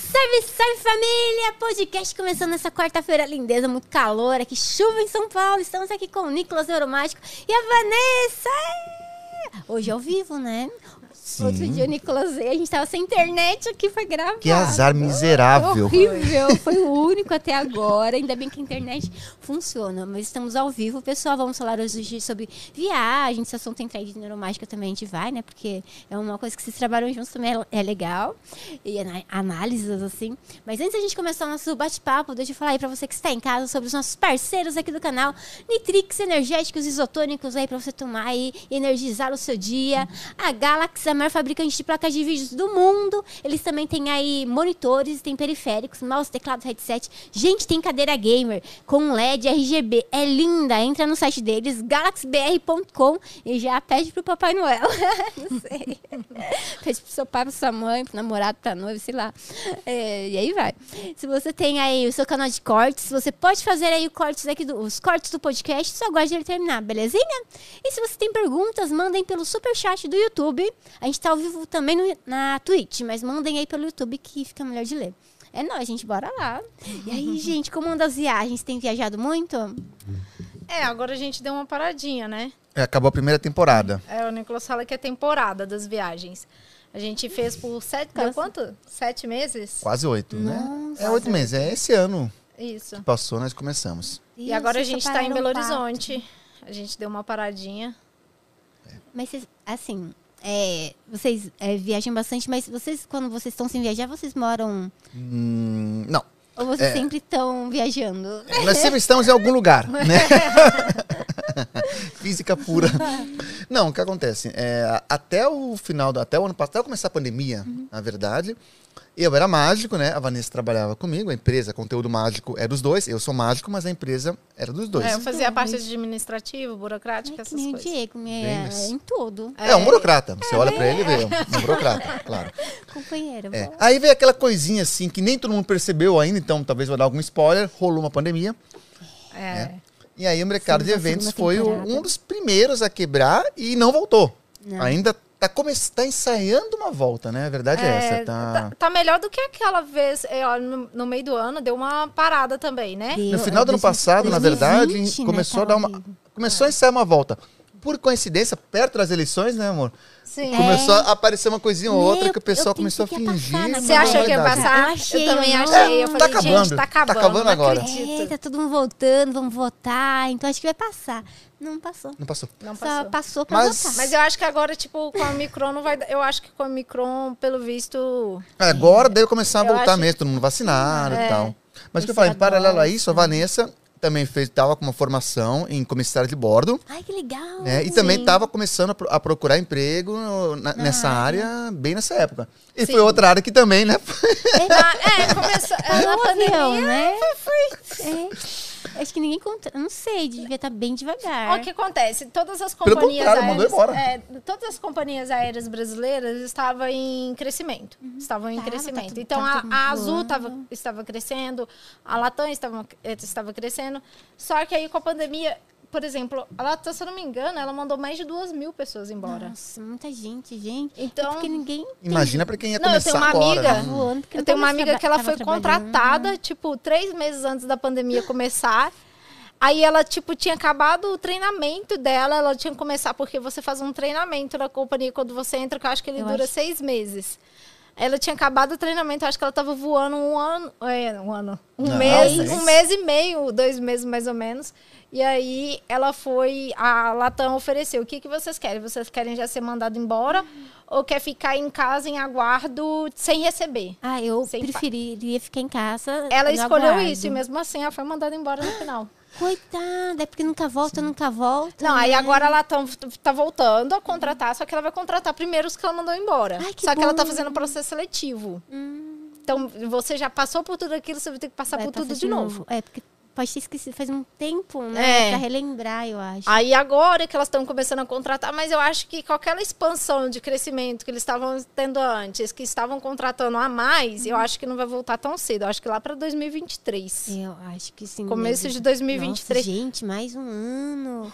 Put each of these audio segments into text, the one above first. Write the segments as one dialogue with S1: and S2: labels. S1: Salve, salve família! Podcast começando essa quarta-feira lindeza, muito calor, aqui chuva em São Paulo. Estamos aqui com o Nicolas Neuromágico e a Vanessa! Hoje ao vivo, né? Outro dia o Nicolas veio, a gente tava sem internet aqui pra gravar.
S2: Que azar
S1: Foi É
S2: miserável.
S1: Horrível, foi o único até agora. Ainda bem que a internet funciona, mas estamos ao vivo, pessoal. Vamos falar hoje sobre viagem. Esse assunto entra aí de neuromágica também, a gente vai, né? Porque é uma coisa que vocês trabalham juntos também é- é legal. E ana- análises, assim. Mas antes da gente começar o nosso bate-papo, deixa eu falar aí pra você que está em casa sobre os nossos parceiros aqui do canal: Nitrix Energéticos Isotônicos aí pra você tomar aí, energizar o seu dia. A Galaxy, a maior fabricante de placas de vídeos do mundo. Eles também têm aí monitores, tem periféricos, mouse, teclado, headset. Gente, tem cadeira gamer com LED RGB. É linda. Entra no site deles, galaxybr.com e já pede pro Papai Noel. Não sei. Pede pro seu pai, pra sua mãe, pro namorado, pra noiva, sei lá. É, e aí vai. Se você tem aí o seu canal de cortes, você pode fazer aí o cortes aqui do- os cortes do podcast, só aguarde ele terminar, belezinha? E se você tem perguntas, mandem pelo superchat do YouTube. A gente tá ao vivo também no- na Twitch, mas mandem aí pelo YouTube que fica melhor de ler. É nóis, gente, bora lá. E aí, gente, como anda as viagens? Tem viajado muito?
S3: É, agora a gente deu uma paradinha, né?
S2: É, Acabou a primeira temporada.
S3: É, o Nicolas fala que é temporada das viagens. A gente fez por sete, deu
S1: Nossa.
S3: quanto? Sete meses?
S2: Quase oito, né?
S1: Nossa.
S2: É oito meses. É esse ano
S3: Isso.
S2: que passou, nós começamos.
S3: E agora a
S1: Isso,
S3: gente tá em
S1: separaram
S3: Belo
S1: quatro.
S3: Horizonte. A gente deu uma paradinha.
S1: Mas, vocês, assim, é, vocês é, viajam bastante, mas vocês, quando vocês estão sem viajar, vocês moram...
S2: Hum, não.
S1: Ou vocês
S2: É.
S1: sempre estão viajando?
S2: Nós sempre estamos em algum lugar, né? Física pura. Não, o que acontece? É, até o final, do, até o ano passado, até eu começar a pandemia, na verdade, eu era mágico, né? A Vanessa trabalhava comigo, a empresa, conteúdo mágico era dos dois. Eu sou mágico, mas a empresa era dos dois.
S3: É, eu fazia a parte administrativa,
S1: É
S3: burocrática,
S1: que
S3: essas
S1: nem o
S3: coisas.
S1: Diego, minha-
S2: Bem isso.
S1: em tudo.
S2: É, um burocrata. Você olha pra ele e vê. Um burocrata, claro.
S1: Companheiro.
S2: É.
S1: bom.
S2: Aí veio aquela coisinha assim que nem todo mundo percebeu ainda, então talvez vou dar algum spoiler. Rolou uma pandemia. né?
S3: É.
S2: E aí o mercado de
S1: Estamos na
S2: eventos
S1: segunda
S2: foi o-
S1: temporada.
S2: um dos primeiros a quebrar e não voltou.
S1: Não.
S2: Ainda tá, come... tá ensaiando uma volta, né? A verdade é, essa. Tá...
S3: tá- tá melhor do que aquela vez, é, ó, no, no meio do ano, deu uma parada também, né?
S1: Deu-
S2: No final do ano passado, na
S1: 2020,
S2: verdade,
S1: né,
S2: começou a
S1: tava
S2: dar uma.
S1: horrível.
S2: Começou a ensaiar uma volta. Por coincidência, perto das eleições, né, amor?
S3: Sim.
S2: Começou a aparecer uma coisinha ou outra
S1: É. Meu,
S2: que o pessoal
S1: eu pensei
S2: começou a
S1: que ia
S2: fingir.
S1: passar né, na
S2: mas
S3: Você
S2: não é
S3: achou que ia
S2: verdade.
S3: passar?
S1: Eu achei,
S3: eu também
S1: eu não-
S3: achei. Eu
S2: É,
S3: falei,
S2: tá
S3: gente,
S2: acabando,
S3: tá
S2: tá
S3: acabando.
S2: acabando
S3: não
S2: agora.
S1: É,
S3: acredito.
S1: tá todo mundo voltando, vamos votar, então acho que vai passar. Não passou.
S2: Não passou.
S3: Não
S1: É, Só
S3: passou.
S1: passou pra
S2: Mas-
S1: votar.
S3: Mas eu acho que agora, tipo, com a Omicron não vai dar. Eu acho que com a Omicron, pelo visto.
S2: Agora deve começar a
S3: Eu
S2: voltar
S3: acho-
S2: mesmo, todo mundo vacinado
S3: É. né?
S2: e tal. Mas o que eu
S1: Esse
S2: falei, em
S1: adoro,
S2: paralelo a isso, a Vanessa também fez, estava com uma formação em comissário de bordo,
S1: Ai, que
S3: Ah,
S1: legal.
S2: né? E também estava começando a, pro- a procurar emprego no- na- nessa área. bem nessa época. E
S3: Sim.
S2: foi outra área que também, né?
S3: Ah, é, começou. é, na
S1: Não, avião,
S3: pandemia.
S1: né? É. Acho que ninguém conta. eu Não sei, devia estar bem devagar.
S3: é O que acontece? Todas as
S2: Pelo
S3: companhias
S2: contrário, mandou
S3: aéreas.
S2: embora.
S3: é, todas as companhias aéreas brasileiras estavam em crescimento. Estavam em
S1: Tava, tá
S3: crescimento.
S1: tudo-
S3: então
S1: tava
S3: a,
S1: todo mundo
S3: a Azul
S1: voando.
S3: tava, estava crescendo, a Latam estava, eh, estava crescendo. Só que aí com a pandemia, por exemplo, a Latam, se eu não me engano, ela mandou mais de duas mil pessoas embora.
S1: Nossa, muita gente, gente.
S3: Então-
S1: É porque ninguém
S2: Imagina para quem ia
S3: Não, eu
S2: começar
S3: tenho uma
S2: agora.
S3: amiga-
S1: tá
S2: né?
S1: voando. porque
S3: Uhum. Eu
S1: não
S3: tenho
S1: tava
S3: uma amiga
S1: traba-
S3: que ela
S1: tava
S3: foi
S1: trabalhando. uhum.
S3: contratada, tipo, três meses antes da pandemia começar. Aí ela, tipo, tinha acabado o treinamento dela, ela tinha que começar, porque você faz um treinamento na companhia quando você entra, que eu acho que ele
S1: Eu
S3: dura
S1: acho-
S3: seis meses. Ela tinha acabado o treinamento, eu acho que ela tava voando um ano, é, um ano, um
S2: Não,
S3: mês,
S2: mas-
S3: um mês e meio, dois meses mais ou menos. E aí ela foi, a Latam ofereceu, o que, que vocês querem? Vocês querem já ser mandado embora ou quer ficar em casa em aguardo sem receber?
S1: Ah, eu
S3: Sem pa-
S1: preferiria ficar em casa.
S3: Ela
S1: no
S3: escolheu
S1: aguardo.
S3: isso e mesmo assim ela foi mandada embora no final.
S1: Coitada, é porque nunca volta, nunca volta.
S3: Não, aí
S1: né?
S3: agora ela tá, tá voltando a contratar, só que ela vai contratar primeiro os que ela mandou embora.
S1: Ai, que
S3: só que ela tá
S1: bom. Hum.
S3: fazendo processo seletivo. Então você já passou por tudo aquilo, você vai ter que passar
S1: Vai
S3: por tudo
S1: passar
S3: de novo.
S1: É, porque pode ter esquecido faz um tempo, né?
S3: É.
S1: Pra relembrar, eu acho.
S3: Aí agora que elas estão começando a contratar, mas eu acho que com aquela expansão de crescimento que eles estavam tendo antes, que estavam contratando a mais, eu acho que não vai voltar tão cedo. Eu acho que lá para 2023.
S1: Eu acho que Uhum. sim.
S3: Começo
S1: mesmo.
S3: de 2023.
S1: Nossa, gente, mais um ano.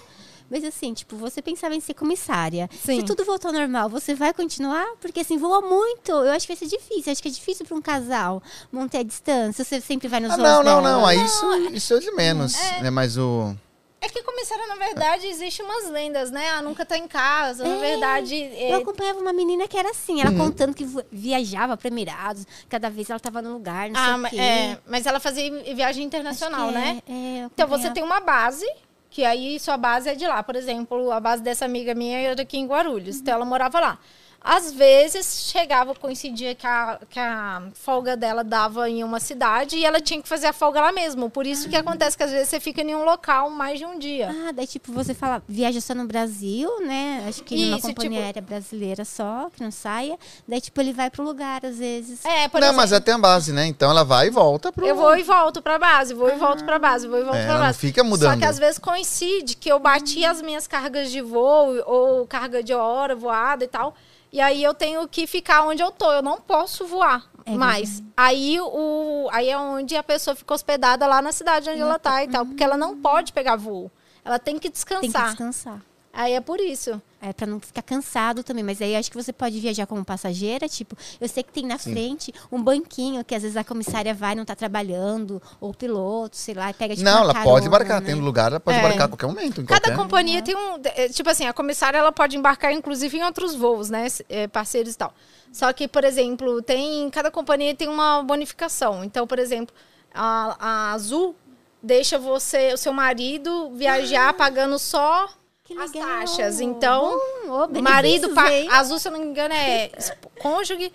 S1: Mas assim, tipo, você pensava em ser comissária.
S3: Sim.
S1: Se tudo voltar ao normal, você vai continuar? Porque assim, voa muito. Eu acho que vai ser difícil. Acho que é difícil para um casal manter a distância. Você sempre vai nos
S2: Ah,
S1: voos
S2: não, não,
S1: dela.
S2: não. Aí isso, isso é de menos. né? Mas o.
S3: É que começaram, na verdade, existem umas lendas, né? Ah, nunca tá em casa. Na
S1: É.
S3: verdade, é,
S1: Eu acompanhava uma menina que era assim,
S3: Uhum.
S1: ela contando que vo- viajava para Emirados, cada vez ela tava num lugar, não
S3: ah,
S1: sei o
S3: ma-
S1: quê.
S3: é, mas ela fazia viagem
S1: Acho que
S3: internacional,
S1: é,
S3: né?
S1: é, eu
S3: Então você
S1: acompanhava.
S3: tem uma base, que aí sua base é de lá. Por exemplo, a base dessa amiga minha era aqui em Guarulhos. Então ela morava lá. Às vezes chegava, coincidia que a, que a folga dela dava em uma cidade e ela tinha que fazer a folga lá mesmo. Por isso que acontece que às vezes você fica em um local mais de um dia.
S1: Ah, daí tipo, você fala, viaja só no Brasil, né? Acho que numa
S3: Isso,
S1: companhia
S3: tipo-
S1: aérea brasileira só, que não saia. Daí tipo, ele vai pro lugar às vezes.
S3: É, por
S2: não,
S3: exemplo,
S2: mas ela tem a base, né? Então ela vai e volta pro.
S3: eu vou e volto pra base, vou e
S1: Ah.
S3: volto pra base, vou e volto
S2: É,
S3: pra
S2: ela não
S3: base.
S2: fica mudando.
S3: Só que às vezes coincide que eu bati as minhas cargas de voo ou carga de hora voada e tal. E aí eu tenho que ficar onde eu tô, eu não posso voar
S1: É
S3: mais. Aí o aí é onde a pessoa fica hospedada lá na cidade onde ela tá e tal, porque ela não pode pegar voo. Ela tem que descansar.
S1: Tem que descansar.
S3: Aí é por isso.
S1: É, pra não ficar cansado também. Mas aí acho que você pode viajar como passageira, tipo, eu sei que tem na frente um banquinho que às vezes a comissária vai não tá trabalhando, ou o piloto, sei lá, e pega tipo
S2: não,
S1: uma
S2: ela
S1: carona,
S2: pode embarcar.
S1: né?
S2: Tem lugar, ela pode
S3: um É.
S2: embarcar a qualquer momento. Em
S3: Cada
S2: qualquer...
S3: companhia tem um. é, Tipo assim, a comissária ela pode embarcar, inclusive, em outros voos, né? s- é, Parceiros e tal. Só que, por exemplo, tem. Cada companhia tem uma bonificação. Então, por exemplo, a, a Azul deixa você, o seu marido, viajar pagando só
S1: Que
S3: as
S1: legal.
S3: taxas. Então,
S1: Bom, ô,
S3: o marido,
S1: benefícios,
S3: pa-
S1: hein?
S3: a Azul, se eu não me engano, é esp- cônjuge,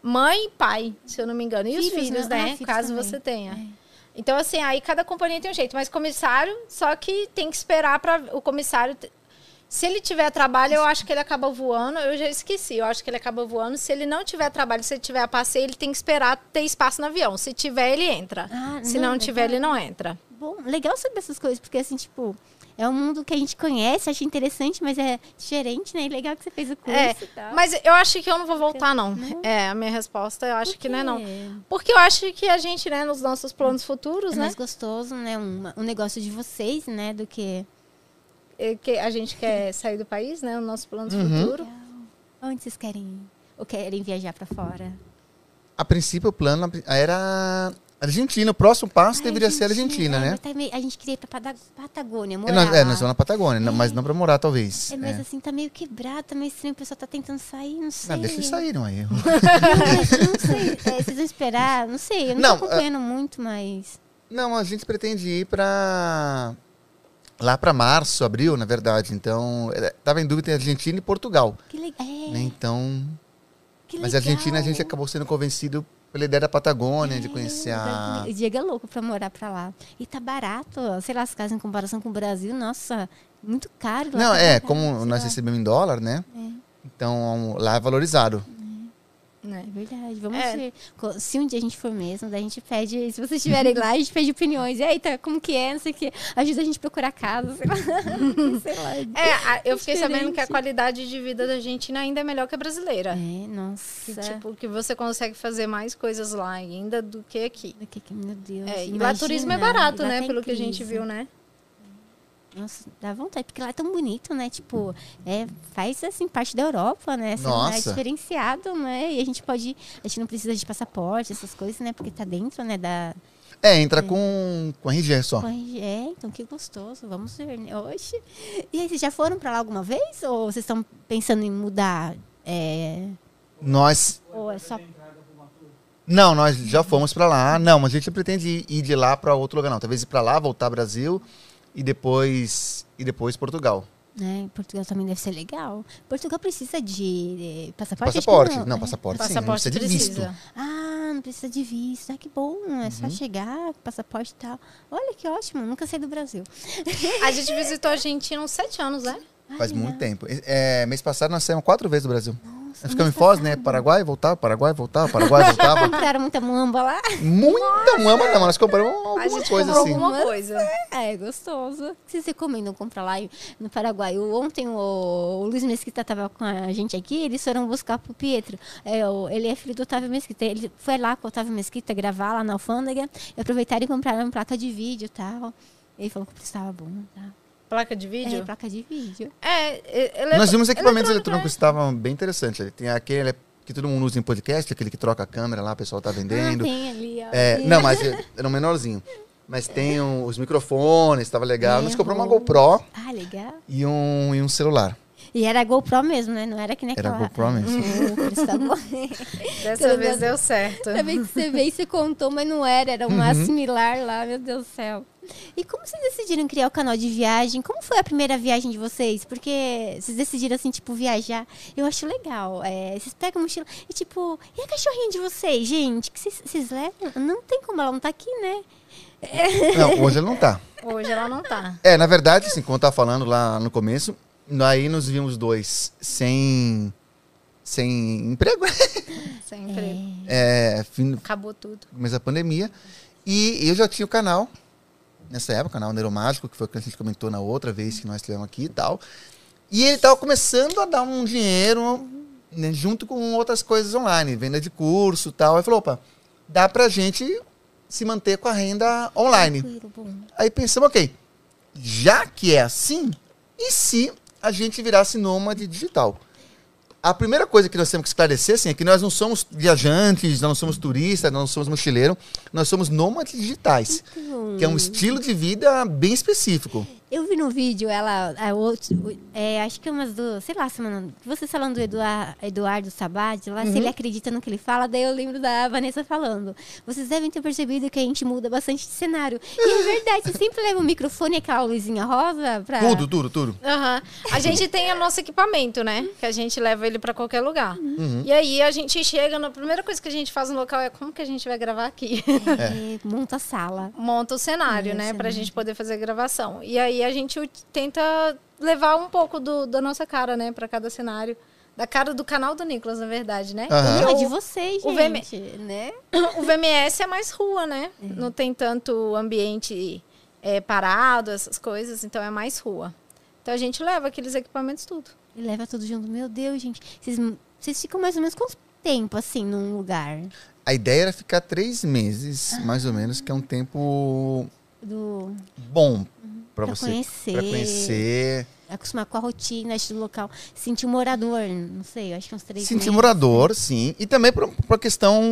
S3: mãe e pai, se eu não me engano. E os
S1: Filhos,
S3: filhos,
S1: né?
S3: né?
S1: Ah, filhos
S3: caso
S1: também. É.
S3: você tenha. Então, assim, aí cada companhia tem um jeito. Mas comissário, só que tem que esperar para o comissário. te- Se ele tiver trabalho, eu acho que ele acaba voando. Eu já esqueci, eu acho que ele acaba voando. Se ele não tiver trabalho, se ele tiver a passeio, ele tem que esperar ter espaço no avião. Se tiver, ele entra.
S1: Ah,
S3: se
S1: não,
S3: não tiver,
S1: legal.
S3: ele não entra.
S1: Bom, legal saber essas coisas, porque assim, tipo, é um mundo que a gente conhece, acha interessante, mas é diferente, né? E legal que você fez o curso
S3: É,
S1: e tal.
S3: Mas eu acho que eu não vou voltar, não. É, a minha resposta, eu acho que não é não. Porque eu acho que a gente, né, nos nossos planos futuros,
S1: É
S3: né,
S1: mais gostoso, né? Um, um negócio de vocês, né? Do que.
S3: é que a gente quer sair do país, né, o nosso plano
S2: Uhum.
S3: futuro.
S1: Onde vocês querem ir? Ou querem viajar pra fora?
S2: A princípio, o plano era Argentina. O próximo passo deveria ser Argentina,
S1: é,
S2: né?
S1: mas tá meio- a gente queria ir pra Pada- Patagônia,
S2: É,
S1: morar
S2: nós, é,
S1: lá.
S2: nós vamos na Patagônia, não- mas não pra morar, talvez.
S1: É,
S2: É.
S1: mas assim, tá meio quebrado, tá meio estranho, o pessoal tá tentando sair, não sei.
S2: Ah, deixa eles saírem aí.
S1: Não, não sei, é, vocês vão esperar, não sei, eu não,
S2: Não, ah,
S1: tô acompanhando muito, mas...
S2: Não, a gente pretende ir pra. Lá pra março, abril, na verdade. Então, é, tava em dúvida em Argentina e Portugal.
S1: Que legal, é,
S2: né? Então,
S1: que
S2: mas a
S1: legal. é.
S2: Argentina a gente acabou sendo convencido pela ideia da Patagônia, de conhecer a.
S1: O Diego é louco pra morar pra lá. E tá barato, ó, sei lá, as casas em comparação com o Brasil, nossa, muito caro. lá
S2: Não,
S1: tá
S2: é,
S1: barato,
S2: como
S1: sei
S2: nós
S1: lá.
S2: recebemos em dólar, né? Então, lá é valorizado.
S3: Né?
S1: É verdade, vamos
S3: É.
S1: ver. Co- Se um dia a gente for mesmo, daí a gente pede, se vocês estiverem lá, a gente pede opiniões. E aí, tá, como que é, não sei o que, ajuda a gente a procurar casa, sei lá. sei lá.
S3: É, a- eu fiquei sabendo que a
S1: Diferente.
S3: qualidade de vida da Argentina ainda é melhor que a brasileira.
S1: É,
S3: Que,
S1: nossa.
S3: tipo, que você consegue fazer mais coisas lá ainda do que aqui.
S1: O que que- Meu Deus.
S3: É, e lá
S1: imagina,
S3: turismo é
S1: e
S3: barato,
S1: lá
S3: né?
S1: tá
S3: Pelo que a gente
S1: incrível.
S3: viu, né?
S1: Nossa, dá vontade, porque lá é tão bonito, né? Tipo, é, faz assim parte da Europa, né? Assim, lá É
S2: Nossa.
S1: diferenciado, né? E a gente pode. A gente não precisa de passaporte, essas coisas, né? Porque tá dentro, né? Da.
S2: É, entra com, com RG só.
S1: É, então que gostoso. Vamos ver, né? Oxe. E aí, vocês já foram pra lá alguma vez? Ou vocês estão pensando em mudar? É,
S2: Nós.
S1: ou é só.
S2: Não, nós já fomos pra lá. Não, mas a gente pretende ir- ir de lá pra outro lugar, não. Talvez ir pra lá, voltar ao Brasil e depois e depois Portugal.
S1: Né? Portugal também deve ser legal. Portugal precisa de eh, passaporte? Acho que
S2: passaporte. Não,
S1: né?
S2: passaporte,
S3: Passaporte
S2: sim. Não precisa é de visto.
S3: precisa.
S1: Ah, não precisa de visto. Ah, que bom. É só
S2: Uhum.
S1: chegar, passaporte e tal. Olha que ótimo. Nunca saí do Brasil.
S3: A gente visitou a Argentina uns sete anos, né?
S1: Ai,
S2: Faz
S1: legal.
S2: muito tempo. E- é, mês passado nós saímos quatro vezes do Brasil.
S1: Nossa, tá
S2: Nós ficamos em Foz, né? Paraguai, voltava, Paraguai, voltava, Paraguai, voltava.
S1: Compraram muita mamba lá.
S2: Muita mama, não. Nós compramos
S3: A
S2: alguma
S3: gente
S2: coisa
S3: comprou
S2: assim.
S3: alguma coisa.
S1: É, gostoso. O que vocês recomendam comprar lá no Paraguai? O- ontem o, o Luiz Mesquita estava com a gente aqui, eles foram buscar pro Pietro. É, o- ele é filho do Otávio Mesquita. Ele foi lá com o Otávio Mesquita gravar lá na alfândega e aproveitaram e compraram placa de vídeo e tal. Ele falou que o preço estava bom, tá?
S3: Placa de vídeo?
S1: É, placa de vídeo.
S3: É, é, ele-
S2: Nós vimos
S1: né?
S2: equipamentos
S3: eletrônico,
S2: eletrônicos que estavam bem interessantes. Ele Tem aquele que todo mundo usa em podcast, aquele que troca a câmera lá, o pessoal tá vendendo.
S1: Ah, tem ali, ó.
S2: É, não, mas era um menorzinho. Mas tem o- os microfones, estava legal. Nós compramos uma GoPro
S1: Ah, legal.
S2: e um, e um celular.
S1: E era GoPro mesmo, né? Não era que nem
S2: Era
S1: aquela...
S2: GoPro mesmo.
S1: Putz, tá bom.
S3: né? Dessa vez deu certo.
S1: Sabe que você veio e você contou, mas não era. Era uma similar lá, meu Deus do céu. E como vocês decidiram criar o canal de viagem? Como foi a primeira viagem de vocês? Porque vocês decidiram, assim, tipo, viajar. Eu acho legal. É, vocês pegam a mochila e, tipo, e a cachorrinha de vocês, gente? Que vocês, vocês levam? Não tem como, ela não tá aqui, né?
S2: Não, hoje ele não tá.
S3: Hoje ela não tá.
S2: É, na verdade, assim, como eu tava falando lá no começo, aí nos vimos dois sem, sem emprego, né?
S3: Sem emprego.
S2: é, fim,
S3: Acabou tudo.
S2: começo da pandemia. E eu já tinha o canal, nessa época, o canal Neuromágico, que foi o que a gente comentou na outra vez que nós estivemos aqui e tal. E ele estava começando a dar um dinheiro né, junto com outras coisas online, venda de curso e tal. Aí falou, opa, dá pra gente se manter com a renda online.
S1: Tranquilo, bom.
S2: Aí pensamos, ok, já que é assim, e se a gente virasse nômade digital? A primeira coisa que nós temos que esclarecer assim, é que nós não somos viajantes, nós não somos turistas, nós não somos mochileiros, nós somos nômades digitais, que é um estilo de vida bem específico.
S1: Eu vi no vídeo ela, a outro, é, acho que umas duas, sei lá, semana. Você falando do Eduard, Eduardo Sabad, lá, se ele acredita no que ele fala, daí eu lembro da Vanessa falando. Vocês devem ter percebido que a gente muda bastante de cenário. E é verdade, você sempre leva o microfone e aquela luzinha rosa pra.
S2: Tudo, tudo, tudo.
S3: Aham. A gente tem o nosso equipamento, né? Que a gente leva ele pra qualquer lugar. E aí a gente chega, a primeira coisa que a gente faz no local é como que a gente vai gravar aqui.
S1: É, monta a sala.
S3: Monta o cenário,
S1: É,
S3: né? Pra
S1: cenário.
S3: gente poder fazer a gravação. E aí a gente ut- tenta levar um pouco do, da nossa cara, né? Pra cada cenário. Da cara do canal do Nicolas, na verdade, né?
S2: Aham.
S1: Não, é de
S3: O-
S1: vocês,
S3: o VM
S1: gente, né?
S3: O VMS é mais rua, né?
S1: Uhum.
S3: Não tem tanto ambiente é, parado, essas coisas, então é mais rua. Então a gente leva aqueles equipamentos tudo.
S1: E leva tudo junto. Meu Deus, gente. Vocês, vocês ficam mais ou menos quanto tempo, assim, num lugar?
S2: A ideia era ficar três meses,
S1: Ah.
S2: mais ou menos, que é um tempo
S1: Do.
S2: bom para
S1: Uhum. Pra
S2: você.
S1: conhecer.
S2: Pra conhecer.
S1: acostumar com a rotina acho, do local, sentir o morador, não sei, eu acho que é uns três
S2: Sentir
S1: meses.
S2: morador, sim. E também para questão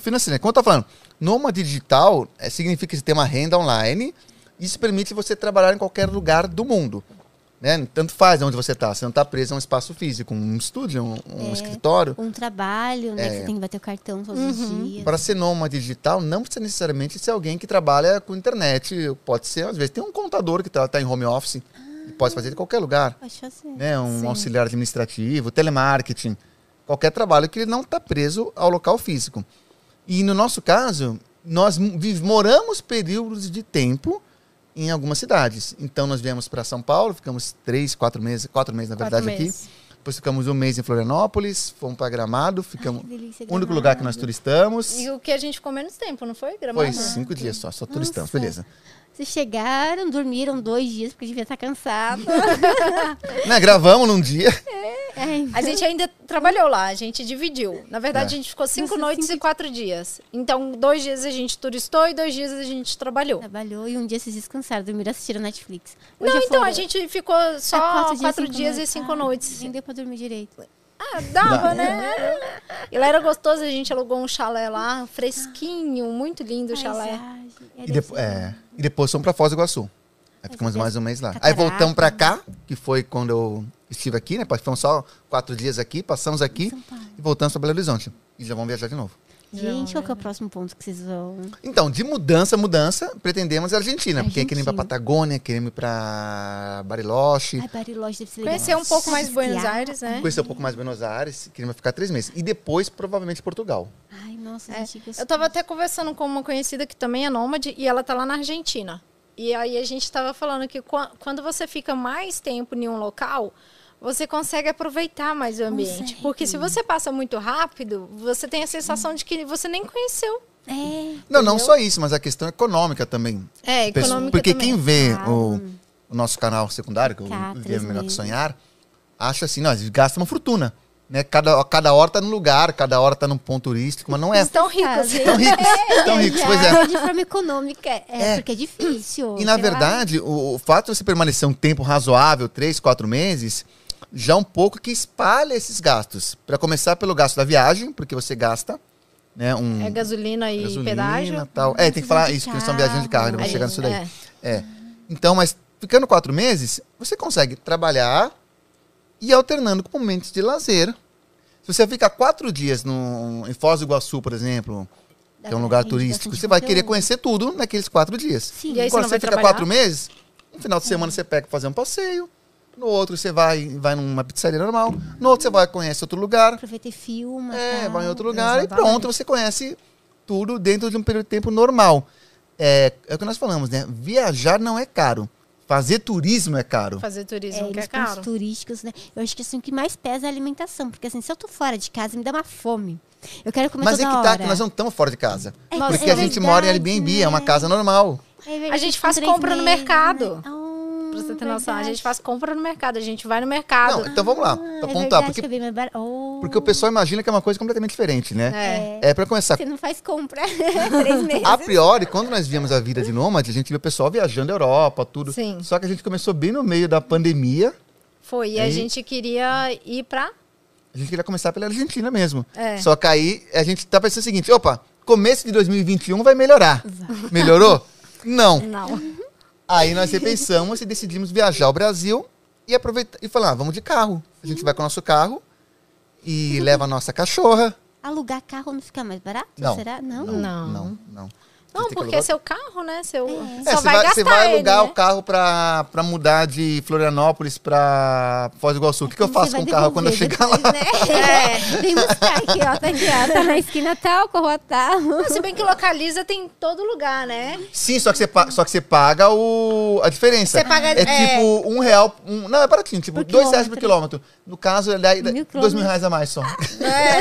S2: financeira. Como eu estava falando, nômade digital eh, significa que você tem uma renda online. Isso permite você trabalhar em qualquer lugar do mundo. Né? Tanto faz onde você está. Você não está preso a um espaço físico, um estúdio, um, um É. Uhum. escritório.
S1: Um trabalho, né? Que você tem que bater o cartão todos os dias.
S2: Para ser nômade digital, não precisa necessariamente ser alguém que trabalha com internet. Pode ser, às vezes, tem um contador que está em home office e pode fazer de qualquer lugar.
S1: Pode fazer.
S2: né, um auxiliar administrativo, telemarketing, qualquer trabalho que ele não está preso ao local físico. E no nosso caso, nós m- vi- moramos períodos de tempo em algumas cidades. Então nós viemos para São Paulo, ficamos três, quatro meses, quatro meses na
S3: Quatro
S2: verdade aqui.
S3: meses.
S2: Depois ficamos um mês em Florianópolis, fomos para Gramado, ficamos
S1: que delícia,
S2: o único
S1: Gramado.
S2: lugar que nós turistamos.
S3: E o que a gente ficou menos tempo, não foi? Gramado?
S2: Foi cinco dias só, só turistamos,
S1: Nossa.
S2: beleza.
S1: Vocês chegaram, dormiram dois dias, porque devia estar cansado.
S2: Né, gravamos num dia.
S1: Ai,
S3: A gente ainda trabalhou lá, a gente dividiu. Na
S2: É.
S3: verdade, a gente ficou cinco
S1: Nossa,
S3: noites
S1: cinco
S3: e quatro dias. Então, dois dias a gente turistou e dois dias a gente trabalhou.
S1: trabalhou e um dia vocês descansaram, dormiram assistiram Netflix.
S3: Não,
S1: já
S3: então,
S1: foram-
S3: a gente ficou só
S1: Ah,
S3: quatro,
S1: cinco
S3: dias, e
S1: noites.
S3: cinco
S1: Ah,
S3: noites.
S1: Nem deu pra dormir direito.
S3: Ah, dava, né? E lá era gostoso, a gente alugou um chalé lá, fresquinho, muito lindo o chalé.
S1: Paisagem, é
S2: E, depo- é, e depois fomos pra Foz do Iguaçu. Aí ficamos mais um mês lá. Aí voltamos pra cá, que foi quando eu estive aqui, né? Ficamos só quatro dias aqui, passamos aqui e voltamos pra Belo Horizonte. E já vamos viajar de novo.
S1: Gente, qual que é o próximo ponto que vocês vão...
S2: Então, de mudança, mudança, pretendemos a Argentina. Ah, Porque queremos ir pra
S1: Argentina.
S2: Patagônia, queremos ir pra Bariloche.
S1: Ai, Bariloche deve ser legal.
S3: Conhecer um pouco
S1: Nossa,
S3: mais Buenos
S1: esquiar.
S3: Aires, né?
S2: Conhecer um pouco mais Buenos Aires, queremos ficar três meses. E depois, provavelmente, Portugal.
S1: Ai, nossa,
S3: É,
S1: gente.
S3: Eu tava até conversando com uma conhecida que também é nômade e ela tá lá na Argentina. E aí a gente tava falando que qua- quando você fica mais tempo em um local, você consegue aproveitar mais o ambiente.
S1: Consegue.
S3: Porque se você passa muito rápido, você tem a sensação de que você nem conheceu.
S1: É,
S2: Não, não só isso, mas a questão econômica também.
S3: É,
S2: Pesso-
S3: econômica
S2: Porque
S3: também.
S2: quem vê
S1: Ah,
S2: o, o nosso canal secundário, que
S1: Tá,
S2: eu
S1: três
S2: Viver Melhor que
S1: meses.
S2: Sonhar, acha assim, nós gasta uma fortuna. Né? Cada, cada hora tá num lugar, cada hora tá num ponto turístico, mas não é.
S3: Estão ricos.
S1: Fazem.
S2: Tão ricos, tão ricos, pois é.
S1: Já, De forma econômica, é,
S2: É.
S1: porque é difícil.
S2: E na
S1: sei lá.
S2: verdade, o, o fato de você permanecer um tempo razoável, três, quatro meses, já um pouco que espalha esses gastos. Para começar pelo gasto da viagem, porque você gasta, né, um
S3: É gasolina e
S2: gasolina,
S3: pedágio. né,
S2: tal. É, tem que falar
S1: de
S2: isso, que eles estão viajando de carro, ainda vou
S1: carro.
S2: chegar nisso daí.
S3: É.
S2: É. Então, mas ficando quatro meses, você consegue trabalhar e alternando com momentos de lazer. Se você ficar quatro dias no, em Foz do Iguaçu, por exemplo,
S1: Dá
S2: que é um
S1: pra
S2: lugar
S1: aprender
S2: turístico,
S1: bastante
S2: você vai querer
S1: conteúdo.
S2: conhecer tudo naqueles quatro dias.
S1: Sim.
S3: E aí- você
S2: Quando
S3: não
S2: você
S3: vai
S2: fica
S3: trabalhar? Hum.
S2: quatro meses, no final de semana você pega pra fazer um passeio. No outro você vai, vai numa pizzaria normal. No outro você vai conhece outro lugar.
S1: Aproveita e filma.
S2: É,
S1: tal.
S2: vai em outro lugar e
S3: exatamente.
S2: pronto, você conhece tudo dentro de um período de tempo normal. É, é o que nós falamos, né? Viajar não é caro. Fazer turismo é caro.
S3: Fazer
S1: É,
S3: turismo que é
S1: nos pontos
S3: caro.
S1: turísticos, né? Eu acho que assim, o que mais pesa é a alimentação. Porque assim, se eu tô fora de casa, me dá uma fome. Eu quero comer
S2: Mas é
S1: toda
S2: que tá,
S1: hora.
S2: que nós não estamos fora de casa.
S1: É,
S2: porque
S1: é
S2: a gente mora em
S1: verdade,
S2: Airbnb,
S1: né?
S2: é uma casa normal.
S1: É verdade,
S3: A gente
S1: com
S3: faz
S1: três
S3: compra no
S1: meses,
S3: mercado.
S1: né? Ah,
S3: Pra você ter noção, a
S1: verdade.
S3: gente faz compra no mercado, a gente vai no
S2: Não,
S3: mercado.
S2: então vamos lá,
S1: Ah,
S2: pra
S1: é
S2: contar.
S1: verdade,
S2: Porque,
S1: que é bem mais barato. Oh,
S2: porque o pessoal imagina que é uma coisa completamente diferente, né?
S3: É.
S2: É, pra começar,
S1: Você não faz compra três meses.
S2: A priori, quando nós víamos a vida de nômade, a gente viu o pessoal viajando a Europa, tudo.
S3: Sim.
S2: Só que a gente começou bem no meio da pandemia.
S3: Foi. E
S2: Aí-
S3: a gente queria ir pra.
S2: A gente queria começar pela Argentina mesmo.
S3: É.
S2: Só que aí a gente tá pensando o seguinte: opa, começo de 2021 vai melhorar. Melhorou? Não.
S3: Não.
S2: Aí nós repensamos e decidimos viajar ao Brasil e aproveitar e falar: ah, vamos de carro. A gente vai com o nosso carro e leva a nossa cachorra.
S1: Alugar carro não fica mais barato?
S2: Não.
S1: Será? Não.
S2: Não.
S3: Não.
S2: Não, não.
S3: Não,
S2: Você tem que
S3: porque
S2: alugar-
S3: é seu carro, né? Seu...
S2: É,
S3: Só
S2: você vai,
S3: vai, gastar
S2: você vai
S3: ele,
S2: alugar
S3: né?
S2: o carro pra, pra mudar de Florianópolis pra Foz do Iguaçu. O que, que eu
S1: Você
S2: faço
S1: vai
S2: com o carro quando eu
S1: devolver
S2: chegar lá?
S1: depois, Né? Vem buscar aqui, ó. Tá aqui, ó. Tá na esquina tal, corro tá. tal.
S3: Não, Se bem que localiza tem em todo lugar, né?
S2: Sim, só que você, pa- só que você paga o, a diferença.
S3: Você paga-
S2: é,
S3: é.
S2: tipo um real. um- não, é baratinho,
S1: Por
S2: tipo dois reais por quilômetro. No caso, é dá- dá-
S1: Mil
S2: dois mil reais a mais só.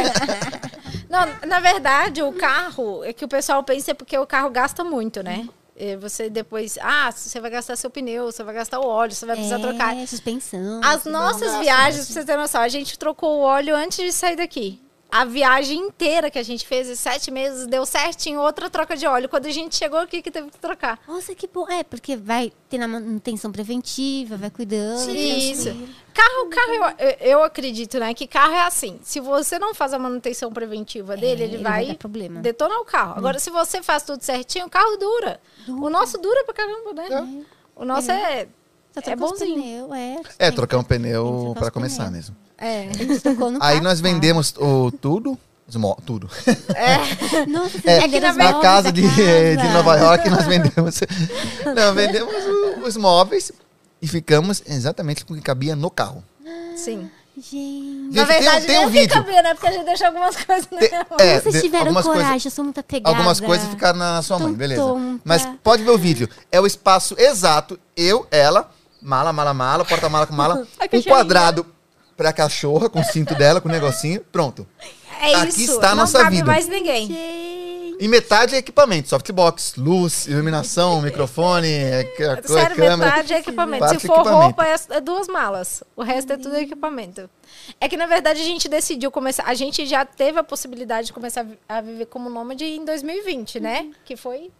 S3: É. Não, na verdade, o carro é que o pessoal pensa porque o carro gasta muito, né? E Você depois, ah, você vai gastar seu pneu, você vai gastar o óleo, você vai precisar trocar.
S1: É, suspensão.
S3: As
S1: tudo.
S3: nossas viagens, pra você ter noção, a gente trocou o óleo antes de sair daqui. A viagem inteira que a gente fez, esses sete meses, deu certinho outra troca de óleo. Quando a gente chegou aqui, que teve que trocar.
S1: Nossa, que bom. É, porque vai ter na manutenção preventiva, vai cuidando.
S3: Isso.
S1: tranquilo.
S3: Carro, carro, eu, eu- eu acredito, né? Que carro é assim. Se você não faz a manutenção preventiva dele,
S1: É,
S3: ele,
S1: ele vai
S3: vai,
S1: dar problema.
S3: detonar o
S2: Hum.
S3: carro. Agora, se você faz tudo certinho, o carro dura.
S1: Dura.
S3: O nosso dura pra caramba, né? O nosso é.
S1: Só
S3: é
S1: troca os
S3: bonzinho.
S1: pneu, é.
S2: É, trocar um pneu
S1: trocar
S2: pra
S1: os
S2: começar
S1: pneus.
S2: mesmo.
S3: É.
S1: Tocou no
S2: Aí
S1: carro,
S2: nós
S1: tá.
S2: vendemos o, tudo. os mo- Tudo.
S1: Nossa, vocês
S2: É,
S1: venderam os
S2: a
S1: móveis
S2: casa de,
S1: da
S2: eh, de
S1: casa.
S2: Nova York nós vendemos. Não, vendemos o- os móveis e ficamos exatamente com o que cabia no carro.
S3: Sim.
S1: Gente.
S2: Gente,
S3: Na verdade,
S2: tem, um- tem um
S3: nem
S2: vídeo.
S3: fica bem, né? Porque a gente deixou algumas coisas né? na
S2: Tem-
S3: minha mão.
S2: é,
S1: Vocês
S2: de-
S1: tiveram
S2: algumas
S1: coragem,
S2: coisas-
S1: eu sou muito apegada.
S2: Algumas coisas ficaram na sua mãe,
S1: Tão
S2: beleza.
S1: tonta.
S2: Mas
S3: tá.
S2: pode ver o vídeo. É o espaço exato, eu, ela, mala, mala, mala, porta-mala com mala,
S3: A
S2: um
S3: cachorrinha.
S2: quadrado pra cachorra, com o cinto dela, com o negocinho, pronto.
S3: É
S2: Aqui
S3: isso.
S2: está a
S3: não
S2: nossa
S3: cabe
S2: vida.
S3: mais ninguém.
S1: Gente.
S2: E metade é equipamento, softbox, luz, iluminação, microfone, é, c- c-
S3: Sério,
S2: câmera.
S3: metade é equipamento.
S2: Parte
S3: Se for
S2: equipamento.
S3: roupa, é, é duas malas. O resto é tudo
S1: Uhum.
S3: equipamento. É que, na verdade, a gente decidiu começar. A gente já teve a possibilidade de começar a vi- a viver como nômade em 2020,
S1: Uhum.
S3: né? Que foi.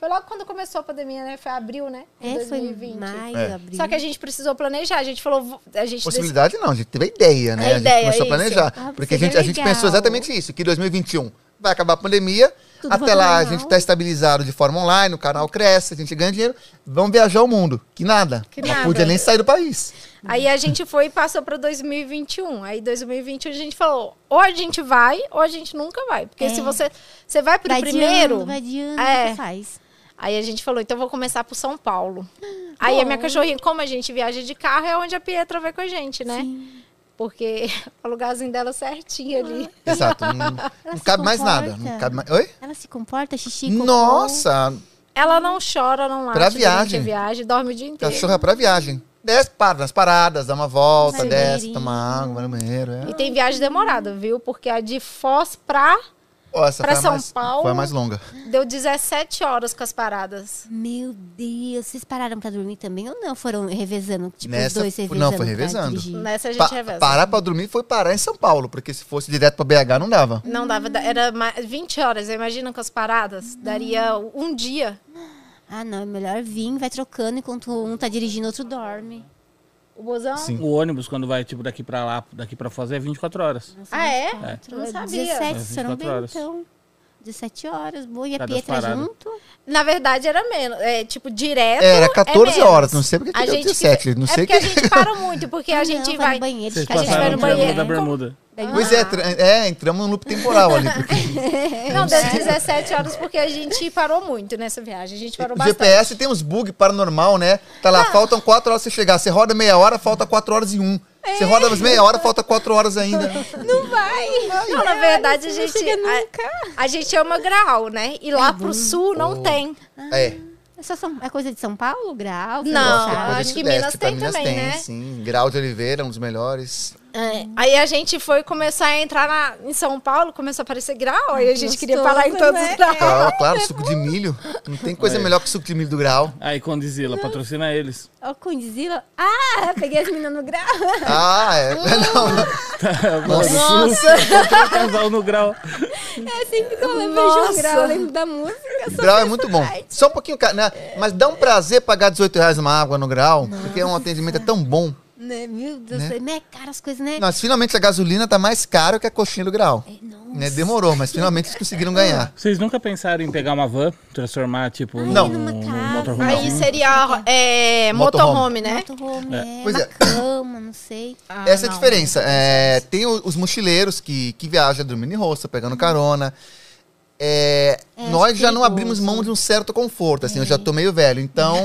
S3: Foi logo quando começou a pandemia, né? Foi abril, né? Em
S1: É, foi
S3: 2020.
S1: em maio,
S2: É.
S1: abril.
S3: Só que a gente precisou planejar. A gente falou. "Vo- A gente decidiu.
S2: Possibilidade não, a gente teve a ideia, né?
S3: A
S2: a gente
S3: ideia,
S2: começou a
S3: isso.
S2: planejar.
S1: Ah,
S2: porque a
S1: seria
S2: gente, a gente
S1: legal.
S2: pensou exatamente isso, que 2021 vai acabar a pandemia,
S1: Tudo
S2: até
S1: volta ao
S2: lá a
S1: normal.
S2: gente está estabilizado de forma online, o canal cresce, a gente ganha dinheiro, vamos viajar o mundo. Que nada.
S3: Que
S2: não
S3: nada.
S2: podia nem sair do país.
S3: Aí a gente foi e passou para 2021. Aí 2021 a gente falou, ou a gente vai, ou a gente nunca vai. Porque
S1: É.
S3: se você você vai pro
S1: Vai
S3: primeiro,
S1: adiando, vai adiando,
S3: É.
S1: que faz.
S3: Aí a gente falou, então vou começar por São Paulo. Aí a minha cachorrinha, como a gente viaja de carro, é onde a Pietra vai com a gente, né? Porque o lugarzinho dela é certinho ali.
S2: Exato. Não, não
S1: se
S2: cabe mais
S1: comporta.
S2: nada. Não cabe mais. Oi?
S1: Ela se comporta, xixi, cocô.
S2: Nossa,
S3: Ela não chora, não late
S2: Pra
S3: durante
S2: viagem. Tá
S3: a viagem, dorme o dia inteiro.
S2: cachorra é pra viagem. Desce, para nas paradas, dá uma volta,
S1: Vai no
S2: desce,
S1: banheirinho.
S2: toma água, vai no banheiro. É.
S3: E tem viagem demorada, viu? Porque a de Foz pra
S2: Ó, essa
S3: Pra
S2: foi a
S3: São
S2: mais,
S3: Paulo.
S2: Foi a mais longa.
S3: Deu 17 horas com as paradas.
S1: Meu Deus, vocês pararam pra dormir também ou não? Foram revezando? Tipo,
S2: Nessa-
S1: os dois revezando?
S2: não,
S1: pra
S2: foi revezando.
S1: dirigir?
S3: Nessa a gente
S2: Pa-
S3: reveza.
S2: parar pra dormir foi parar em São Paulo, porque se fosse direto pra BH não dava.
S3: Não dava, da- era ma- 20 horas, imagina com as paradas, daria um dia.
S1: Ah, não, é melhor vir, vai trocando enquanto um tá dirigindo, outro dorme.
S3: O busão?
S2: Sim.
S4: O ônibus, quando vai, tipo, daqui pra lá, daqui pra Foz, é 24 horas.
S3: Ah, é?
S1: Eu
S3: Não sabia.
S1: 17,
S4: É,
S1: se eu não
S4: 24
S1: bem,
S4: horas.
S1: então. 17 horas, boa. E a
S4: Cada
S1: Pietra
S4: parada.
S1: junto?
S3: Na verdade era menos, é tipo direto.
S2: Era 14
S3: menos.
S2: horas, não sei porque que
S3: A
S2: deu
S3: gente
S2: 17, não
S3: é
S2: sei
S3: porque
S2: que...
S3: a gente para muito, porque
S1: Ah,
S3: a
S1: não,
S3: gente
S1: vai
S3: vai.
S1: no banheiro,
S4: Vocês
S1: ficar de
S3: vai
S4: passaram
S1: cara
S4: no
S3: no
S4: Triângulo
S3: banheiro.
S4: da Bermuda.
S2: Pois é, tra-
S3: Ah.
S2: é, entramos num loop temporal ali, porque
S3: Não, deu 17 horas porque a gente parou muito nessa viagem. A gente parou
S2: o
S3: bastante.
S2: GPS tem uns bug paranormal, né? Tá lá, faltam 4 horas pra você chegar, você roda meia hora, falta 4 horas e 1. Você
S3: É.
S2: roda mais meia hora, falta 4 horas ainda.
S3: Não vai. Não,
S1: É,
S3: na verdade a gente a, a gente ama grau, né? E lá pro sul não tem.
S2: É.
S1: É, só São- é coisa de São Paulo? Grau?
S3: Não,
S1: São Paulo?
S3: Ah, acho
S2: Coisa de
S3: que
S2: Sudeste,
S3: Minas
S2: é, pra
S3: tem também, né?
S2: Sim, Grau de Oliveira, um dos melhores.
S3: É, Aí a gente foi começar a entrar na- em São Paulo, começou a aparecer grau, aí a gente queria
S1: gostoso,
S3: parar em todos
S1: né?
S3: os graus.
S2: Grau, Ah, claro, suco de milho. Não tem coisa
S4: É.
S2: melhor que suco de milho do Grau.
S4: Aí, Condizila, patrocina eles.
S1: Ó, Condizila. Ah, peguei as meninas no grau.
S2: Ah, é.
S3: Uh.
S2: Não, não.
S4: Tá, Nossa! um casal no grau.
S1: É sempre que eu lembro de
S3: Nossa.
S1: um grau, eu lembro da música. só É.
S2: Grau é
S1: penso
S2: muito bom.
S1: night.
S2: Só um pouquinho caro, né? Mas dá um prazer pagar 18 reais uma água no Grau, porque é um atendimento é tão bom.
S1: Né, Meu Deus, né? é cara as coisas, né?
S2: Nós, finalmente, a gasolina tá mais caro que a coxinha do Grau.
S1: É, Nossa. Ah,
S2: Né? Demorou, mas finalmente eles conseguiram ganhar.
S4: Vocês nunca pensaram em pegar uma van, transformar, tipo, num,
S2: Não.
S4: num
S1: Numa
S4: motorhome?
S1: casa.
S3: Aí
S4: assim?
S3: seria é,
S2: Motorhome.
S3: motorhome, né?
S1: Motorhome, é.
S2: Pois
S1: uma
S2: é.
S1: cama, não sei.
S3: Ah,
S2: Essa é a
S3: não.
S2: diferença. É, tem o- os mochileiros que, que viajam dormindo em roça, pegando carona. É,
S1: É,
S2: nós já não
S1: perigoso. É.
S2: abrimos mão de um certo conforto, assim, eu já tô meio velho. Então,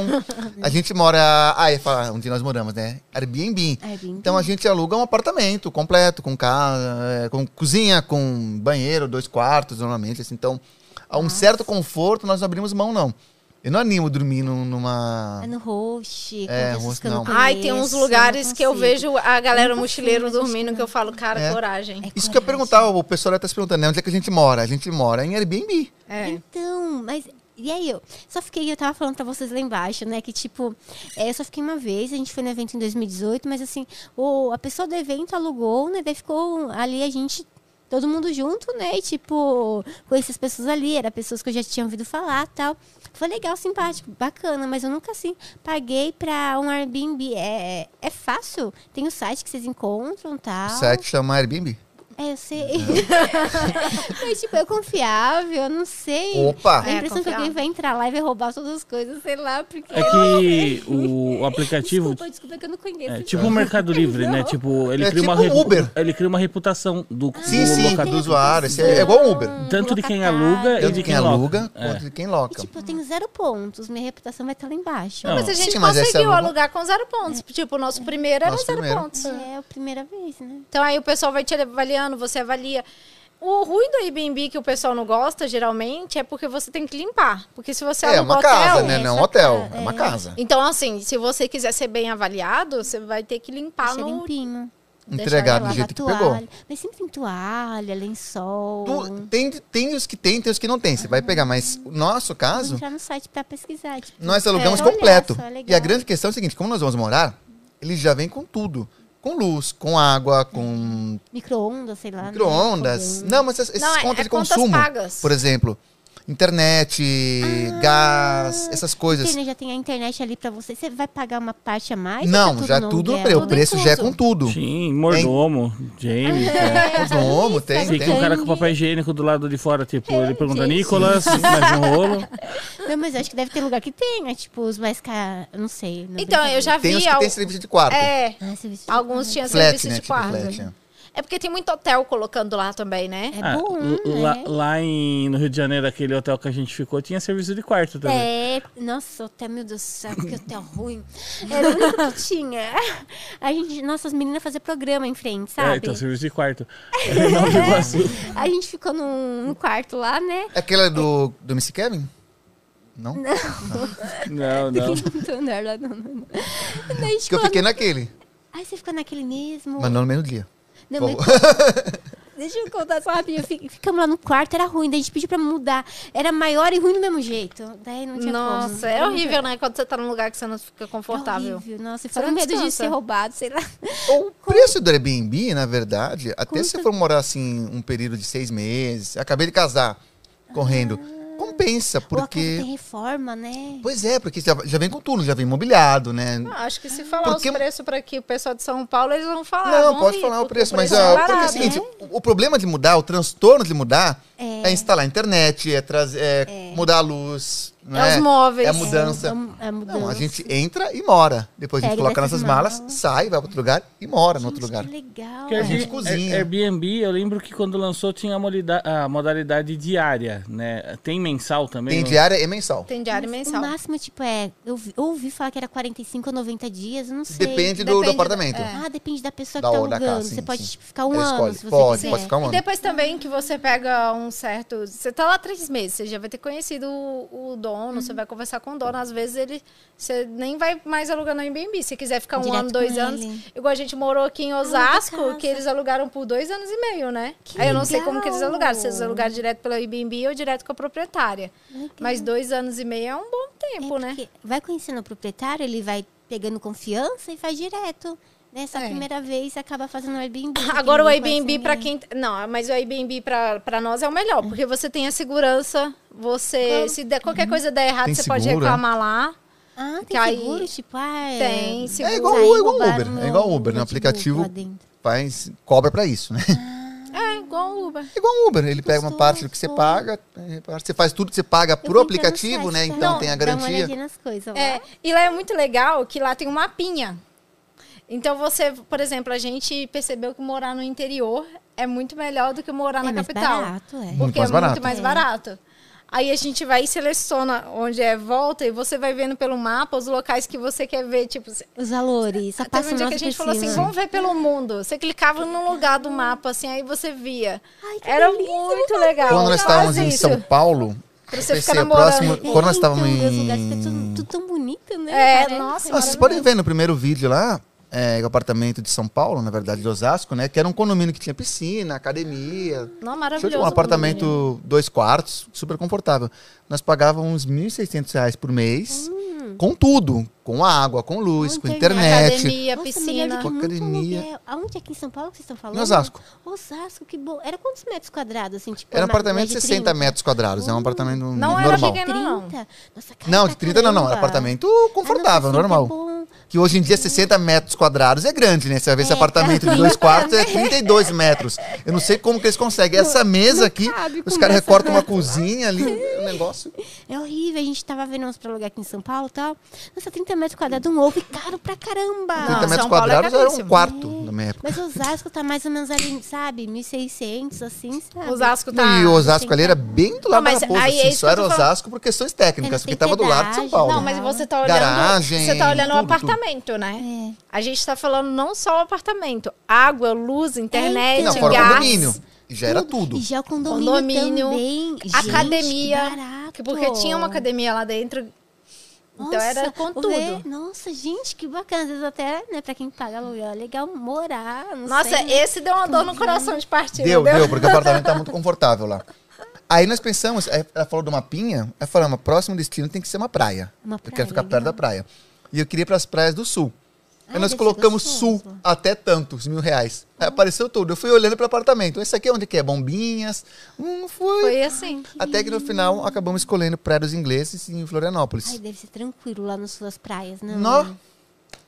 S2: a gente mora. Ah, ia falar onde nós moramos, né? Airbnb.
S1: Airbnb.
S2: Então a gente aluga um apartamento completo, com casa, é, com cozinha, com banheiro, dois quartos, normalmente. assim. Então, a um certo conforto nós não abrimos mão, não. Eu não animo dormir num- numa.
S1: É no host,
S2: É,
S1: com
S2: rosto
S1: pessoas que eu não
S2: não.
S1: conheço.
S3: Ai, tem uns
S1: eu
S3: lugares
S1: não
S3: que eu
S1: consigo.
S3: vejo a
S1: Nunca
S3: galera
S1: fui,
S3: mochileiro
S1: mas acho
S3: dormindo
S1: que
S3: que eu falo, cara,
S2: É.
S3: coragem.
S1: É
S2: Isso que eu ia
S1: coragem.
S2: perguntar, o pessoal está se perguntando, né? Onde é que a gente mora? A gente mora em Airbnb.
S3: É.
S1: Então, mas. E aí, eu só fiquei, eu tava falando pra vocês lá embaixo, né? Que tipo, é, eu só fiquei uma vez, a gente foi no evento em 2018, mas assim, o, a pessoa do evento alugou, né? Daí ficou ali a gente, todo mundo junto, né? E tipo, conheci as pessoas ali, eram pessoas que eu já tinha ouvido falar tal. Foi legal, simpático, bacana, mas eu nunca assim paguei pra um Airbnb. É, é fácil? Tem o site que vocês encontram tal.
S2: O site chama Airbnb.
S1: É, eu sei. Mas, tipo, é confiável, eu não sei.
S2: Opa!
S1: Dá a impressão que
S3: confiável.
S1: alguém vai entrar lá e vai roubar todas as coisas, sei lá, porque.
S4: É que o, o aplicativo.
S1: Desculpa, desculpa que eu não conheço.
S4: É tipo o Mercado Livre, né?
S1: Não.
S4: Tipo, ele
S2: É
S4: cria uma
S2: tipo um
S4: repu-
S2: Uber.
S4: Ele cria uma reputação do,
S2: Sim,
S4: do
S2: sim, do
S4: locador.
S2: usuário. esse É, é igual Uber.
S4: Tanto de quem
S1: locatário.
S4: aluga e
S2: Tanto
S4: de
S2: quem,
S4: quem
S2: aluga
S4: loca. É.
S2: quanto de quem
S1: E,
S2: loca.
S1: tipo, eu tenho zero pontos, minha reputação vai estar lá embaixo.
S4: Não.
S3: Mas a gente
S2: Sim, mas esse
S3: conseguiu
S2: aluno-
S3: alugar com zero pontos. Tipo, o nosso primeiro era
S2: É. Nosso
S3: zero
S2: primeiro.
S3: pontos.
S1: É a primeira vez, né?
S3: Então aí o pessoal vai te avaliando, você avalia. O ruim do Airbnb que o pessoal não gosta, geralmente, é porque você tem que limpar. Porque se você
S2: É
S3: aluga
S2: uma
S3: hotel...
S2: casa, né? Não um
S1: essa
S2: hotel.
S1: casa,
S2: É uma
S1: é.
S2: casa.
S3: Então, assim, se você quiser ser bem avaliado, você vai ter que limpar
S1: Deixa
S3: no...
S1: limpinho.
S3: deixar
S2: Entregado do
S1: Lava
S2: jeito que
S1: toalha.
S2: pegou.
S1: Mas sempre tem toalha, lençol.
S2: Tu- tem, tem os que tem, tem os que não tem. Você vai pegar, mas o nosso
S1: Vou
S2: caso,
S1: entrar no site pra pesquisar. Tipo,
S2: nós alugamos
S1: É.
S2: completo.
S1: Olha só, legal.
S2: e a grande questão é o seguinte: como nós vamos morar, ele já vem com tudo. Com luz, com água, com
S1: micro-ondas, sei lá. né?
S2: micro-ondas.
S1: Fogão.
S2: Não, mas esses
S3: Não, é-
S2: contas
S3: é
S2: de
S3: contas
S2: consumo,
S3: pagas.
S2: por exemplo, internet, gás, essas coisas.
S1: Internet, né, já tem a internet ali pra você. Você vai pagar uma parte a mais? ou
S2: Não,
S1: tá
S2: já
S1: no
S2: tudo no
S1: aluguel?
S2: preço. O
S3: Tudo
S2: preço já é
S3: incluso.
S2: com tudo.
S4: Sim, mordomo, James. É.
S2: É, Mordomo, tem,
S4: Fica
S2: tem.
S4: um cara com papel higiênico do lado de fora, tipo, ele pergunta,
S1: gente.
S4: Nicolas, mais um rolo.
S1: Não, mas acho que deve ter lugar que tenha, tipo, os mais caros. Não sei. não
S3: Então,
S1: brincadeira.
S3: eu já
S2: Tem
S3: vi...
S2: os que
S3: al-
S2: tem serviço de quarto.
S3: É,
S1: Ah, esse vestido-
S3: alguns tinham
S2: flat,
S3: serviço
S2: né?
S3: de
S2: Tipo
S3: quarto.
S2: flat. é.
S3: É porque tem muito hotel colocando lá também, né?
S1: É
S4: Ah,
S1: bom,
S4: l- lá,
S1: né?
S4: lá em, no Rio de Janeiro, aquele hotel que a gente ficou, tinha serviço de quarto também.
S1: É, nossa, hotel, meu Deus do céu, que hotel ruim. Era o único que tinha. A gente, nossas meninas faziam programa em frente, sabe?
S4: então, serviço de quarto. Em Nova Iguaçu.
S1: A gente ficou num, num quarto lá, né?
S2: É Aquela do, do Missy Kevin? Não? Porque
S4: Não, não.
S1: Então, não, era- não, não, não. Daí a gente
S2: eu
S1: ficou-
S2: fiquei naquele.
S1: Ai, você ficou naquele mesmo?
S2: Mas não no mesmo dia.
S1: Não,
S2: Bom.
S1: mas- Deixa eu contar só rapidinho. Fi- Ficamos lá no quarto, era ruim. Daí a gente pediu pra mudar. Era maior e ruim do mesmo jeito. Daí não tinha como.
S3: Nossa, é horrível, né? Quando você tá num lugar que você não fica
S1: É
S3: confortável.
S1: horrível. Nossa, e
S3: Você
S1: fora
S3: não
S1: o medo de
S3: descansa.
S1: ser roubado, sei lá.
S2: O preço do Airbnb, na verdade, até se
S1: Conta.
S2: for morar assim um período de seis meses, acabei de casar, correndo, compensa,
S1: Ou a casa
S2: porque.
S1: tem reforma, né?
S2: Pois é, porque já, já vem com tudo, já vem imobiliado, né?
S3: Ah, acho que se falar
S2: Porque-
S3: os preços pra aqui, o pessoal de São Paulo, eles vão falar.
S2: Não,
S3: vão
S2: pode
S3: rir,
S2: falar o
S3: Ah, porque
S2: preço, mas
S3: é
S2: ah,
S3: barato.
S2: porque é o seguinte, o, o problema de mudar, o transtorno de mudar é,
S1: É.
S2: instalar a internet, é, trazer, é mudar a luz,
S3: É,
S2: né?
S3: os móveis.
S2: é a mudança.
S1: É, mu- é mudança.
S2: Não, a gente entra e mora. Depois a gente
S1: Pega
S2: coloca
S1: dessas
S2: nossas malas,
S1: malas.
S2: sai, vai para outro lugar e mora no
S1: Gente,
S2: tá outro lugar.
S1: Que legal.
S4: Porque
S2: a
S1: é.
S2: gente
S4: Air-
S2: cozinha.
S4: Airbnb, eu lembro que quando lançou tinha a modalidade, a modalidade diária, né? Tem mensal também?
S2: Tem
S4: não?
S2: diária e mensal.
S3: Tem diário
S1: Mas
S3: mensal.
S1: O máximo, tipo, é. Eu ouvi, eu ouvi falar que era 45 ou 90 dias, eu não sei.
S2: Depende do,
S3: Depende
S2: do
S3: da-
S2: apartamento.
S3: é.
S1: Ah, depende da pessoa
S2: Da
S1: que tá
S2: ou da
S1: alugando.
S2: casa, sim,
S1: você pode
S2: sim.
S1: tipo, ficar um
S2: Ela
S1: ano,
S2: escolhe.
S1: se você
S2: Pode,
S1: quiser.
S2: pode ficar um
S3: E
S2: ano.
S3: depois também que você pega um certo. Você tá lá três meses, você já vai ter conhecido o, o dono, você vai conversar com o dono. Às vezes ele. Você nem vai mais alugar no Airbnb. Se quiser ficar um
S1: Direto
S3: ano, dois
S1: com
S3: anos.
S1: ele. É
S3: Igual a gente morou aqui em Osasco,
S1: casa.
S3: que eles alugaram por dois anos e meio, né? Aí eu não sei como que eles
S1: legal.
S3: alugaram. Se eles alugaram direto pelo Airbnb ou direto com a proprietária.
S1: Legal.
S3: Mas dois anos e meio é um bom tempo,
S1: É,
S3: né?
S1: porque Vai conhecendo o proprietário, ele vai pegando confiança e faz direto. Nessa
S3: É.
S1: primeira vez acaba fazendo o Airbnb. porque um
S3: Agora o
S1: ninguém conhece
S3: Airbnb para
S1: ninguém.
S3: quem não, mas o Airbnb para nós é o melhor, porque você tem a segurança, você se der, qualquer
S1: Uhum.
S3: coisa der errado,
S2: Tem
S3: você pode
S2: seguro, né?
S3: reclamar lá.
S1: Ah, tem
S3: que aí-
S1: seguro, tipo, ah, é-
S3: Tem seguro.
S2: É igual,
S1: Aí
S2: é igual
S1: roubaram
S2: Uber.
S1: meu
S2: É igual Uber.
S1: notebook
S2: No aplicativo
S1: lá dentro.
S2: faz, cobra pra isso, né?
S3: É igual o Uber.
S2: É igual Uber. Ele pega uma
S1: Gostoso.
S2: parte do que você paga, é, parte- você faz tudo que você paga
S1: Eu
S2: pro
S1: vou entrar no
S2: aplicativo,
S1: site,
S2: né?
S1: tá?
S2: Então tem a
S1: Dá uma olhadinha
S2: garantia.
S1: nas coisas.
S3: É,
S1: lá.
S3: e lá é muito legal que lá tem um mapinha. Então você, por exemplo, a gente percebeu que morar no interior é muito melhor do que morar Tá na
S1: mais
S3: capital.
S1: É, barato, é.
S2: Muito
S3: Porque
S2: mais
S3: é
S2: barato.
S3: muito mais
S1: É.
S3: barato. Aí a gente vai e seleciona onde é volta e você vai vendo pelo mapa os locais que você quer ver, tipo,
S1: Os valores, só
S3: Teve
S1: passa
S3: um
S1: o
S3: dia que
S1: nosso
S3: a
S1: por
S3: gente falou assim,
S1: cima.
S3: vamos ver pelo mundo. Você clicava num lugar do mapa, assim, aí você via.
S1: Ai, que
S3: Era
S1: delícia,
S3: muito legal.
S2: Quando nós
S3: Faz
S2: estávamos em
S3: isso.
S2: São Paulo,
S3: Pra você
S2: pensei,
S3: ficar
S2: o próximo,
S3: namorando.
S2: quando nós estávamos
S1: então, meus lugares ficam
S2: em
S1: tudo, tudo tão bonito, né?
S3: É,
S1: Parece.
S3: nossa,
S2: Ah, vocês podem ver no primeiro vídeo lá, é, o apartamento de São Paulo, na verdade, de Osasco, né? Que era um condomínio que tinha piscina, academia.
S3: Não,
S2: Show de
S3: maravilhoso.
S2: bola, um apartamento, dois quartos, super confortável. Nós pagávamos R$ 1.600 reais por mês,
S1: Hum.
S2: com tudo. Com água, com luz,
S1: Com
S2: com
S1: internet,
S2: internet.
S3: Academia,
S1: Nossa, melhor
S3: piscina.
S1: do que muito
S2: Academia.
S1: aluguel. Aonde é aqui em São Paulo que vocês estão falando?
S2: Em Osasco.
S1: Osasco, que bom. Era quantos metros quadrados, assim? Tipo,
S2: Era um
S1: ma-
S2: apartamento
S1: mais
S2: de
S1: de
S2: 60
S1: 30?
S2: metros quadrados, é um apartamento
S3: Não era
S2: normal.
S3: gigante. Não, não.
S1: 30? Nossa, cara,
S2: Não,
S1: pra
S2: de 30 não, não. Era
S1: caramba.
S2: apartamento
S1: Ah,
S2: confortável,
S1: não, 60 é
S2: normal.
S1: bom.
S2: Que hoje em dia 60 metros quadrados é grande, né? Você vai ver esse
S1: É.
S2: apartamento de dois quartos é 32 metros. Eu não sei como que eles conseguem. Essa mesa aqui,
S1: cabe
S2: os
S1: com
S2: caras
S1: essa
S2: recortam uma cozinha ali, um negócio.
S3: Ah,
S1: É horrível, a gente tava vendo uns pra alugar aqui em São Paulo e tal. Nossa, 30 metros quadrados, um ovo e caro pra caramba.
S2: 30
S3: Não,
S2: metros
S3: São Paulo é
S2: quadrados era um
S3: caríssimo.
S2: quarto na minha época.
S1: Mas Osasco tá mais ou menos ali, sabe? 1.600, assim, sabe?
S3: Osasco tá...
S2: E o Osasco
S1: tem
S2: ali
S1: que-
S2: era bem do lado
S3: Não, mas
S2: da raposa,
S3: aí é
S2: assim,
S3: isso
S2: só
S3: que eu
S2: era
S3: tô falando.
S2: Osasco por questões técnicas,
S1: É,
S2: porque
S1: não tem
S2: estava do lado de São
S1: pedágio,
S2: Paulo.
S3: Não, mas você tá olhando...
S2: Garagem,
S3: você tá olhando o
S2: tudo, tudo.
S3: apartamento, né?
S1: É.
S3: A gente tá falando não só o apartamento. Água, luz, internet,
S2: Não,
S1: Gente,
S2: fora o
S3: assim, gás.
S2: condomínio. E já era tudo.
S1: E já o condomínio,
S3: Condomínio,
S1: também. Gente,
S3: academia,
S1: que barato.
S3: Porque tinha uma academia lá dentro. Então era com
S1: vou
S3: tudo.
S1: ver. Nossa, gente, que bacana. Às vezes até, né, pra quem paga aluguel, é legal morar. Não
S3: Nossa,
S1: sei, né?
S3: esse deu uma dor no coração de partir.
S2: Deu,
S3: não deu?
S2: deu, porque o apartamento tá muito confortável lá. Aí nós pensamos, aí ela falou do mapinha, aí falamos, o próximo destino tem que ser uma praia.
S1: Uma
S2: eu
S1: praia,
S2: quero ficar perto
S1: legal.
S2: da praia. E eu queria ir pras praias do sul.
S1: Ah,
S2: aí
S1: deve
S2: nós
S1: ser
S2: colocamos sul
S1: gostoso.
S2: até tantos mil reais. Aí apareceu tudo. Eu fui olhando pro apartamento. Esse aqui é onde que é? Bombinhas. Hum, fui.
S3: Foi assim.
S2: Até que no final acabamos escolhendo Praia dos Ingleses em
S1: Ai,
S2: Florianópolis.
S1: deve ser tranquilo lá nas suas praias, não? né?
S2: Nó,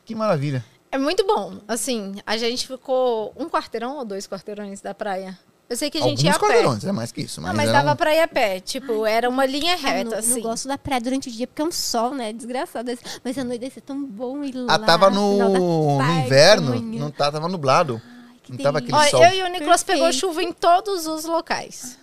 S2: que maravilha.
S3: É muito bom. Assim, a gente ficou um quarteirão ou dois quarteirões da praia. Eu sei que a gente
S2: Alguns
S3: ia a pé.
S2: quarteirões, é mais que isso. Mas,
S3: Não, mas
S2: era um-
S3: dava pra ir a pé. Tipo, era uma linha
S1: Ah,
S3: reta,
S1: não, não
S3: assim.
S1: gosto da praia durante o dia, porque é um sol, né? Desgraçado. esse- Mas a noite deve ser tão bom ir lá.
S2: Ah, tava
S1: final da
S2: no, no
S1: tarde,
S2: inverno,
S1: manhã.
S2: não tá, tava nublado.
S1: que
S2: não tava aquele
S1: delícia.
S3: Olha,
S2: sol.
S3: eu e o Nicolas pegou
S1: Perfeito.
S3: chuva em todos os locais.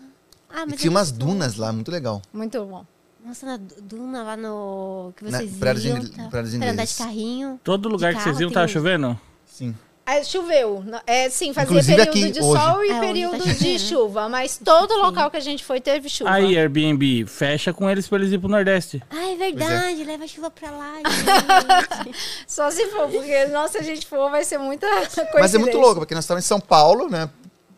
S1: Ah,
S2: E
S1: mas
S2: tinha
S1: eu-
S2: umas dunas lá, muito legal.
S3: Muito bom.
S1: Nossa, na du- duna lá no... Que
S2: Na-
S1: vocês
S2: Praia dos
S1: iam,
S2: Ingl-
S1: tá?
S2: Praia dos
S1: Pra andar de
S2: Ingleses.
S1: carrinho.
S4: Todo lugar
S1: De
S4: que vocês
S1: carro
S4: iam
S1: tem
S4: tava
S1: um-
S4: chovendo?
S2: Sim.
S3: Aí choveu. Não- É, sim, fazia
S2: Inclusive
S3: período
S2: aqui
S3: de
S2: hoje.
S3: sol e
S1: É, hoje tá
S3: período de
S1: chovendo.
S3: chuva. Mas todo local que a gente foi teve chuva.
S4: Aí, Airbnb, fecha com eles pra eles irem pro Nordeste.
S1: Ah, é verdade. Leva a chuva pra lá, gente.
S3: Só se for, porque, nossa, se a gente for, vai ser muita coisa.
S2: é Mas é muito louco, porque nós estávamos em São Paulo, né?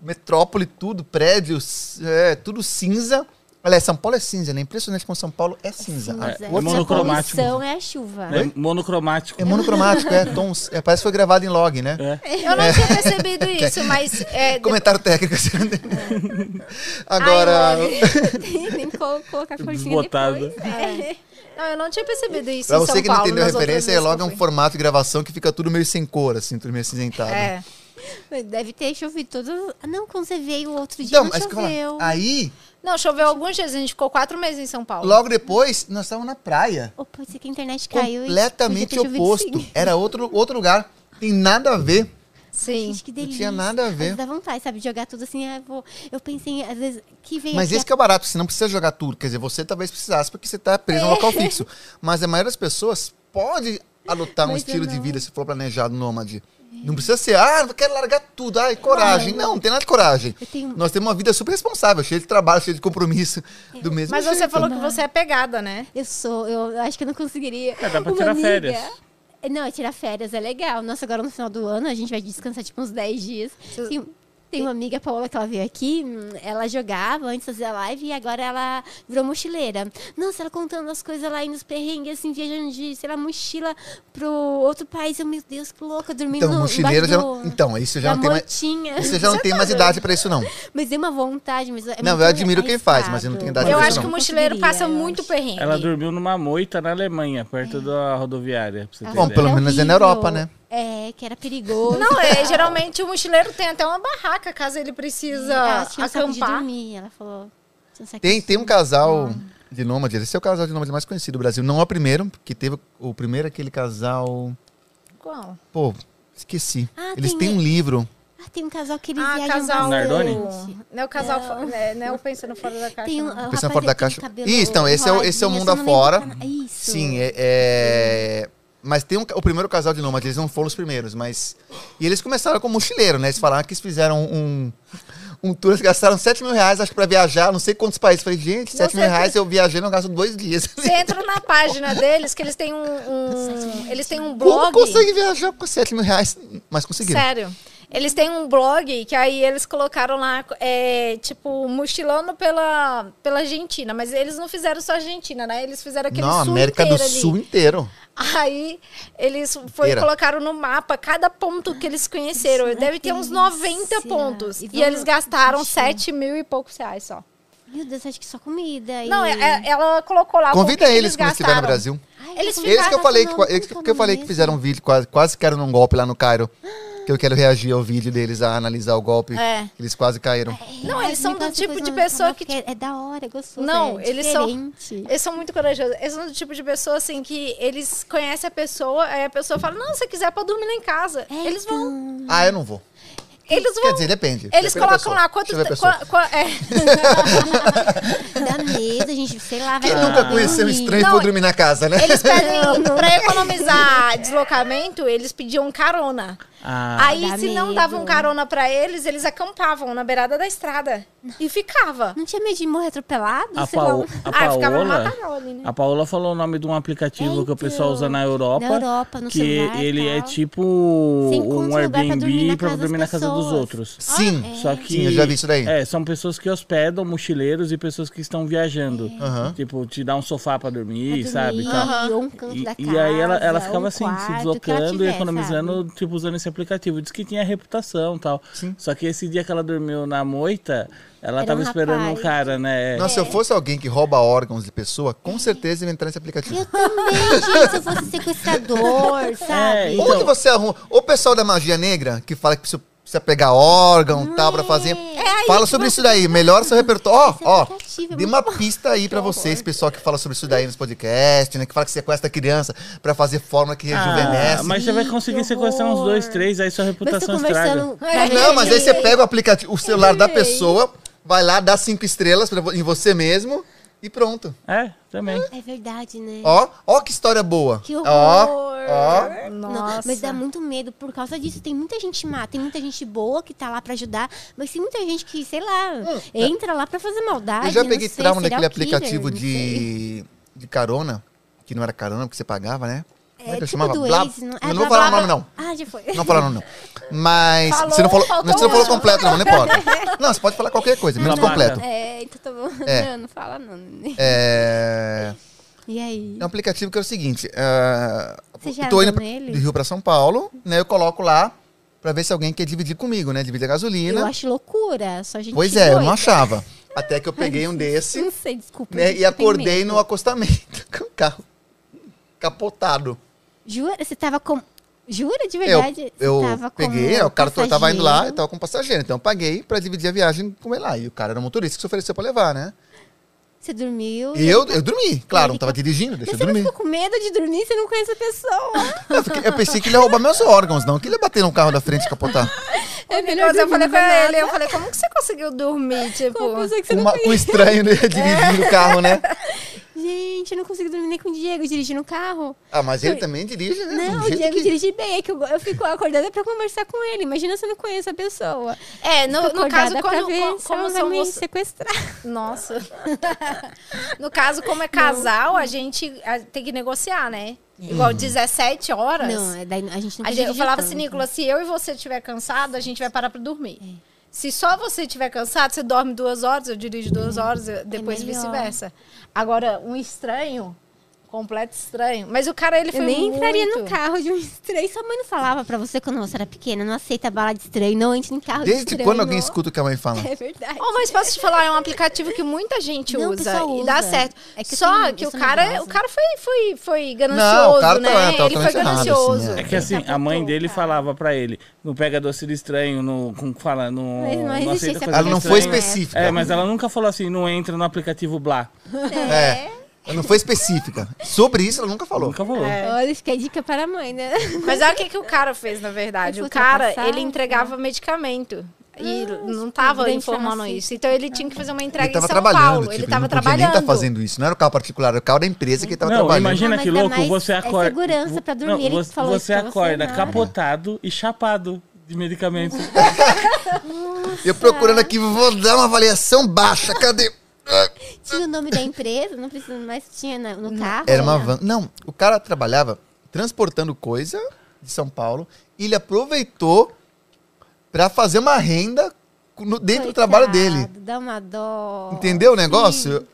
S2: metrópole, tudo, prédios, é, tudo cinza. Aliás, São Paulo é cinza, né? Impressionante como São Paulo é cinza.
S1: Cinza.
S2: A
S1: É,
S2: cor de São
S1: a
S2: Paulo
S4: monocromático.
S1: poluição é a chuva.
S4: É monocromático.
S2: É monocromático, é tons. É, parece que foi gravado em log, né?
S4: É.
S3: Eu não tinha percebido isso, mas. é, de-
S2: Comentário técnico. assim. Agora,
S3: Ai,
S1: Tem que colo- colocar a corzinha
S4: Desbotado.
S1: depois.
S3: é. Não, eu não tinha percebido isso.
S2: pra
S3: em São
S2: você que não
S3: Paulo,
S2: entendeu a
S3: nas outras
S2: referência, é
S3: vezes que
S2: log é
S3: eu
S2: um
S3: fui.
S2: formato de gravação que fica tudo meio sem cor, assim, tudo meio acinzentado.
S3: É.
S1: Mas Deve ter chovido todos. Ah, Não, quando você veio o outro dia,
S2: Então,
S1: não
S2: mas calma lá.
S1: choveu.
S2: aí,
S3: Não, choveu alguns dias, a gente ficou quatro meses em São Paulo.
S2: logo depois, nós estávamos na praia.
S1: Ou pode ser que a internet caiu. e
S2: Completamente
S1: podia ter chovido
S2: oposto.
S1: sim.
S2: Era outro, outro lugar. Tem nada a ver.
S3: Sim.
S1: Gente, que
S2: Não
S1: delícia.
S2: tinha nada a
S1: Às
S2: ver.
S1: vezes dá vontade, sabe? de Jogar tudo assim. ah, vou- Eu pensei, às vezes, que vem
S2: Mas
S1: aqui
S2: esse que é o barato, você não precisa jogar tudo. Quer dizer, você talvez precisasse, porque você está preso num
S1: É.
S2: local fixo. Mas a maioria das pessoas pode adotar um
S1: Mas eu
S2: estilo de
S1: não. É.
S2: vida, se for planejado, nômade. Não precisa ser, ah, eu quero largar tudo, ai, coragem. Não, não tem nada de coragem.
S1: Eu tenho-
S2: Nós temos uma vida super responsável, cheia de trabalho, cheia de compromisso, do mesmo
S3: Mas você
S2: jeito.
S3: falou que você é pegada, né?
S1: Eu sou, eu acho que eu não conseguiria.
S4: É, dá pra tirar férias.
S1: Não, tirar férias é legal. Nossa, agora no final do ano a gente vai descansar tipo uns 10 dias.
S3: Vocês-
S1: Tem, um, tem uma amiga, Paola, que ela veio aqui, hum, ela jogava antes de fazer a live e agora ela virou mochileira. Nossa, ela contando as coisas lá, indo os perrengues, assim, viajando de, sei lá, mochila pro outro país. Eu, meu Deus, que louca, dormindo
S2: Então,
S1: no
S2: mochileiro já
S1: embaixo
S2: não,
S1: do-
S2: Então, isso
S1: da
S2: já
S1: tá
S2: não tem mais.
S1: motinha.
S2: Você já não tem mais idade pra isso, não.
S1: Mas deu uma vontade, mas é
S2: Não, eu
S1: muito
S2: admiro quem faz, mas eu
S1: arriscado.
S2: não tenho idade
S3: eu
S2: isso
S3: acho
S2: não.
S3: que o mochileiro
S1: Conseguiria,
S3: passa
S1: eu
S3: muito
S1: acho.
S3: perrengue.
S4: Ela dormiu numa moita na Alemanha, perto da rodoviária. Pra você ter
S2: Bom,
S4: ideia.
S2: pelo
S1: Era
S2: menos é na
S1: horrível.
S2: Europa, né?
S1: É, que era perigoso.
S3: Não, é, geralmente o mochileiro tem até uma barraca, caso ele precisa
S1: Ela tinha um saco de
S3: acampar.
S1: dormir, ela falou. tinha um saco
S2: Tem,
S1: de
S2: tem um casal de nômade, esse é o casal de nômade mais conhecido do Brasil. Não é o primeiro, porque teve o primeiro é aquele casal.
S3: Qual?
S2: Pô, esqueci.
S1: Ah,
S2: Eles
S1: tem
S2: têm um livro.
S1: dormir. Ah, tem um casal que eles
S3: Ah,
S1: viajam
S3: casal.
S4: Nardoni?
S1: bastante.
S3: Não é o casal. fo- Né, não é o pensando fora da caixa. né?
S1: Tem um,
S3: não.
S1: o rapaz
S2: Pensando fora da
S1: tem
S2: caixa.
S1: cabelo
S2: Isso, então, esse é o- esse é o
S1: enroladinho,
S2: mundo
S1: eu só não lembro
S2: afora.
S1: o canal. Isso.
S2: Sim, é. é- Mas tem um ca- o primeiro casal de nômade, eles não foram os primeiros, mas. E eles começaram como mochileiro, né? Eles falaram que eles fizeram um. Um tour, eles gastaram 7 mil reais, acho que pra viajar, não sei quantos países. Falei, gente, 7 mil
S3: sei.
S2: reais eu viajei, não gasto dois dias.
S3: Você entra na página deles, que eles têm um. um- eles têm um
S2: Como
S3: blog.
S2: consegue viajar com 7 mil reais? Mas conseguiram.
S3: Sério. Eles têm um blog que aí eles colocaram lá, é, tipo, mochilando pela, pela Argentina. Mas eles não fizeram só a Argentina, né? Eles fizeram aquele
S2: Não,
S3: sul
S2: América do
S3: inteiro ali.
S2: Sul inteiro.
S3: Aí eles foi,
S2: Inteira.
S3: colocaram no mapa cada ponto que eles conheceram.
S1: Nossa,
S3: Deve ter
S1: que
S3: uns
S1: delícia.
S3: 90 pontos.
S1: E
S3: E,
S1: vamos-
S3: eles gastaram
S1: Poxa.
S3: 7 mil e poucos reais só.
S1: Meu Deus, acho que só comida.
S3: Não,
S1: e...
S3: é- é- ela colocou lá. quanto
S2: Convida
S3: que
S2: eles quando estiver no
S3: gastaram.
S2: Brasil.
S1: Ai,
S3: eles
S1: vou
S2: Eles
S1: colocar
S2: que eu falei que,
S1: no-
S2: eles
S1: no
S2: que eu falei que
S1: começo.
S2: fizeram um vídeo, quase, quase caíram num golpe lá no Cairo. Que eu quero reagir ao vídeo deles a analisar o golpe.
S3: É.
S2: Eles quase caíram.
S3: Não,
S1: Ai,
S3: eles são
S1: É, me
S3: do
S1: conta
S3: tipo
S1: coisa
S3: de
S1: mais
S3: pessoa
S1: legal,
S3: que,
S1: porque É da hora, é gostoso.
S3: Não,
S1: é
S3: eles são-
S1: diferente.
S3: Eles são muito corajosos. Eles são do tipo de pessoa, assim, que eles conhecem a pessoa, aí a pessoa fala, não, se quiser pode dormir lá em casa.
S1: É,
S3: eles vão.
S1: então.
S2: Ah, eu não vou.
S3: Eles
S2: Quer
S3: vão.
S2: dizer, depende.
S3: Eles
S2: Depende da
S3: colocam
S2: pessoa.
S3: lá quantos.
S2: Deixa eu ver a pessoa.
S3: qua- qua- é.
S1: então, Dá medo, a gente, sei lá, vai
S2: Quem
S1: lá
S2: nunca conheceu um
S1: dormir.
S2: estranho e
S3: Não,
S2: foi dormir na casa, né?
S3: Eles pedem,
S1: um-
S3: pra economizar deslocamento, eles pediam carona.
S4: Ah,
S3: Aí,
S1: Dá
S3: se não
S1: medo.
S3: davam carona pra eles, eles acampavam na beirada da estrada. E ficava.
S1: Não tinha medo de morrer atropelado?
S4: a,
S1: sei lá,
S4: Pao-
S1: um-
S4: a
S3: ah, ficava no
S4: Paola.
S3: Mataró ali, né?
S4: A Paola falou o nome de um aplicativo que o pessoal usa na Europa.
S1: Na Europa, no
S4: que
S1: celular e
S4: ele é
S1: tal.
S4: tipo
S1: Você encontra
S4: um
S1: um lugar pra
S4: Airbnb
S1: dormir
S4: pra
S1: na casa
S4: dormir na
S1: das
S4: casa dos
S1: pessoas.
S4: outros.
S2: Sim.
S4: Só que.
S2: Sim, eu já vi isso daí.
S4: É, são pessoas que hospedam mochileiros e pessoas que estão viajando.
S2: Aham.
S4: Tipo, te dá um sofá pra
S1: É. pra
S4: dormir,
S1: dormir,
S4: sabe? e tal.
S3: Aham.
S1: Ou um canto
S4: E,
S1: da
S4: e
S1: casa,
S4: aí ela, ela
S1: ou
S4: ficava
S1: um
S4: assim,
S1: quarto,
S4: se
S1: o que ela
S4: deslocando
S1: tiver,
S4: e economizando, tipo, usando esse aplicativo. Diz que tinha reputação e tal.
S2: Sim.
S4: Só que esse dia que ela dormiu na moita, ela
S1: Era
S4: tava
S1: um
S4: esperando um
S1: rapaz.
S4: cara,
S3: é.
S4: né?
S2: Nossa, se eu fosse alguém que rouba órgãos de pessoa, com certeza ia entrar nesse aplicativo.
S1: Eu também, gente, se eu fosse sequestrador, sabe?
S4: então-
S2: Onde você arruma? Ou o pessoal da magia negra, que fala que precisa, precisa pegar órgão e tal pra fazer.
S1: É,
S2: fala sobre isso daí. Melhora seu repertório. Ó,
S1: aplicativo
S2: ó,
S1: é
S2: dê
S1: muito
S2: uma pista aí pra vocês, pessoal que fala sobre isso daí nos podcasts, né? Que fala que sequestra criança pra fazer forma que rejuvenesce.
S4: Ah, mas você vai conseguir
S1: que
S4: sequestrar uns
S1: horror.
S4: dois, três, aí sua
S1: Mas tô
S4: reputação estraga.
S1: conversando... com a
S2: Não, mas aí você
S1: gente.
S2: pega o aplicativo, o celular
S1: É.
S2: da pessoa, vai lá, dá cinco estrelas pra vo- em você mesmo e pronto.
S4: É, também.
S1: É verdade, né?
S2: Ó, ó que história boa.
S1: Que
S4: Ah.
S2: ó, ó.
S1: Não,
S3: Nossa.
S1: mas dá muito medo por causa disso. Tem muita gente má, tem muita gente boa que tá lá pra ajudar, mas tem muita gente que, sei lá, entra lá pra fazer maldade.
S2: Hum, é. Eu já
S1: não
S2: peguei
S1: sei,
S2: trauma
S1: serial
S2: daquele
S1: killer,
S2: aplicativo
S1: não sei.
S2: de, de carona, que não era carona, porque você pagava, né? Como é que eu
S1: tipo
S2: chamava?
S1: do
S2: Blá-
S1: Waze, não-
S2: Eu
S1: é
S2: não vou
S1: Blá-
S2: falar o
S1: Blá-
S2: nome, não.
S1: Ah, já foi.
S2: Não falaram, não. Mas
S3: Falou,
S2: você não falou,
S3: faltou
S2: você não falou
S3: um.
S2: completo, não, não importa. Não, você pode falar qualquer coisa, menos
S4: Babaca.
S2: completo.
S1: É, então tá bom.
S2: É.
S1: Não, não fala não.
S2: É...
S1: E aí?
S2: é um aplicativo que é o seguinte: ah,
S1: Você já
S2: eu tô
S1: andou
S2: indo pra-
S1: nele?
S2: do Rio pra São Paulo, né? Eu coloco lá pra ver se alguém quer dividir comigo, né? Dividir a
S1: Eu
S2: gasolina.
S1: acho loucura, só gente
S2: Pois é, eu não
S1: doida.
S2: achava. Até que eu peguei um desse
S1: Não sei, desculpa.
S2: né,
S1: gente,
S2: e
S1: eu tenho
S2: acordei
S1: medo.
S2: no acostamento com o carro capotado.
S1: Jura? Você tava com... Jura, de
S2: Eu,
S1: verdade? Você
S2: eu
S1: tava como
S2: peguei, é, o cara to- tava indo lá, eu
S1: passageiro?
S2: tava com um passageiro, então eu paguei pra dividir a viagem com ele lá. E o cara era um motorista que se ofereceu pra levar, né?
S1: Você dormiu?
S2: E eu, eu dormi, claro, não
S1: Então, Ele
S2: tava dirigindo,
S1: Mas
S2: deixa eu
S1: você não
S2: dormir.
S1: ficou com medo de dormir? Você não conhece a pessoa.
S2: Eu, fiquei- eu pensei que ele ia roubar meus órgãos, não, que ele ia bater no carro da frente e capotar.
S1: É
S3: Quando eu falei
S1: dormir do
S3: pra
S1: nada.
S3: ele, eu falei, como que você conseguiu dormir? Tipo,
S1: Uma pessoa que você não
S2: Uma- um estranho né, dirigindo o carro, né?
S1: Gente, eu não consigo dormir nem com o Diego dirigindo o carro.
S2: Ah, mas ele também dirige, né?
S1: Não,
S2: do
S1: o
S2: jeito
S1: Diego
S2: que-
S1: dirige bem, é que eu, eu fico acordada pra conversar com ele. Imagina se eu não conheço a pessoa.
S3: é, no,
S1: Fico
S3: no caso,
S1: acordada pra
S3: quando,
S1: ver
S3: co-
S1: se
S3: como
S1: ela vai
S3: são
S1: me
S3: vocês.
S1: sequestrar.
S3: Nossa. no caso, como é casal, a gente a- tem que negociar, né?
S4: Uhum.
S3: Igual 17 horas.
S1: Não, é daí a gente não
S3: a gente, eu
S1: dirige
S3: falava
S1: tanto.
S3: assim, Nicolas,
S1: então.
S3: se eu e você estiver cansado, a gente vai parar pra dormir.
S1: É.
S3: Se só você estiver cansado, você dorme duas horas, eu dirijo duas horas, eu- depois
S1: Uhum. É melhor.
S3: vice-versa. Agora, um estranho, completo estranho. Mas o cara, ele foi
S1: Eu nem
S3: muito...
S1: entraria no carro de um estranho. Sua mãe não falava pra você quando você era pequena. Não aceita bala de estranho, não entre em carro de
S2: Desde
S1: um estranho.
S2: quando alguém escuta o que a mãe fala?
S1: É verdade.
S3: Oh, mas posso te falar, é um aplicativo que muita gente
S1: Não, o
S3: usa,
S1: pessoal
S3: e dá
S1: usa.
S3: certo.
S1: É que eu
S3: Só
S1: tenho-
S3: que
S1: eu
S3: o
S1: sou
S3: cara,
S1: nervosa.
S3: o cara foi, foi, foi ganancioso,
S2: Não, o cara tá-
S3: né?
S2: tá
S3: ele foi
S2: totalmente errado, assim,
S3: ganancioso.
S2: é.
S4: É que assim, a mãe dele
S1: Tá Cara.
S4: falava pra ele, não pega doce de estranho, não, como que fala, não,
S1: Mas não existe
S4: não, aceita
S1: esse
S4: coisa
S2: Ela
S4: de
S2: não foi
S4: estranho.
S2: específica.
S4: É, mas ela nunca falou assim, não entra no aplicativo Blá.
S2: É. Ela não foi específica. Sobre isso, ela nunca falou.
S4: Nunca falou.
S1: Olha, fica a dica para a mãe, né?
S3: Mas olha o que, que o cara fez, na verdade.
S1: Ele foi
S3: O cara,
S1: ultrapassado,
S3: ele entregava medicamento. E não
S1: um
S3: tava
S1: grande
S3: informando
S1: farmacêutico.
S3: isso. Então ele tinha que fazer uma entrega
S2: Ele tava
S3: em São
S2: trabalhando,
S3: Paulo.
S2: tipo,
S3: ele tava
S2: não podia
S3: trabalhando.
S2: nem tá fazendo isso. Não era o carro particular, era o carro da empresa que ele tava
S4: não,
S2: trabalhando.
S4: imagina
S1: Não, mas
S4: que
S1: dá
S4: louco,
S1: mais-
S4: você
S1: é
S4: acorda.
S1: segurança pra dormir, ele que
S4: você,
S1: falou isso
S4: você
S1: pra você,
S4: acorda
S1: né?
S4: capotado e chapado de medicamentos.
S2: Eu procurando aqui, vou dar uma avaliação baixa, cadê? Ah,
S1: Tinha o nome da empresa, não precisa mais, tinha na- no carro.
S2: Era uma
S1: né?
S2: van. Não, o cara trabalhava transportando coisa de São Paulo e ele aproveitou pra fazer uma renda no- dentro do trabalho dele.
S1: Coitado, Dá uma dó.
S2: Entendeu o negócio?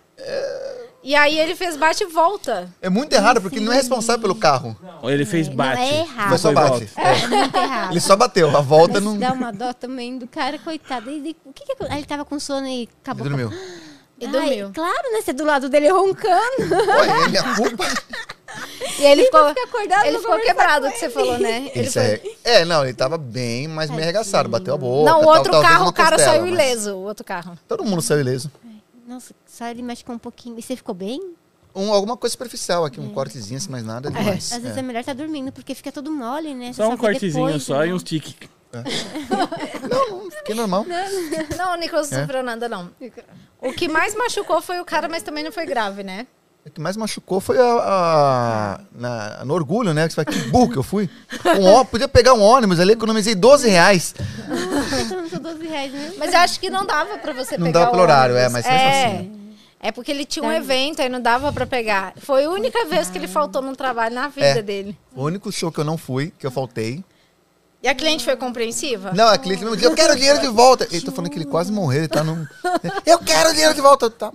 S3: E aí ele fez bate e volta.
S2: É muito errado, porque ele não é responsável pelo carro.
S3: Ah.
S4: Ele fez
S1: Não,
S4: bate.
S1: é errado.
S2: Foi só
S4: Foi
S2: bate.
S4: volta. um
S2: É,
S1: É muito errado.
S2: Ele só bateu, a volta
S1: Mas
S2: não.
S1: dá uma dó também do cara, coitado. Ele, o que que acon- ah, ele tava com sono e
S2: Ele
S1: acabou.
S2: dormiu.
S3: E
S1: Ai,
S3: dormiu.
S1: claro, né? Você do lado dele roncando.
S2: Olha, ele é culpa.
S3: E aí ele ficou,
S1: ficar acordado,
S3: ele
S1: não
S3: ficou
S1: conversar
S3: quebrado,
S1: com
S3: que você
S1: ele.
S3: falou, né? Ele
S2: Isso
S3: foi-
S2: é... é, não, ele tava bem, mas meio arregaçado. Bateu a boca.
S3: Não, o
S2: tá tal,
S3: outro
S2: talvez
S3: carro,
S2: uma
S3: o cara
S2: costela,
S3: saiu
S2: mas
S3: ileso, o outro carro.
S2: Todo mundo saiu ileso.
S1: Nossa, só ele machucou um pouquinho. E você ficou bem?
S2: Um, alguma coisa superficial aqui,
S3: É.
S2: um cortezinho, assim, mas nada demais.
S1: Às vezes é.
S2: É.
S1: melhor tá dormindo, porque fica todo mole, né? Você
S4: Só
S1: vê
S4: um cortezinho
S1: depois,
S4: só
S1: né?
S4: e um- uns tique.
S2: É. Não, não, fiquei normal.
S3: é Não, o Nicolas não
S2: É?
S3: sofreu nada, não. O que mais machucou foi o cara, mas também não foi grave, né?
S2: O que mais machucou foi a, a- na- no orgulho, né? Que você fala, que burro que eu fui. Um, ó- podia pegar um ônibus ali, economizei 12 reais.
S1: Eu também sou 12 reais, né?
S3: Mas eu acho que não dava pra você
S2: Não
S3: pegar
S2: dava
S3: o
S2: pelo horário,
S3: ônibus.
S2: é, mas mesmo assim.
S3: É porque ele tinha um
S1: Dava.
S3: evento, aí não dava pra pegar. Foi a única vez que ele faltou num trabalho na vida
S2: É.
S3: dele.
S2: O único show que eu não fui, que eu faltei.
S3: E a cliente foi compreensiva?
S2: Não, a cliente no mesmo dia, eu quero dinheiro de volta. Ele tá falando que ele quase morreu, ele tá num. Eu quero dinheiro de volta. Tá,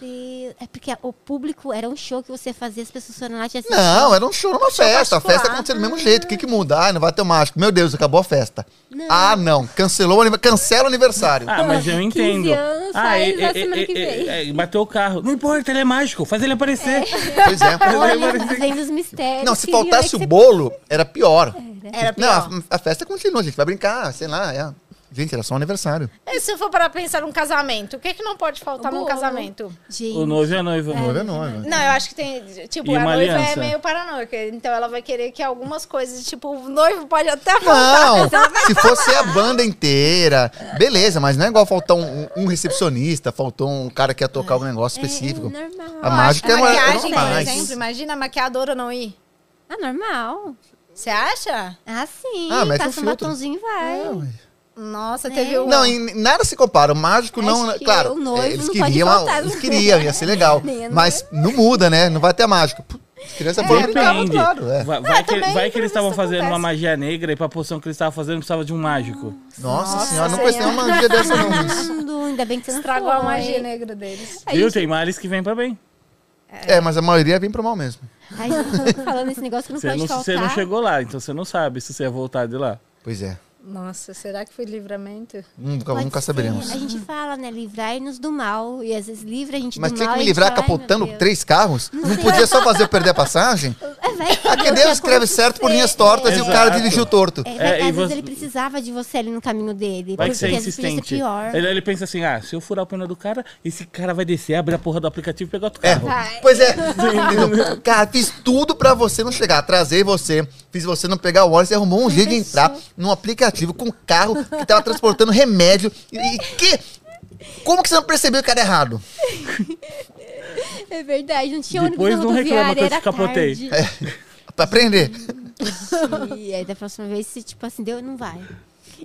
S1: Deus, É porque o público era um show que você fazia, as pessoas foram lá assim, te assistir.
S2: Não, era um show numa festa. A festa
S3: particular.
S2: aconteceu do mesmo jeito. O que, que muda? Ah, não vai ter o mágico. Meu Deus, acabou a festa. Ah, não. Cancelou o aniversário. Cancela o aniversário.
S4: Ah, mas eu
S1: 15
S4: entendo. Ah,
S1: anos, faz na semana que vem.
S4: é, bateu o carro. Não importa, ele é mágico, faz ele aparecer.
S2: Pois é.
S1: Olha, tá vendo os mistérios.
S2: Não, se
S1: queria
S2: faltasse
S1: que
S2: o
S1: você-
S2: bolo, era pior.
S3: É, Era
S2: Não,
S3: pior.
S2: a, a festa continua, a gente vai brincar, sei lá. é. Gente, era só um aniversário.
S3: E se for para pensar num casamento, o que, que não pode faltar num
S1: bolo.
S3: casamento?
S1: Gente,
S4: O noivo né? e a noiva.
S2: Noiva é noiva.
S3: Não, né? eu acho que tem. Tipo,
S4: E
S3: a
S4: uma
S3: noiva é
S4: aliança.
S3: meio paranoica. Então ela vai querer que algumas coisas, tipo, o noivo pode até faltar.
S2: Não, se fosse a banda inteira, beleza, mas não é igual faltar um, um- um recepcionista, faltou um cara que ia tocar um negócio específico.
S1: É, normal.
S2: A mágica é uma-
S3: maquiagem, por
S2: normais.
S3: exemplo. Imagina a maquiadora não ir.
S1: Ah, normal.
S3: Você acha?
S1: Ah, sim.
S2: Ah, mete
S1: passa
S2: um
S1: um
S2: filtro.
S1: batonzinho e vai.
S3: Nossa,
S1: É.
S3: teve um.
S2: Não, e nada se compara. O mágico
S1: Acho
S2: não. né,
S1: que
S2: claro, é,
S1: o noivo
S2: eles
S1: não pode
S2: queriam.
S1: faltar. né,
S2: eles queriam, ia ser legal.
S1: Nem a
S2: Mas né, não muda, né? Não vai ter mágico. Pu- As crianças
S1: É,
S2: foram brincar do
S4: Depende.
S2: outro lado. É.
S4: Vai, vai que,
S3: também,
S4: vai que eles estavam
S3: imprevisto
S4: fazendo uma
S3: acontece.
S4: magia negra e pra poção que eles estavam fazendo precisava de um mágico.
S2: Nossa,
S3: Nossa
S2: senhora, não conheci
S3: Senhora.
S2: nenhuma magia dessa não. Luiz.
S1: Mundo, ainda bem que você não
S3: Estragou
S1: foi.
S3: a magia né? negra deles.
S1: A
S4: Viu?
S1: gente-
S4: Tem males que vem pra bem.
S2: É, mas a maioria vem pro mal mesmo.
S1: a gente tá falando esse negócio que não
S4: Você
S1: pode
S4: não,
S1: faltar.
S4: você não chegou lá, então você não sabe se você ia voltar de lá.
S2: Pois é. hum,
S3: Nossa, será que foi livramento?
S2: Nunca,
S1: Pode
S2: nunca
S1: ser.
S2: saberemos.
S1: A gente fala, né? Livrai-nos do mal. E às vezes livra a gente
S2: Mas
S1: do
S2: tinha
S1: mal.
S2: que
S1: e a
S2: me
S1: gente
S2: livrar
S1: fala, ai,
S2: capotando
S1: meu Deus.
S2: três carros? Não
S1: sei.
S2: podia só fazer eu perder a passagem?
S1: É, vai
S2: A
S1: saber o
S2: Deus
S1: que
S2: escreve certo por linhas tortas e o cara
S4: Exato.
S2: dirigiu torto.
S1: É,
S4: É,
S1: vai, que
S4: e
S1: às vezes
S4: você-
S1: ele precisava de você ali no caminho dele.
S4: Vai
S1: porque
S4: que você é
S1: às vezes podia ser
S4: insistente.
S1: pior.
S4: Ele, ele pensa assim: ah, se eu furar o pneu do cara, esse cara vai descer, abre a porra do aplicativo e pegar outro
S2: É,
S4: carro.
S2: pois é. Entendeu? Cara, fiz tudo pra você não chegar. Atrasei você, fiz você não pegar o ônibus, você arrumou um jeito de entrar num aplicativo com um carro que tava transportando remédio. E, e que. Como que você não percebeu que era errado?
S1: É verdade, não tinha
S4: Depois
S1: ônibus na
S4: não reclama que
S1: rodoviária,
S4: eu
S1: era
S4: descapotei.
S1: tarde.
S2: Pra aprender.
S1: E aí da próxima vez, se tipo assim, deu, não vai.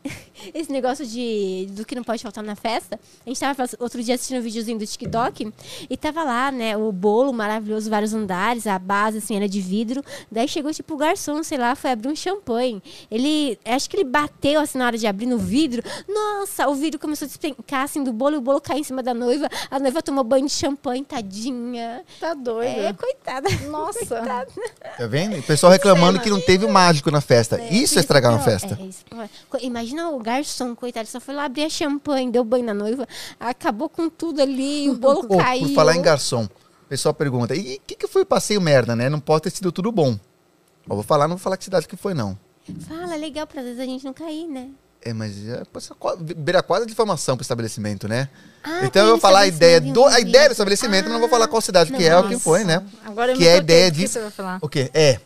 S1: Esse negócio de do que não pode faltar na festa, a gente tava faz- outro dia assistindo um videozinho do TikTok e tava lá, né, o bolo maravilhoso, vários andares, a base assim era de vidro. Daí chegou tipo o garçom, sei lá, foi abrir um champanhe. Ele, acho que ele bateu assim na hora de abrir no vidro. Nossa, o vidro começou a despencar assim do bolo, e o bolo caiu em cima da noiva. A noiva tomou banho de champanhe, tadinha.
S3: Tá
S1: É,
S3: doido.
S1: coitada.
S3: Nossa.
S2: Tá vendo? O pessoal reclamando que não teve o mágico na festa. Isso é estragar uma
S1: Não,
S2: festa.
S1: é isso. Co- Imagina o garçom, coitado, só foi lá abrir a champanhe, deu banho na noiva, acabou com tudo ali, o bolo
S2: Ô,
S1: caiu.
S2: Por falar em garçom, o pessoal pergunta: e o que, que foi o passeio merda, né? Não pode ter sido tudo bom. Ó, vou falar, não vou falar que cidade que foi, não.
S1: Fala, legal, pra às vezes a gente não cair, né?
S2: É, mas é, pô, essa qua- beira quase de formação pro estabelecimento, né?
S1: Ah,
S2: então
S1: tem
S2: eu vou falar a ideia
S1: estabelecimento
S2: do, a ideia do
S1: envolvido.
S2: estabelecimento,
S1: Ah,
S2: não vou falar qual cidade que é, o que
S1: nossa.
S2: foi, né?
S3: Agora eu
S2: Que
S3: me
S2: é a
S3: cortei
S2: ideia
S3: do
S2: de-
S3: que você vai falar.
S2: O quê? É.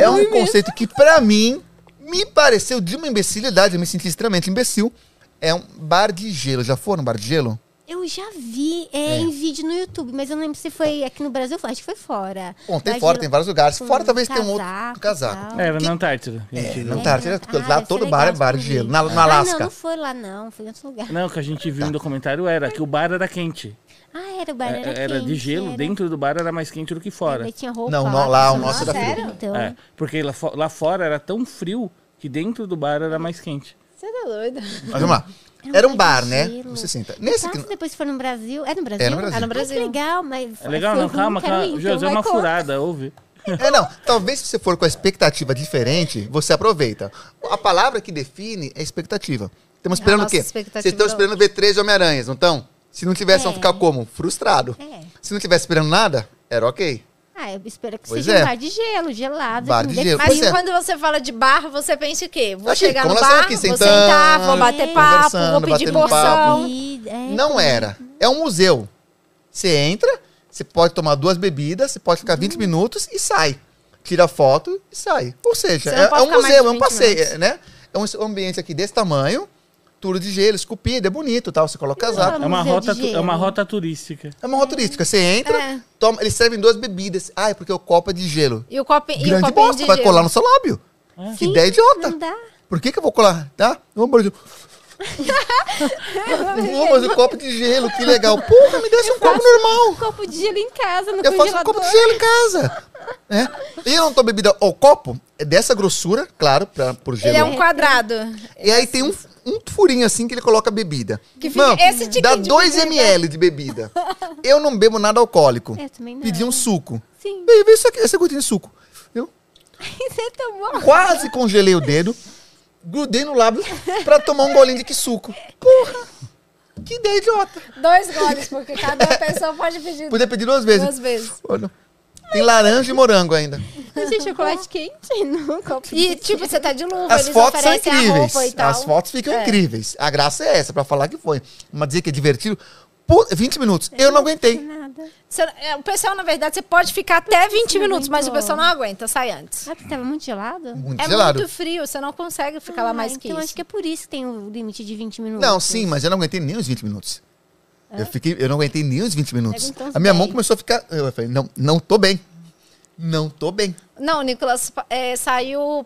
S2: é um conceito que, pra mim, me pareceu de uma imbecilidade, eu me senti extremamente imbecil. É um bar de gelo. Já foram bar de gelo?
S1: Eu já vi é,
S2: É.
S1: em vídeo no YouTube, mas eu não lembro se foi aqui no Brasil, acho que foi fora.
S2: Bom, tem
S1: Mas
S2: fora,
S1: eu-
S2: tem vários lugares.
S1: com
S2: Fora talvez tenha um outro
S1: casaco e
S2: casaco.
S1: tal.
S4: É, era na Antártida.
S2: É,
S4: Mentira.
S2: na Antártida,
S1: Ah,
S2: lá
S1: deve ser
S2: todo bar é
S1: legal
S2: bar de
S1: descobrir.
S2: gelo. Na, na
S1: Ah,
S2: Alasca.
S1: não, não foi lá não, foi em outro
S2: tá.
S1: lugar.
S4: Não, o que a gente viu no documentário era que o bar era quente.
S1: Ah, era o bar,
S4: É,
S1: era,
S4: era, de
S1: quente,
S4: gelo,
S1: era.
S4: dentro do bar era mais quente do que fora.
S1: Daí tinha roupa
S2: Não, não, lá é o
S1: tudo
S2: nosso
S1: lá.
S2: era
S3: frio.
S1: Então,
S4: É, porque lá, fo- lá fora era tão frio que dentro do bar era mais quente.
S3: Você tá doido.
S2: Mas vamos lá. Era um bar, né? Você senta. Nesse aqui.
S1: Passa depois se for no Brasil. É no Brasil?
S2: É no Brasil.
S1: Ah, Ah, que legal, mas.
S4: É legal,
S1: foi
S4: não,
S1: ruim,
S4: calma,
S1: quero
S4: calma.
S1: ir,
S4: José,
S1: então
S4: é uma
S1: vai com-
S4: furada, ouve.
S2: É, não. Talvez se você for com a expectativa diferente, você aproveita. A palavra que define é expectativa. Estamos esperando o
S3: É, nossa
S2: quê?
S3: expectativa
S2: Vocês estão
S3: não.
S2: esperando ver três Homem-Aranhas, não estão? Se não tivesse, vão
S1: É.
S2: ficar como? Frustrado.
S1: É.
S2: Se não tivesse esperando nada, era ok.
S1: Ah, eu espero que
S2: Pois
S1: seja
S2: é.
S1: um bar de gelo, gelado.
S2: Bar de
S1: que não dê
S2: gelo.
S1: frio.
S3: Mas
S2: Pois é.
S3: quando você fala de bar, você pensa o quê? Vou
S2: Aqui,
S3: chegar no
S2: como nós estamos
S3: bar,
S2: aqui,
S3: vou
S2: sentando,
S3: sentar, vou bater papo,
S2: conversando,
S3: vou pedir
S2: batendo papo.
S3: porção.
S1: E- é,
S2: Não era. É um museu. Você entra, você pode tomar duas bebidas, você pode ficar
S3: Uhum.
S2: 20 minutos e sai. Tira foto e sai. Ou seja,
S3: Você não
S2: é,
S3: pode
S2: é um
S3: ficar mais
S2: museu,
S3: de
S2: é um
S3: 20
S2: passeio,
S3: minutos.
S2: é, né? É um ambiente aqui desse tamanho, tudo de gelo, esculpido, é bonito, tal. Você coloca
S3: Uhum.
S2: casaco.
S1: Não,
S4: É uma,
S1: Museu de
S4: rota, tu- é uma
S1: gelo.
S4: rota turística.
S2: É uma rota turística. Você entra,
S3: É.
S2: toma, eles servem duas bebidas. Ah, é porque o copo é de gelo.
S3: E o copo e o
S2: Grande
S3: copinho
S2: bosta,
S3: de
S2: vai
S3: gelo.
S2: colar no seu lábio. Que ideia idiota.
S1: Não dá.
S2: Por que, que eu vou colar? Tá? Vamos embora. Pô, mas o copo de gelo, que legal. Porra, me desse um copo normal.
S1: Um copo de gelo em casa, no
S2: Eu faço um
S1: congelador.
S2: copo de gelo em casa. né? E eu não tô bebida. O copo é dessa grossura, claro, pra, por gelo.
S3: Ele é um quadrado.
S2: E aí tem um, um furinho assim que ele coloca a bebida.
S3: Que fica esse tiquinho
S2: dá
S3: de
S2: 2
S3: bebida. É.
S2: ml de bebida. Eu não bebo nada alcoólico.
S1: É, Eu também não.
S2: Pedi um suco.
S1: Sim.
S2: Vem, vem isso aqui, essa gotinha de suco. Eu
S1: Você tomou. um
S2: quase congelei o dedo, grudei no lábio pra tomar um golinho de que suco. Porra! Que ideia idiota.
S3: Dois goles, porque cada pessoa pode pedir
S2: Podia pedir duas vezes.
S3: duas vezes.
S2: Olha, Tem laranja e morango ainda.
S1: Achei chocolate quente no copo de
S3: E, tipo, você tá de luva,
S2: As
S3: eles
S2: fotos são
S3: oferecem a
S2: incríveis.
S3: roupa e tal.
S2: As fotos ficam
S3: É.
S2: incríveis. A graça é essa, pra falar que foi. Mas dizer que é divertido. Pô, 20 minutos. Eu não aguentei.
S1: nada.
S3: Você- é, o pessoal, na verdade, você pode ficar até 20
S1: não
S3: minutos, mas o
S1: aguentou.
S3: pessoal não aguenta, sai antes.
S1: Ah, porque tava muito gelado?
S2: Muito
S3: É
S2: gelado.
S3: muito frio, você não consegue ficar lá
S1: Ah,
S3: mais que
S1: Então
S3: isso.
S1: acho que é por isso que tem o limite de 20 minutos.
S2: Não, sim, mas eu não aguentei nem os 20 minutos. Eu, fiquei, eu não aguentei nem os 20 minutos.
S1: Aguentou então os
S2: A minha mão
S1: 10.
S2: começou a ficar. Eu falei, não, não tô bem. Não tô bem.
S3: Não, o Nicolas é, saiu,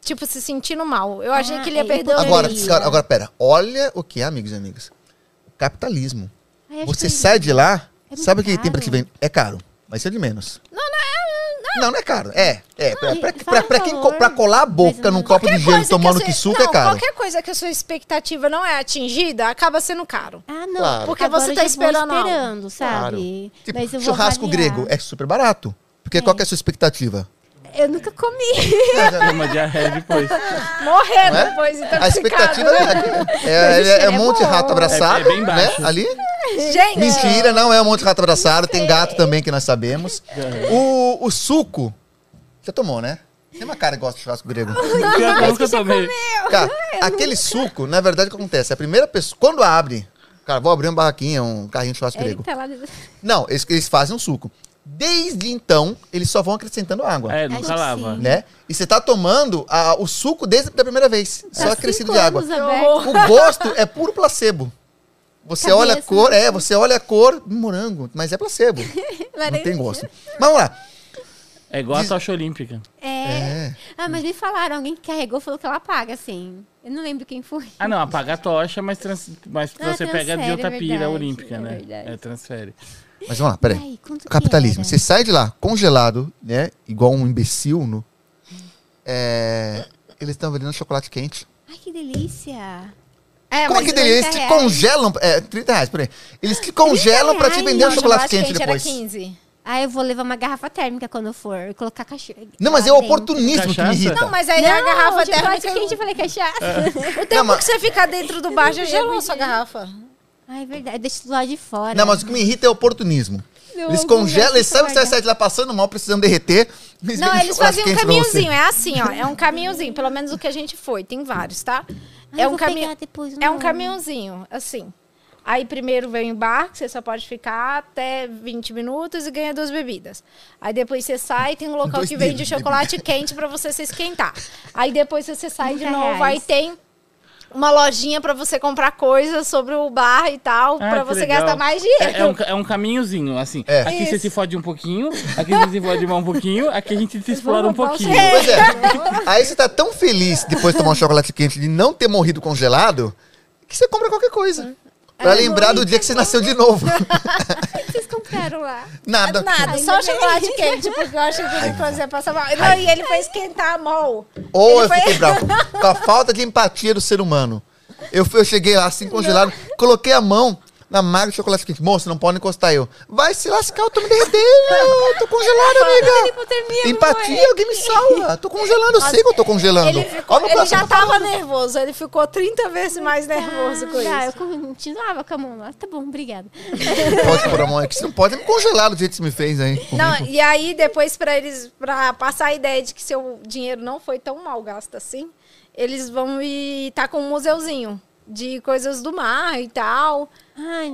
S3: tipo, se sentindo mal. Eu achei
S1: Ah,
S3: que ele ia
S1: é,
S3: perder o
S2: Agora,
S1: Peraí,
S3: juízo.
S2: senhora,
S1: ó.
S2: agora, pera. Olha o que é, amigos e amigas. O capitalismo.
S1: Ai, acho
S2: Você
S1: que-
S2: sai de lá,
S1: É muito
S2: sabe o que tem pra
S1: caro.
S2: que vem? É caro, mas isso é de menos.
S3: Não, não, é,
S2: Não, não é caro. É, é. Pra, pra-
S1: fala
S2: pra- pra
S1: o
S2: quem co-
S1: valor.
S2: pra colar a boca
S1: Mas
S2: num
S1: não-
S2: copo de gelo
S3: coisa
S2: tomando
S3: a sua-
S2: kisuka é
S3: não,
S2: caro.
S3: Qualquer coisa que a sua expectativa não é atingida, acaba sendo caro.
S1: Ah, não.
S2: Claro.
S3: Porque
S1: agora
S3: você
S1: eu
S3: tá
S1: já vou
S3: esperando algo.
S1: esperando, sabe?
S2: Tipo,
S1: Mas eu vou
S2: churrasco
S1: avaliar.
S2: grego é super barato. Porque qual que é a sua expectativa?
S1: Eu nunca comi.
S4: Uma diarreia depois.
S3: Morrer
S2: Não é?
S3: depois, então
S2: A expectativa é, é,
S3: Mas o
S2: é, é
S3: cheiro é
S2: um monte de
S3: bom.
S2: rato abraçado,
S4: É- é bem
S2: né?
S4: baixo.
S2: Ali.
S3: Gente,
S2: Mentira, não é um monte de rato abraçado. Tem gato também, que nós sabemos.
S4: É.
S2: O, o suco, você tomou, né? Tem uma cara que gosta de churrasco grego.
S4: Pior que eu nunca tomei.
S2: Cara, aquele suco, na verdade, o que acontece? A primeira pessoa, quando abre, cara, vou abrir uma barraquinha, um carrinho de churrasco
S1: Ele
S2: grego.
S1: tá lá dentro.
S2: Não, eles, eles fazem um suco. Desde então, eles só vão acrescentando água.
S4: É, nunca
S1: Acho que
S4: lava.
S1: sim.
S2: Né? E você tá tomando a- o suco desde a primeira vez, só
S1: Tá
S2: acrescido
S1: cinco
S2: de água.
S1: anos
S3: Que
S1: aberto.
S3: horror.
S2: O gosto é puro placebo. Você
S1: Cabeça,
S2: olha a cor,
S1: né?
S2: é, você olha a cor hum, morango, mas é placebo. Não tem gosto. Mas vamos lá.
S4: É igual a tocha olímpica.
S1: É.
S2: É.
S1: Ah, mas me falaram, alguém que carregou falou que ela apaga, assim. Eu não lembro quem foi.
S4: Ah, não, apaga a tocha, mas, trans... mas
S1: Ah,
S4: você pega de
S1: transfere,
S4: outra
S1: é
S4: pira
S1: verdade,
S4: olímpica,
S1: é
S4: né?
S1: verdade.
S4: É, transfere.
S2: Mas vamos lá, peraí.
S1: Ai, quanto que
S2: Capitalismo.
S1: era?
S2: Você sai de lá congelado, né? Igual um imbecil. No... É, Eles estão vendendo chocolate quente.
S1: Ai, que delícia.
S3: É,
S2: Como é
S3: mas
S2: que tem? Eles
S1: 30
S2: te
S1: reais.
S2: congelam. É, 30 reais, peraí. Eles te congelam pra te
S1: reais?
S2: vender
S3: não,
S2: o chocolate quente depois.
S3: Era 15.
S1: Ah, eu vou levar uma garrafa térmica quando eu for. e Colocar cachorro.
S2: Não, mas é
S1: lá
S2: o
S1: dentro.
S2: oportunismo que me
S4: Cachaça?
S2: irrita.
S3: Não, mas aí é a
S1: Não,
S3: garrafa
S1: chocolate
S3: térmica...
S1: quente, eu falei cachaça.
S2: É.
S3: O tempo
S2: mas-
S3: que você ficar dentro do bar, já
S1: bebo,
S3: gelou a sua
S1: gente.
S3: garrafa.
S1: Ai, é verdade. Deixa do lado de fora.
S2: Não, mas o que me irrita é o oportunismo.
S1: Não,
S2: eles
S1: algum lugar
S2: congelam,
S1: que
S2: eles sabem que você vai
S1: guarda.
S2: sair de lá passando mal, precisando derreter. Eles
S3: Não,
S2: vendem
S3: eles
S2: chocolate
S3: fazem um
S2: quente pra você.
S3: caminhozinho. É assim, ó. É um caminhozinho. Pelo menos o que a gente foi. Tem vários, tá?
S1: Ai,
S3: É
S1: Ah, eu
S3: um
S1: vou
S3: caminho.
S1: pegar depois,
S3: É
S4: Hum.
S3: um
S1: não.
S3: caminhãozinho, assim. Aí primeiro vem o bar, que você só pode ficar até 20 minutos e ganha duas bebidas. Aí depois você sai, tem um local
S2: Dois
S3: que vende
S2: dedos,
S3: chocolate quente pra você se esquentar. Aí depois você sai de
S1: 30
S3: novo, aí
S1: reais.
S3: tem uma lojinha pra você comprar coisas sobre o bar e tal,
S4: Ah,
S3: pra
S4: que
S3: você
S4: legal.
S3: gastar mais
S4: É, é um,
S3: dinheiro.
S4: ca- é um caminhozinho, assim.
S2: É.
S4: Aqui você
S3: Isso.
S4: se fode um pouquinho, aqui você se fode mais um pouquinho, aqui a gente se explora um
S1: roubar o
S4: pouquinho.
S1: seu-
S2: Pois é. Aí você tá tão feliz depois de tomar um chocolate quente de não ter morrido congelado que você compra qualquer coisa.
S3: É.
S2: Pra lembrar do dia que você nasceu de novo.
S1: O que vocês compraram lá?
S2: Nada.
S3: Nada, Ah, só o chocolate quente, porque eu acho que ele fazia passar mal. Não, e ele foi esquentar a mão.
S2: Ou eu
S3: Ele foi-
S2: fiquei bravo. Com a falta de empatia do ser humano. Eu, fui- eu cheguei lá assim congelado, coloquei a mão na marca de chocolate quente. Moço, não pode encostar eu. Vai se lascar, eu tô me derretendo. Eu tô congelado, amiga. Empatia, alguém me salva. Tô congelando, eu sei que eu tô congelando.
S3: Ele, ficou,
S2: Olha o
S3: ele já tá-
S2: coração.
S3: tava nervoso, ele ficou 30 vezes mais nervoso com
S1: Ah,
S3: isso.
S1: eu continuava com a mão lá. Tá bom, obrigada.
S2: Pode pôr a mão aqui. Você não pode me congelar do jeito que você me fez aí.
S3: Não, e aí depois pra eles para passar a ideia de que seu dinheiro não foi tão mal gasto assim, eles vão e tá com um museuzinho de coisas do mar e tal.
S1: Ai,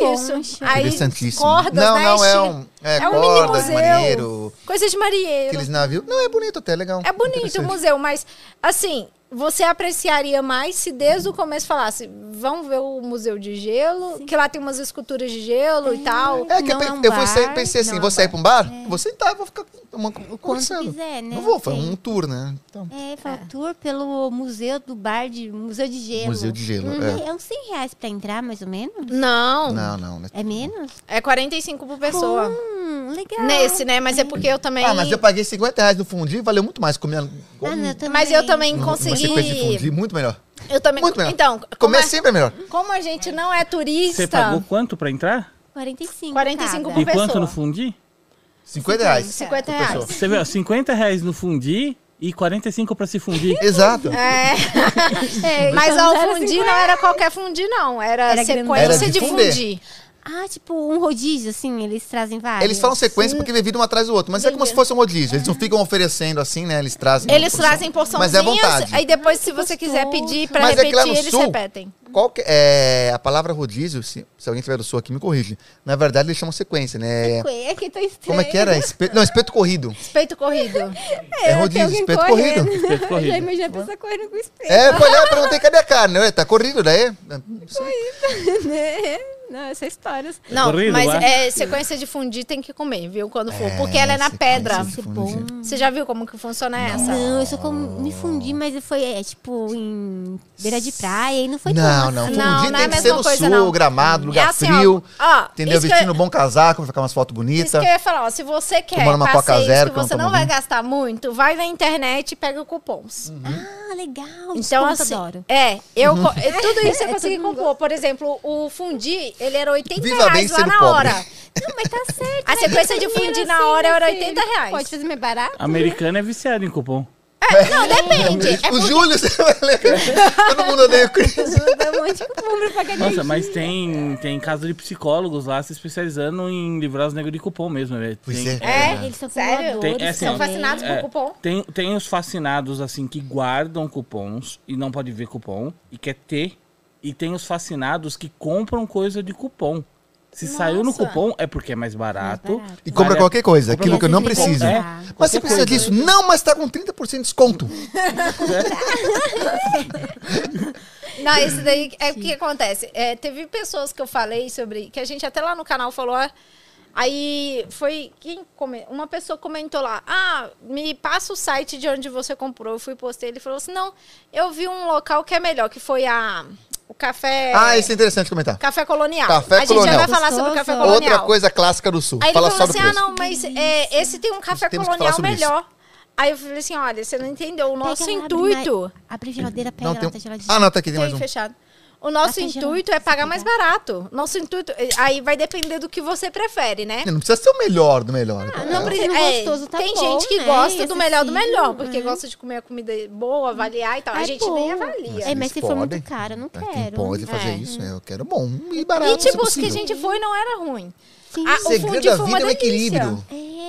S3: É isso.
S1: Concha.
S3: Aí
S2: Interessantíssimo.
S3: cordas,
S2: não,
S3: né?
S2: não, é
S3: estilo-
S2: um. É,
S3: é um mini
S2: cordas,
S3: museu.
S2: maneiro.
S3: Coisas de marinheiro.
S2: Aqueles navios. Não, é bonito até, é legal.
S3: É bonito o
S2: Interessante.
S3: museu, mas assim, você apreciaria mais se desde o começo falasse, vão ver o museu de gelo, que lá tem umas esculturas de gelo e tal.
S2: É que eu,
S1: Não
S2: pe-
S1: é um
S2: eu fui
S1: bar,
S2: sair- pensei
S1: não
S2: assim,
S1: é
S2: vou
S1: um
S2: sair pra um bar? Vou sentar, vou ficar tomando- conversando.
S1: quiser, né?
S2: Não vou, foi
S1: Sim.
S2: um tour, né? Então,
S1: é, foi um tour pelo museu do bar de museu de gelo.
S2: Museu de Gelo,
S1: Hum,
S2: é.
S1: É uns 100 reais pra entrar, mais ou menos.
S3: Não,
S2: não, não. né?
S1: É menos?
S3: é 45 por pessoa.
S1: Hum, legal.
S3: Nesse, né? Mas é porque eu também.
S2: Ah, mas eu paguei 50 reais no fundi, valeu muito mais comer
S1: Ah, não, eu também.
S3: mas eu também
S2: uma sequência de
S3: consegui.
S2: fundi, muito melhor.
S3: Eu também.
S2: Muito melhor.
S3: Então, como,
S2: Comer
S3: a-
S2: sempre é melhor.
S3: como a gente não é
S4: Você
S3: turista,
S4: pagou quanto pra entrar?
S1: 45.
S3: 45
S1: cada.
S4: e
S3: Uma
S4: quanto
S3: pessoa.
S4: no fundi?
S2: 50 reais. Por
S3: 50 reais.
S2: pessoa.
S4: Você viu, 50 reais no fundi e 45 pra se fundir.
S2: Exato.
S3: É,
S1: É,
S3: mas
S1: então
S3: ao
S1: não era
S3: fundi
S1: 50.
S3: não era qualquer fundi, não. Era,
S1: Era
S3: sequência
S2: grandão. Era de
S3: de
S2: funder.
S3: fundi.
S1: Ah, tipo um rodízio, assim, eles trazem vários.
S2: Eles falam sequência porque vem um atrás do outro, mas é como se fosse um rodízio. Eles não ficam oferecendo assim, né? Eles trazem.
S3: Eles
S2: uma porção.
S3: trazem porçãozinhas,
S2: Mas é à vontade.
S3: aí depois, se
S1: que
S3: você quiser
S1: gostoso.
S3: pedir pra
S2: Mas é que lá
S3: repetir,
S2: no
S3: eles
S2: sul-
S3: repetem.
S2: Qual que é a palavra rodízio? Se, se alguém tiver do sul aqui, me corrige. Na verdade, eles chamam sequência, né?
S1: É que tá estranho.
S2: Como é que era? Espeto, não, espeto corrido.
S3: Espeito corrido.
S2: É rodízio, espeto corrido.
S4: Espeto corrido.
S1: Eu já imaginei a pessoa correndo com espeto,
S2: É, foi lá, eu perguntei, cadê a carne? Ué, tá corrido, daí? Não sei.
S1: né? Não, essas histórias.
S3: Não,
S4: Corrido,
S3: mas
S4: lá.
S3: é, sequência de fundir tem que comer, viu? Quando for.
S2: É,
S3: porque ela é na
S2: sequência
S3: pedra.
S2: de fundi.
S1: Bom.
S3: Você já viu como que funciona essa?
S1: Não, eu só como- me fundi, mas foi, é, tipo, em beira de praia e não foi
S2: Não,
S1: tão
S2: Não, não. Fundir
S3: não é
S2: tem
S3: a
S2: que
S3: mesma
S2: ser no
S3: coisa,
S2: sul,
S3: não.
S2: gramado, lugar
S3: assim, ó,
S2: frio.
S3: ó,
S2: entendeu?
S3: isso que eu-
S2: Vestindo um bom casaco, pra ficar umas fotos bonitas.
S3: Isso que eu ia falar, ó, se você quer
S2: Tomando uma Coca
S3: passeios
S2: Zero,
S3: que
S2: que eu não
S3: você
S2: tomo
S3: não vai
S2: vinho.
S3: gastar muito, vai na internet e pega cupons.
S2: Uhum.
S1: Ah, legal.
S3: Então,
S1: desconto,
S3: assim,
S1: adoro.
S3: é, eu, co-
S2: Uhum.
S3: é, tudo isso eu
S1: É,
S3: consegui
S1: todo mundo
S3: compor. Por exemplo, o fundi, ele era 80
S2: Viva bem
S3: reais lá
S2: sendo
S3: na
S2: pobre.
S3: hora.
S1: Não, mas tá certo.
S3: A sequência de fundi na
S1: é
S3: hora era 80 reais.
S1: Pode fazer mais barato?
S4: Americano é viciado em cupom.
S3: Não, depende. É
S2: o Júlio, você vai lembrar. Todo mundo odeia o Chris.
S1: Dá um monte de
S3: tipo,
S1: cupom pra pagar
S4: Nossa, mas tem, tem caso de psicólogos lá se especializando em livrar os negros de cupom mesmo. né?
S2: Pois
S4: Tem-
S2: é.
S3: É,
S1: Eles são
S3: sério?
S1: puladores,
S4: Tem- é assim,
S3: são
S4: ó,
S3: fascinados
S4: é,
S3: por cupom.
S4: Tem, tem os fascinados, assim, que guardam cupons e não pode ver cupom e quer ter. E tem os fascinados que compram coisa de cupom. Se saiu no
S3: Nossa.
S4: cupom é porque é mais barato.
S1: Mais barato. Tá.
S2: E compra
S4: Vale a-
S2: qualquer coisa,
S4: compra
S2: aquilo que eu não
S1: qualquer
S2: preciso.
S1: coisa.
S4: É,
S2: Mas você
S4: qualquer
S2: precisa
S4: coisa.
S2: disso? Não, mas tá com 30% de desconto.
S3: Não, esse daí é o que acontece. É, teve pessoas que eu falei sobre, que a gente até lá no canal falou, ah, aí foi quem come- uma pessoa comentou lá, ah, me passa o site de onde você comprou. Eu fui postei, ele falou assim, não, eu vi um local que é melhor, que foi a o café
S2: Ah, isso é interessante comentar.
S3: café colonial.
S2: Café
S3: a gente já
S2: Colonial.
S3: vai falar sobre o café
S1: Gostoso.
S3: colonial.
S2: Outra coisa clássica do Sul.
S3: Aí ele
S2: Fala só
S3: falou
S2: do
S3: assim, ah,
S2: preço.
S3: não, mas é, esse tem um café
S2: Temos que falar
S3: colonial
S2: sobre isso.
S3: melhor. Aí eu falei assim, olha, você não entendeu o nosso
S1: Pega, abre
S3: intuito.
S1: mais- Abre a geladeira, pega
S2: Não,
S1: ela,
S2: tem um-
S1: tá geladinha.
S2: Ah, não, tá aqui, tem
S3: Tem
S2: mais um.
S3: fechado. O nosso
S1: Tá fechado,
S3: intuito é
S1: se
S3: pagar
S1: pegar.
S3: mais barato. Nosso intuito. eh, Aí vai depender do que você prefere, né?
S2: É. Não precisa ser o melhor do melhor.
S1: Ah, não
S2: Tá?
S1: precisa. sendo
S3: É,
S1: gostoso, tá
S3: tem
S1: bom,
S3: gente que
S1: né?
S3: gosta do
S1: Esse
S3: melhor do
S1: sim,
S3: melhor, porque
S1: é.
S3: gosta de comer a comida boa, avaliar e tal. a
S1: É
S3: gente nem
S1: bom.
S3: avalia.
S1: É, mas
S2: Eles
S1: se for
S2: podem.
S1: muito caro, eu não
S2: Mas Quem
S1: quero.
S2: pode fazer
S3: É.
S2: isso? Eu quero bom e barato.
S3: E tipo, os
S2: se
S3: que a
S2: possível.
S3: gente foi não era ruim.
S1: Sim.
S2: O
S3: Ah, o
S2: segredo
S3: fundi
S2: da
S1: tipo
S3: foi uma
S2: vida é o
S3: delícia.
S2: equilíbrio.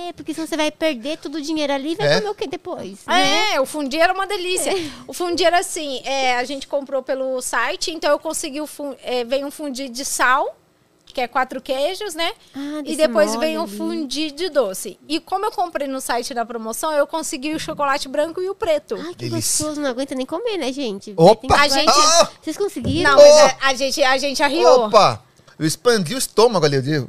S1: É, porque senão você vai perder todo o dinheiro ali e vai
S2: É.
S1: comer o que depois? né? É.
S3: É, o fundi era uma delícia. O fundi era assim, é, a gente comprou pelo site, então eu consegui o fun- é, vem um fundi de sal, que é quatro queijos, né?
S1: Ah,
S3: E
S1: desse
S3: depois
S1: molho
S3: vem o
S1: ali.
S3: fundi de doce. E como eu comprei no site da promoção, eu consegui o chocolate branco e o preto.
S1: Ai, que
S2: Delícia.
S1: gostoso. Não aguenta nem comer, né, gente? Vai, tem que
S2: Opa!
S3: A gente-
S2: Ah!
S1: guardar. Vocês conseguiram?
S3: Não,
S2: Oh!
S3: mas a, a gente, a gente arriou.
S2: Ah, Opa! Eu expandi o estômago ali, eu digo.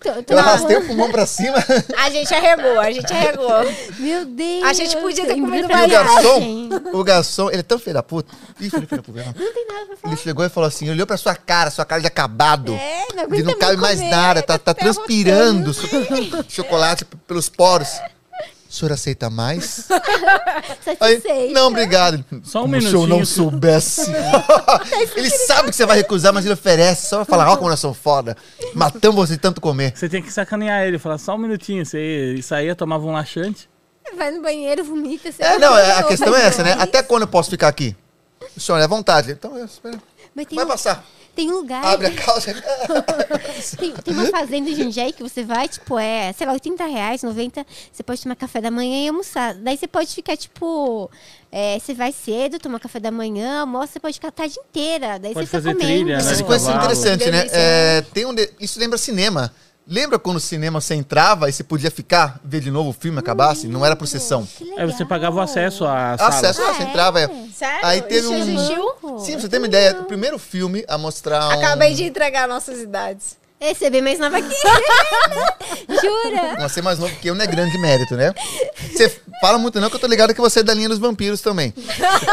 S1: Tô- tô-
S2: Eu arrastei o pulmão pra cima.
S3: A gente arregou, a gente arregou.
S1: Meu Deus.
S3: A gente podia ter
S1: Tem
S3: comido
S1: muita
S2: E o
S3: mais.
S1: coragem.
S2: garçom, o garçom, ele é tão filho da puta. Ih, filho da puta, não.
S1: Não tem nada pra falar.
S2: Ele chegou e falou assim: olhou pra sua cara, sua cara de acabado.
S1: É, não
S2: ele não
S1: aguenta
S2: cabe
S1: mais
S2: mais
S1: comer,
S2: nada, tá, tá
S1: tá
S2: transpirando so- chocolate p- pelos poros. O senhor aceita mais? Aí,
S1: Satisfeito.
S2: não, obrigado.
S4: Só um
S2: Como Se eu
S4: minutinho.
S2: não soubesse. ele sabe É que você vai recusar, mas ele oferece. Só pra falar, ó, como nós somos foda. Matamos você de tanto comer.
S4: Você tem que sacanear ele, falar só um minutinho, você ia- saía, tomava um laxante.
S1: Vai no banheiro, vomita. sei
S2: É,
S1: lá,
S2: não, é, a
S1: vai
S2: questão é
S1: embora.
S2: essa, né? Até quando eu posso ficar aqui? O senhor, é à vontade. Então, eu espero.
S1: Mas tem,
S2: vai
S1: um-
S2: passar.
S1: tem um lugar.
S2: Abre a calça. É,
S1: Tem, tem uma fazenda em Jundiaí que você vai, tipo, é, sei lá, 80 reais, 90. Você pode tomar café da manhã e almoçar. Daí você pode ficar, tipo, é, você vai cedo, tomar café da manhã, almoça, você pode ficar a tarde inteira. Daí
S4: Pode
S1: você
S4: fazer
S1: fica comendo.
S4: trilha, né?
S2: Essa
S4: de
S2: sequência é
S4: cavalo.
S2: interessante, né?
S3: Delícia,
S2: É, tem um de- Isso lembra cinema. Lembra quando o cinema você entrava e você podia ficar, ver de novo o filme, acabasse? Não era por sessão.
S1: Que
S4: Aí É, você
S1: legal.
S4: pagava o acesso à sala.
S2: Acesso,
S1: Ah,
S2: você
S1: é?
S2: entrava. é.
S3: Sério?
S2: Aí teve
S3: Isso
S2: um-
S1: Uhum.
S3: existiu?
S1: Pô,
S2: Sim, pra você tem uma ideia. O primeiro filme a mostrar. Um...
S3: Acabei de entregar nossas idades.
S1: Esse é bem mais nova que eu. Jura?
S2: Você é mais novo que eu não é grande mérito, né? Você fala muito não, que eu tô ligado que você é da linha dos vampiros também.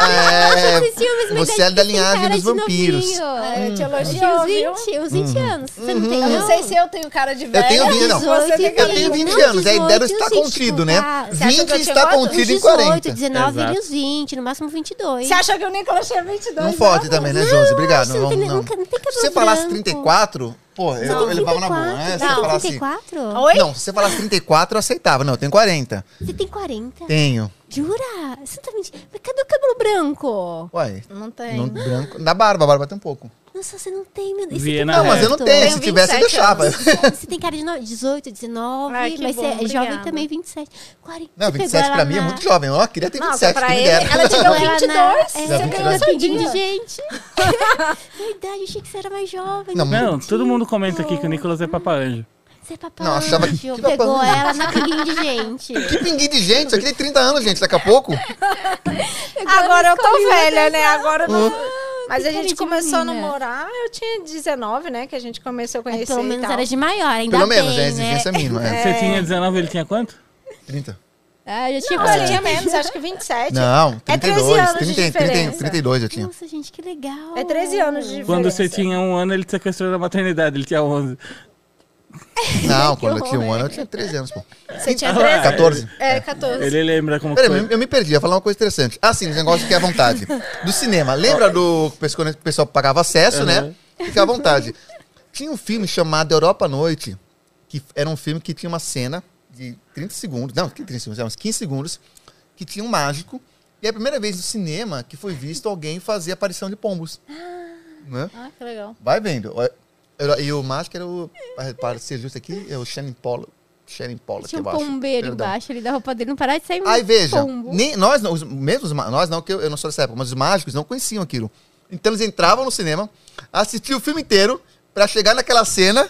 S2: É,
S1: Esses filmes me
S2: você é da
S1: identificam,
S2: linhagem
S1: cara
S2: dos
S1: de novinho. é
S2: vampiros. Uhum.
S3: Ah, eu te
S1: Eu
S3: elogio,
S1: tinha uns
S3: viu?
S1: 20, uns 20 anos. Você não tem,
S3: Eu não sei se
S2: é
S3: eu tenho cara de velha.
S2: tenho vida, não.
S3: Você tem
S2: Eu
S3: cara de
S2: tenho 20
S1: Não,
S2: anos, a ideia era estar
S1: 18,
S2: contido, né?
S1: tá.
S3: Você acha
S2: 20
S3: que eu
S2: está
S3: tinha
S1: Uns
S2: contido em
S1: 18,
S2: 40.
S1: 19
S4: Exato.
S1: e uns 20, no máximo 22.
S3: Você achou que o Nicolas tinha 22
S2: Não fode
S3: anos?
S2: também, né, Josi? Obrigado.
S1: Nossa, não, tem,
S2: vamos-
S1: não.
S2: não.
S1: não tem cabelo
S2: Se você falasse
S1: branco.
S2: 34, pô, eu, eu levava na boa, né? Se
S1: Não,
S2: você falasse.
S1: 34?
S3: Oi?
S2: Não, se você falasse 34, eu aceitava. Não, eu tenho 40.
S1: Você tem 40?
S2: Tenho.
S1: Jura? Você tá mentindo. Mas cadê o cabelo branco?
S2: Uai.
S3: Não tem.
S2: No branco. Na barba, a barba tem um pouco.
S1: Nossa, você não tem, meu Deus. Você
S4: Viena
S1: tem
S2: Não, mas eu não
S1: muito.
S2: tenho. Se
S3: Tenho
S2: tivesse, eu
S3: 27
S2: deixava.
S1: Você tem cara de no- 18, 19,
S3: Ai, que
S1: mas você
S3: bom,
S1: é jovem
S3: obrigada.
S1: também, 27. 40.
S2: Não,
S1: Você pegou
S2: 27
S1: ela
S2: pra mim é
S1: na-
S2: muito jovem. Ó, queria ter
S3: Nossa,
S2: 27, que
S3: pra
S2: me
S3: ele,
S2: dera.
S3: ela te deu
S1: Ela na-
S3: 22.
S1: É,
S3: Você ganhou
S1: ela
S3: essa
S1: pedindo de
S3: dia.
S1: gente. Verdade, eu achei que você era mais jovem.
S2: Não,
S4: Não, todo mundo comenta aqui que o Nicolas é papa anjo.
S1: Você é papai.
S2: Não,
S1: Não,
S2: achava que- que papai-
S1: Pegou ela na pilinha de gente.
S2: Que pinguim de gente, isso aqui tem 30 anos, gente, daqui a pouco.
S3: Agora eu tô
S1: escolhi uma
S3: velha, né? Agora eu
S2: Hum.
S3: não... Mas
S1: tem
S3: a
S1: cara de
S3: gente começou a
S1: menina.
S3: namorar, eu tinha 19, né? Que a gente começou a
S1: Mas
S3: conhecer
S1: É, pelo
S3: e
S1: menos
S3: tal.
S1: era de maior, ainda
S2: Pelo
S1: bem,
S2: menos, né? A
S1: né?
S2: exigência mínima. É.
S4: Você tinha 19, ele tinha quanto?
S2: 30.
S1: Ah, eu já tinha
S3: Não, é. você tinha menos, acho que 27.
S2: Não,
S3: É 13
S2: 32,
S3: anos de
S2: 30, 30,
S3: diferença.
S2: 32 eu tinha.
S1: Nossa, gente, que legal.
S3: É 13 anos de
S4: Quando você
S3: diferença.
S4: tinha um ano, ele te sequestrou na maternidade, ele tinha 11.
S2: Não, quando eu tinha um ano, eu tinha 13 anos, pô.
S3: Você tinha 13?
S2: 14.
S3: É, 14.
S4: Ele lembra como
S2: Peraí,
S4: foi.
S2: eu- eu me perdi, ia falar uma coisa interessante. Ah, sim, um negócio que é à vontade. Do cinema. Lembra do quando o pessoal pagava acesso, né? Fica à vontade. Tinha um filme chamado Europa à Noite, que era um filme que tinha uma cena de 30 segundos, não, que 30 segundos, era uns 15 segundos, que tinha um mágico. E é a primeira vez no cinema que foi visto alguém fazer aparição de pombos. Né?
S3: Ah, que legal.
S2: Vai vendo. Ó, eu- E o mágico era o. Para ser justo aqui, é o Shannon Pollock. Shannon Pollock,
S1: Tinha um
S2: eu acho.
S1: pombeiro
S2: Perdão.
S1: embaixo ali da roupa dele, não parar de sair um
S2: Aí veja,
S1: pombo.
S2: nem, nós, não, os, mesmo os, ma- nós não, que eu, eu não sou dessa época, mas os mágicos não conheciam aquilo. Então eles entravam no cinema, assistiam o filme inteiro, pra chegar naquela cena,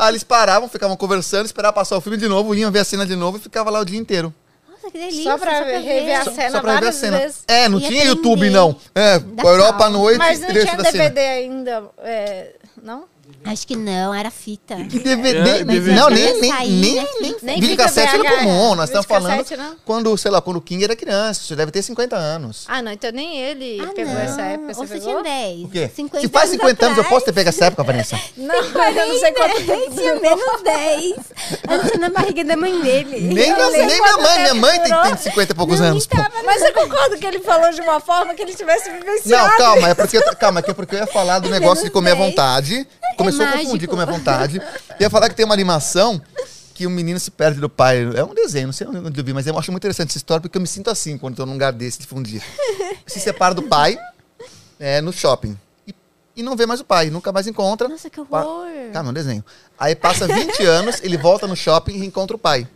S2: aí eles paravam, ficavam conversando, esperavam passar o filme de novo, iam ver a cena de novo e ficava lá o dia inteiro.
S1: Nossa, que delícia.
S3: Só pra ver- rever a
S1: Só-
S3: cena
S2: Só pra ver a
S3: várias
S2: cena.
S3: vezes.
S2: É, não
S1: E
S2: tinha
S1: aprender
S2: YouTube, não. É, Europa à
S1: calma.
S2: noite,
S3: Mas não
S2: trecho
S3: tinha
S2: da
S3: DVD
S2: cena.
S3: ainda, é, não?
S1: Acho que não, era fita.
S2: Que DVD?
S4: É, DVD.
S2: Não, nem, nem,
S1: Saía,
S2: nem,
S1: né?
S2: nem,
S3: Nem
S2: videocassete
S3: fita
S2: era
S3: VHS,
S2: comum, nós estamos falando
S3: videocassete né? não.
S2: quando, sei lá, quando o King era criança, você deve ter 50 anos.
S3: Ah, não, então nem ele
S1: Ah,
S3: pegou
S1: não.
S3: essa época.
S1: Ou
S3: Você
S1: você tinha
S3: pegou?
S1: 10.
S2: O quê?
S1: 50
S2: Se faz 50 anos, eu
S1: atrás,
S2: posso ter pego essa época, Vanessa?
S3: Não, eu não sei quanto
S1: Ele
S3: tempo.
S1: tinha menos 10. Antes na barriga da mãe dele.
S2: Nem, minha, nem minha mãe. Minha mãe tem, tem 50 e poucos
S1: Não,
S2: anos. pô.
S1: então,
S3: Mas eu concordo que ele falou de uma forma que ele tivesse vivenciado.
S2: Não, calma, é porque, eu- calma, que é porque eu ia falar do negócio de comer à
S1: dez.
S2: vontade. Começou a confundir
S1: É mágico.
S2: comer à vontade. Ia falar que tem uma animação que o menino se perde do pai. É um desenho, não sei onde eu vi, mas eu acho muito interessante essa história porque eu me sinto assim quando estou num lugar desse de fundir. Se separa do pai é, no shopping. E, e não vê mais o pai, nunca mais encontra.
S1: Nossa, que
S2: Pa-
S1: horror.
S2: Calma, um desenho. Aí passa 20 anos, ele volta no shopping e reencontra o pai.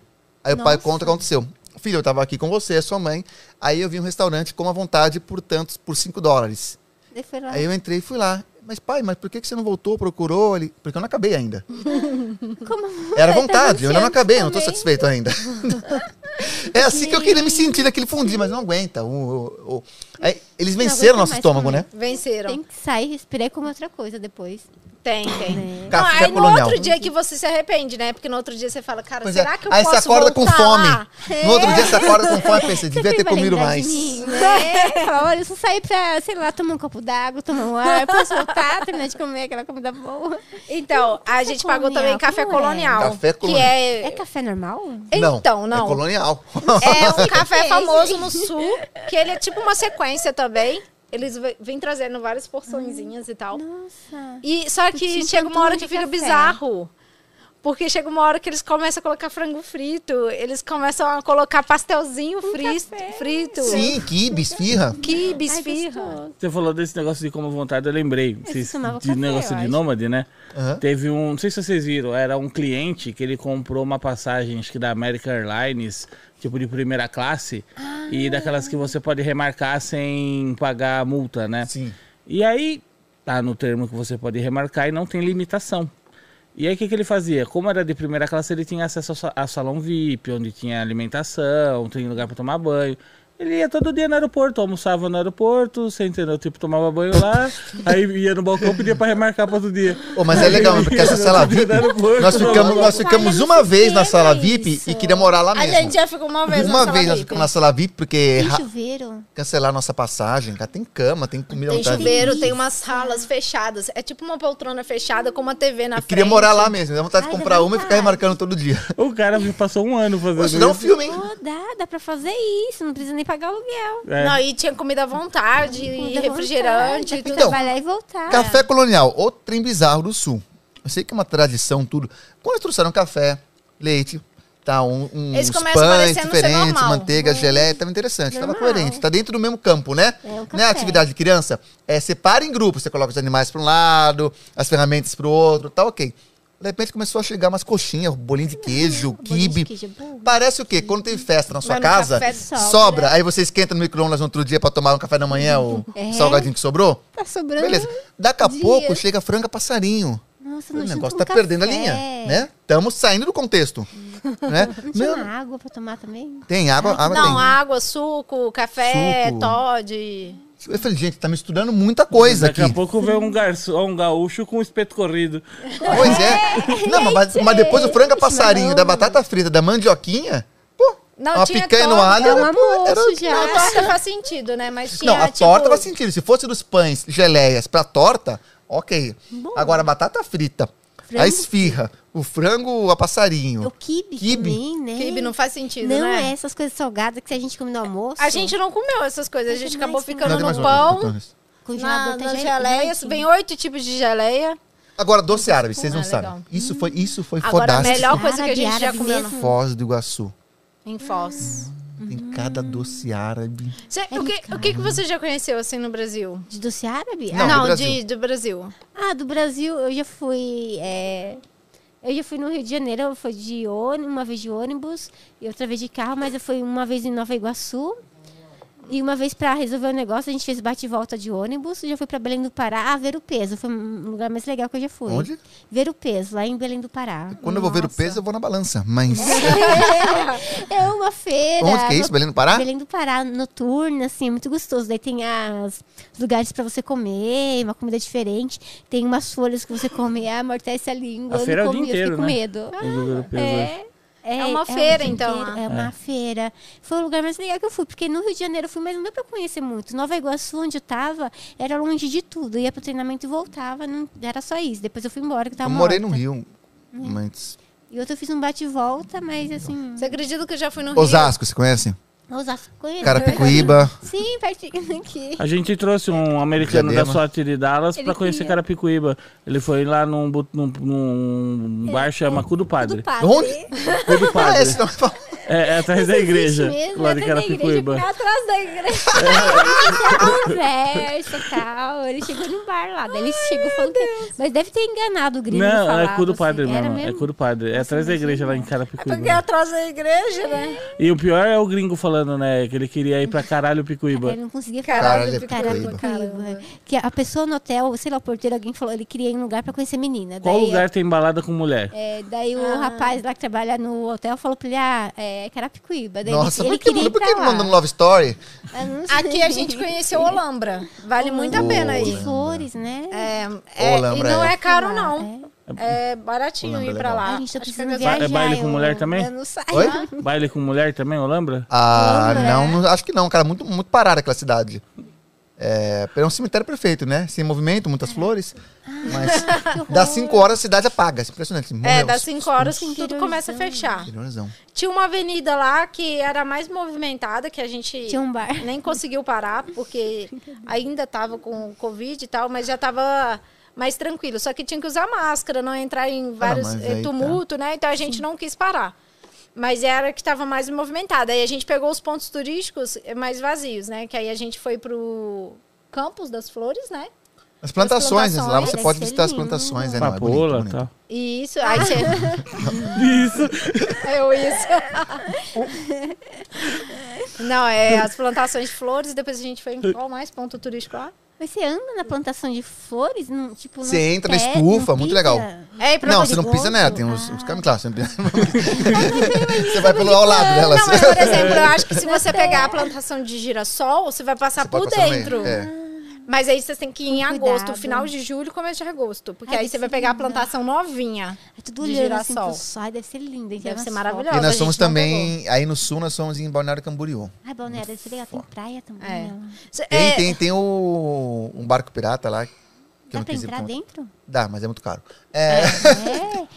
S2: Aí o pai
S1: Nossa.
S2: conta o que aconteceu. Filho, eu tava aqui com você, sua mãe. Aí eu vi um restaurante com à vontade por tantos, por 5 dólares.
S1: Ele foi lá.
S2: Aí eu entrei e fui lá. Mas pai, mas por que que você não voltou, procurou? Ele, porque eu não acabei ainda.
S1: Como
S2: Era
S1: vai, tá
S2: vontade, eu ainda
S1: anunciando
S2: não acabei, eu não tô
S1: também.
S2: satisfeito ainda. É assim que eu queria me sentir naquele fundir, mas não aguenta. O- o- o- Aí, eles
S1: Não,
S2: venceram
S1: aguenta
S2: nosso
S1: mais
S2: estômago,
S1: também.
S2: né?
S3: Venceram.
S1: Tem que sair e respirar como outra coisa depois.
S3: Tem, tem. Não,
S2: Café é
S3: aí no
S2: colonial.
S3: outro dia que você se arrepende, né? Porque no outro dia você fala, cara,
S2: Pois é.
S3: será que eu
S2: Aí
S3: posso
S2: você acorda com
S3: voltar
S2: fome.
S3: lá? É.
S2: No outro dia você acorda com fome e pensa, devia
S1: Sempre
S2: ter
S1: vai
S2: comido
S1: lembrar de
S2: mais.
S1: mim, né? Fala, olha, eu só saí pra, sei lá, tomar um copo d'água, tomar um ar, posso voltar, terminar de comer aquela comida boa.
S3: Então, a
S1: Café
S3: gente pagou
S1: colonial,
S3: também café
S1: como é?
S3: colonial.
S2: Café colonial.
S3: Que
S1: É
S3: é...
S1: café normal?
S3: Então,
S2: É
S3: não.
S2: colonial.
S3: É um café
S1: Que
S3: famoso no sul, que ele é tipo uma sequência também. Eles ve- vêm trazendo várias porçõezinhas e tal.
S1: Nossa.
S3: E só
S1: Tipo tinha
S3: que chega uma hora que
S1: tanto
S3: fica
S1: de café.
S3: bizarro. Porque chega uma hora que eles começam a colocar frango frito, eles começam a colocar pastelzinho frito, frito
S2: Sim, quibe, esfirra.
S3: quibe,
S1: Um Ai,
S3: esfirra.
S1: gostoso.
S4: Você falou desse negócio de como à vontade, eu lembrei. Vocês,
S1: tomava
S4: de
S1: café,
S4: negócio
S1: eu
S4: de
S1: acho.
S4: nômade, né?
S2: Aham.
S4: Teve um. Não sei se vocês viram, era um cliente que ele comprou uma passagem, acho que da American Airlines, tipo de primeira classe,
S1: Ah.
S4: e daquelas que você pode remarcar sem pagar multa, né?
S2: Sim.
S4: E aí, tá no termo que você pode remarcar e não tem limitação. E aí, o que, que ele fazia? Como era de primeira classe, ele tinha acesso ao sa- ao salão VIP, onde tinha alimentação, tem lugar para tomar banho. Ele ia todo dia no aeroporto, almoçava no aeroporto, você entendeu? Tipo, tomava banho lá, aí ia no balcão, pedia para remarcar para outro dia.
S2: Ô, mas é legal, né? porque essa sala VIP, nós ficamos, nós ficamos uma vez na sala VIP e queria morar lá
S3: é A
S2: mesmo.
S3: gente já ficou uma vez na
S2: Uma
S3: sala
S2: vez nós
S3: VIP.
S2: ficamos na sala VIP porque
S1: Tem
S2: ra-
S1: chuveiro?
S2: cancelar nossa passagem, cara, tem cama, tem comida à
S3: Tem
S2: vontade.
S3: chuveiro,
S1: Delícia.
S3: tem umas salas fechadas. É tipo uma poltrona fechada com uma TV na
S2: Eu
S3: frente.
S2: queria morar lá mesmo, dá vontade de
S1: Ai, dá
S2: comprar uma e ficar
S1: vontade.
S2: remarcando todo dia.
S4: O cara passou um ano fazendo
S2: Poxa, dá um
S4: isso.
S2: filme, hein?
S1: Pô, dá, dá pra fazer isso, não precisa nem pagar aluguel.
S4: É.
S3: Não, e tinha comida à vontade, e
S1: Comida à vontade,
S3: refrigerante,
S1: dá pra
S3: e tudo.
S2: Então,
S1: trabalhar e voltar.
S2: Café colonial, outro trem bizarro do sul. Eu sei que é uma tradição, tudo. Quando eles trouxeram café, leite, tá, um, um
S3: Eles
S2: uns
S3: começam
S2: pães
S3: parecendo ser
S2: diferentes,
S3: normal.
S2: manteiga, geleia, tava interessante, tava
S1: Normal.
S2: coerente. Tá dentro do mesmo campo, né?
S1: É, o
S2: né?
S1: café.
S2: Atividade de criança é separa em grupo, você coloca os animais para um lado, as ferramentas para o outro, tá ok. De repente começou a chegar umas coxinhas, bolinho de queijo,
S1: Bolinho de
S2: quibe.
S1: queijo é bom.
S2: Parece o quê? Quando tem festa na sua
S3: no
S2: casa,
S3: café
S2: sobra.
S3: sobra.
S2: Aí você esquenta no micro-ondas no outro dia para tomar um café da manhã, o
S1: É.
S2: salgadinho que sobrou.
S1: Tá sobrando.
S2: Beleza. Daqui a
S1: dias.
S2: pouco chega a franga passarinho.
S1: Nossa,
S2: O
S1: não
S2: negócio
S1: tá
S2: tá perdendo a linha, né? Estamos saindo do contexto, né?
S1: Não tinha
S2: Não,
S1: uma água pra tomar também?
S2: tem água, água
S3: Não,
S2: tem.
S3: água, suco, café,
S2: Suco.
S3: Todd.
S2: Eu falei, gente, tá misturando muita coisa
S4: Daqui
S2: aqui.
S4: a pouco veio um garçom, um gaúcho com um espeto corrido.
S2: Pois é. Não, mas, mas depois o franga passarinho, da batata frita, da mandioquinha, pô,
S3: Não,
S2: uma
S3: tinha
S2: picanha no
S3: torta.
S2: alho.
S1: É um
S2: era-
S1: almoço
S2: era-
S1: já.
S3: Não, torta faz sentido, né? Mas tinha,
S2: Não, a
S3: tipo,
S2: torta faz sentido. Se fosse dos pães, geleias pra torta, ok. Agora, a batata frita,
S1: Frango.
S2: a esfirra, o frango a passarinho.
S1: É O kibe,
S2: Quibe.
S1: também, né?
S3: Quibe não faz sentido,
S1: Não
S3: né?
S1: é essas coisas salgadas que a gente come no almoço.
S3: A gente não comeu essas coisas. A
S1: Não
S3: gente
S1: tem
S3: acabou
S1: mais
S3: ficando
S1: nada.
S2: Nada mais então,
S3: no
S2: uma coisa,
S3: pão,
S2: Tânia.
S1: Congelador
S3: na,
S1: tá
S3: nas
S1: gele-
S3: geleias.
S1: geladinho.
S3: Vem oito tipos de geleia.
S2: Agora, doce árabe, vocês não
S3: Ah,
S2: sabem.
S3: legal.
S2: Isso foi, isso foi
S3: Agora, a
S2: fodástico.
S3: melhor coisa que a
S1: Árabe,
S3: gente já
S1: árabe
S3: comeu
S1: mesmo.
S2: Foz do Iguaçu.
S3: no- em Foz.
S1: Hum.
S2: Tem cada doce árabe.
S3: Cê-
S1: É
S3: o, que, o que que você já conheceu, assim, no Brasil?
S1: De doce árabe?
S2: Não,
S1: Ah,
S2: do
S3: Não,
S2: Brasil.
S3: de, do Brasil.
S1: Ah, do Brasil eu já fui. é, Eu já fui no Rio de Janeiro, eu fui de ônibus, uma vez de ônibus e outra vez de carro, mas eu fui uma vez em Nova Iguaçu. E uma vez pra resolver um negócio, a gente fez bate e volta de ônibus. e Já fui pra Belém do Pará ah, ver o peso. Foi um lugar mais legal que eu já fui.
S2: Onde?
S1: Ver o peso, lá em Belém do Pará.
S2: Quando eu vou ver o
S1: Nossa.
S2: peso, eu vou na balança. Mas
S1: É uma feira.
S2: onde que é isso? Belém do Pará?
S1: Belém do Pará, noturna, assim, é muito gostoso. Daí tem as os lugares pra você comer, é uma comida diferente. Tem umas folhas que você come, ah, amortece a língua.
S4: A
S1: eu
S4: feira é o
S1: não
S4: dia
S1: comi, eu fiquei
S4: inteiro,
S1: com
S4: né?
S1: medo.
S4: Os europeus, né?
S1: É.
S3: É uma
S1: o dia
S3: feira, então,
S1: inteiro,
S3: lá.
S1: É uma feira. Foi o lugar mais legal que eu fui, porque no Rio de Janeiro eu fui, mas não deu pra conhecer muito. Nova Iguaçu, onde eu tava, era longe de tudo. Eu ia pro treinamento e voltava, não era só isso. Depois eu fui embora, que tava
S2: Eu morei no
S1: é morta. Hum.
S2: Rio. Mas...
S1: E outro eu fiz um bate e volta, mas assim...
S3: Você acredita que eu já fui no
S2: Osasco, você conhece?
S1: Osasco conhece. é
S2: Carapicuíba.
S1: Sim, pertinho daqui.
S4: A gente trouxe um americano da
S2: Diadema.
S4: sorte de Dallas
S1: Ele
S4: pra conhecer
S1: queria.
S4: Carapicuíba. Ele foi lá num, bu- num, num bar chama Cu do Padre.
S1: É. Do padre.
S2: Onde?
S4: Cu do
S2: Ah,
S4: Padre.
S2: esse não é bom.
S4: É, é atrás
S1: Isso
S4: da
S1: existe
S4: igreja,
S1: mesmo, É
S4: lá de
S1: atrás da igreja,
S4: Carapicuíba. É.
S1: fica Atrás da igreja. Essa conversa e tal. Ele chegou no bar lá. Daí ele chegou falando que... Mas deve ter enganado o gringo.
S4: Não, é
S1: falava,
S4: cu do
S1: assim,
S4: padre
S1: era
S4: mesmo. É
S1: mesmo?
S4: cu do padre. É atrás da igreja lá em
S3: Rio? Porque
S4: Carapicuíba.
S3: é atrás da igreja, né?
S4: E o pior é o gringo falando, né? Que ele queria ir pra caralho
S1: Ele
S4: Picuíba.
S1: não conseguia falar.
S2: Caralho,
S3: Caralho,
S2: é
S1: Carapicuíba.
S3: Carapicuíba.
S1: Que a pessoa no hotel, sei lá, o porteiro, alguém falou, ele queria ir em um lugar pra conhecer menina.
S4: Qual
S1: Daí,
S4: lugar tem balada com mulher?
S1: é, daí o
S3: Ah.
S1: rapaz lá que trabalha no hotel falou pra ele, ah, é Carapicuíba. Daí ele-
S2: Nossa,
S1: ele,
S2: por que,
S1: queria ir
S2: por
S1: pra
S2: que não
S1: lá.
S2: mandou no Love Story?
S1: Eu não sei.
S3: Aqui a gente conheceu Olambra. Vale muito a pena
S1: De
S3: aí.
S1: flores, né?
S3: É, é, e
S2: Olambra
S3: não
S2: é-
S3: é caro,
S1: Lá,
S3: não.
S1: é.
S3: É baratinho
S2: Olambra é
S3: ir pra
S2: legal.
S1: Ai,
S3: lá.
S1: A gente tá
S3: Acho que
S1: precisando
S3: é
S4: Ba- é
S1: viajar.
S4: baile com
S1: eu-
S4: mulher também?
S1: Eu não saio.
S2: Oi?
S4: Baile com mulher também, Olambra?
S2: Ah,
S1: Lembra?
S2: não, não- acho que não, cara. Muito, muito parada aquela cidade. É, é um cemitério perfeito, né? Sem movimento,
S1: É.
S2: muitas flores.
S1: Ah,
S2: Mas dá cinco horas a cidade apaga. É impressionante.
S3: É,
S2: Morreu.
S3: das 5 horas assim,
S1: Sim.
S3: tudo começa a fechar.
S2: Interiorzão.
S3: Tinha uma avenida lá que era mais movimentada, que a gente
S1: Tinha um bar.
S3: nem conseguiu parar, porque ainda tava com Covid e tal, mas já tava mais tranquilo. Só que tinha que usar máscara, não entrar em vários
S2: mas
S3: eh,
S2: aí tá.
S3: tumulto, né? Então a gente não quis parar. Mas era que tava mais movimentada. Aí a gente pegou os pontos turísticos eh, mais vazios, né? Que aí a gente foi pro Campos das Flores, né?
S2: As plantações, né? lá
S3: plantações.
S2: você pode
S1: Deve ser
S2: visitar as
S1: lindo.
S2: plantações. É, não, é bonito,
S4: Papola e
S2: bonito.
S4: tal.
S3: E isso, aí você...
S4: Isso.
S3: Eu isso. Não, é as plantações de flores, depois a gente foi em qual mais ponto turístico lá?
S1: Mas você anda na plantação de flores? Não, tipo,
S2: Você
S1: não
S2: entra na
S1: pé,
S2: estufa,
S1: não
S2: muito
S1: pisa?
S2: legal.
S3: É, e pra
S2: Não,
S1: de
S2: você não pisa
S1: gosto?
S2: nela, tem uns,
S1: Ah.
S2: uns caminhos, claro, você não pisa. Você vai pelo ao lado dela.
S3: Não,
S2: assim.
S3: mas tá por exemplo, eu acho que se você pegar a plantação de girassol, você vai passar
S2: Você
S3: por
S2: pode passar no meio.
S3: dentro.
S2: É.
S3: Mas aí vocês têm que ir em
S1: Com
S3: agosto,
S1: cuidado. É né?
S3: final de julho, começo de agosto. Porque
S1: Ai,
S3: aí
S1: deve
S3: você vai
S1: ser
S3: pegar a
S1: lindo.
S3: plantação novinha.
S1: É tudo
S3: De
S1: olhando assim pro
S3: girassol.
S1: sol. Ai, deve ser lindo. hein?
S3: Deve
S1: Tem
S3: ser
S1: umas
S3: maravilhoso.
S2: E
S1: fotos.
S3: a
S2: nós
S3: gente tá
S2: somos
S3: não
S2: também, aí no sul nós somos em Balneário Camboriú.
S1: Ai, Balneário, deve ser legal. Tem praia também.
S3: É.
S1: né?
S3: Cê-
S2: Tem,
S3: é,
S2: tem, tem o, um barco pirata lá. Que
S1: Dá
S2: eu não
S1: pra
S2: quis ir por
S1: entrar
S2: conta.
S1: dentro?
S2: Dá, mas é muito caro. É,
S1: É.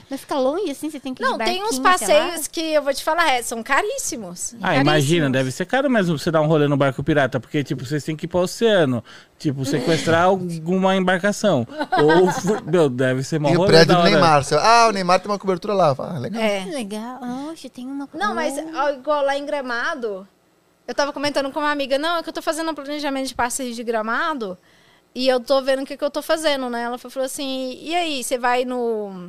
S1: Mas fica longe assim, você tem que ir
S3: Não,
S1: de
S3: tem uns
S1: barquinho até lá.
S3: passeios que eu vou te falar, é, são caríssimos.
S4: Ah, imagina, deve ser caro mesmo você dar um rolê no barco pirata, porque, tipo, vocês têm que ir para o oceano, tipo, sequestrar alguma embarcação. Ou, fu- meu, deve ser mó
S2: E o
S4: rolê
S2: prédio
S4: da
S2: do
S4: hora.
S2: Neymar. Você- Ah, o Neymar tem uma cobertura lá. Ah, legal.
S3: É.
S1: Legal. Oxe, tem uma
S3: Não, mas ó, igual lá em Gramado, eu tava comentando com uma amiga, não, é que eu tô fazendo um planejamento de parceria de Gramado e eu tô vendo o que, que eu tô fazendo, né? Ela falou assim, e aí, você vai no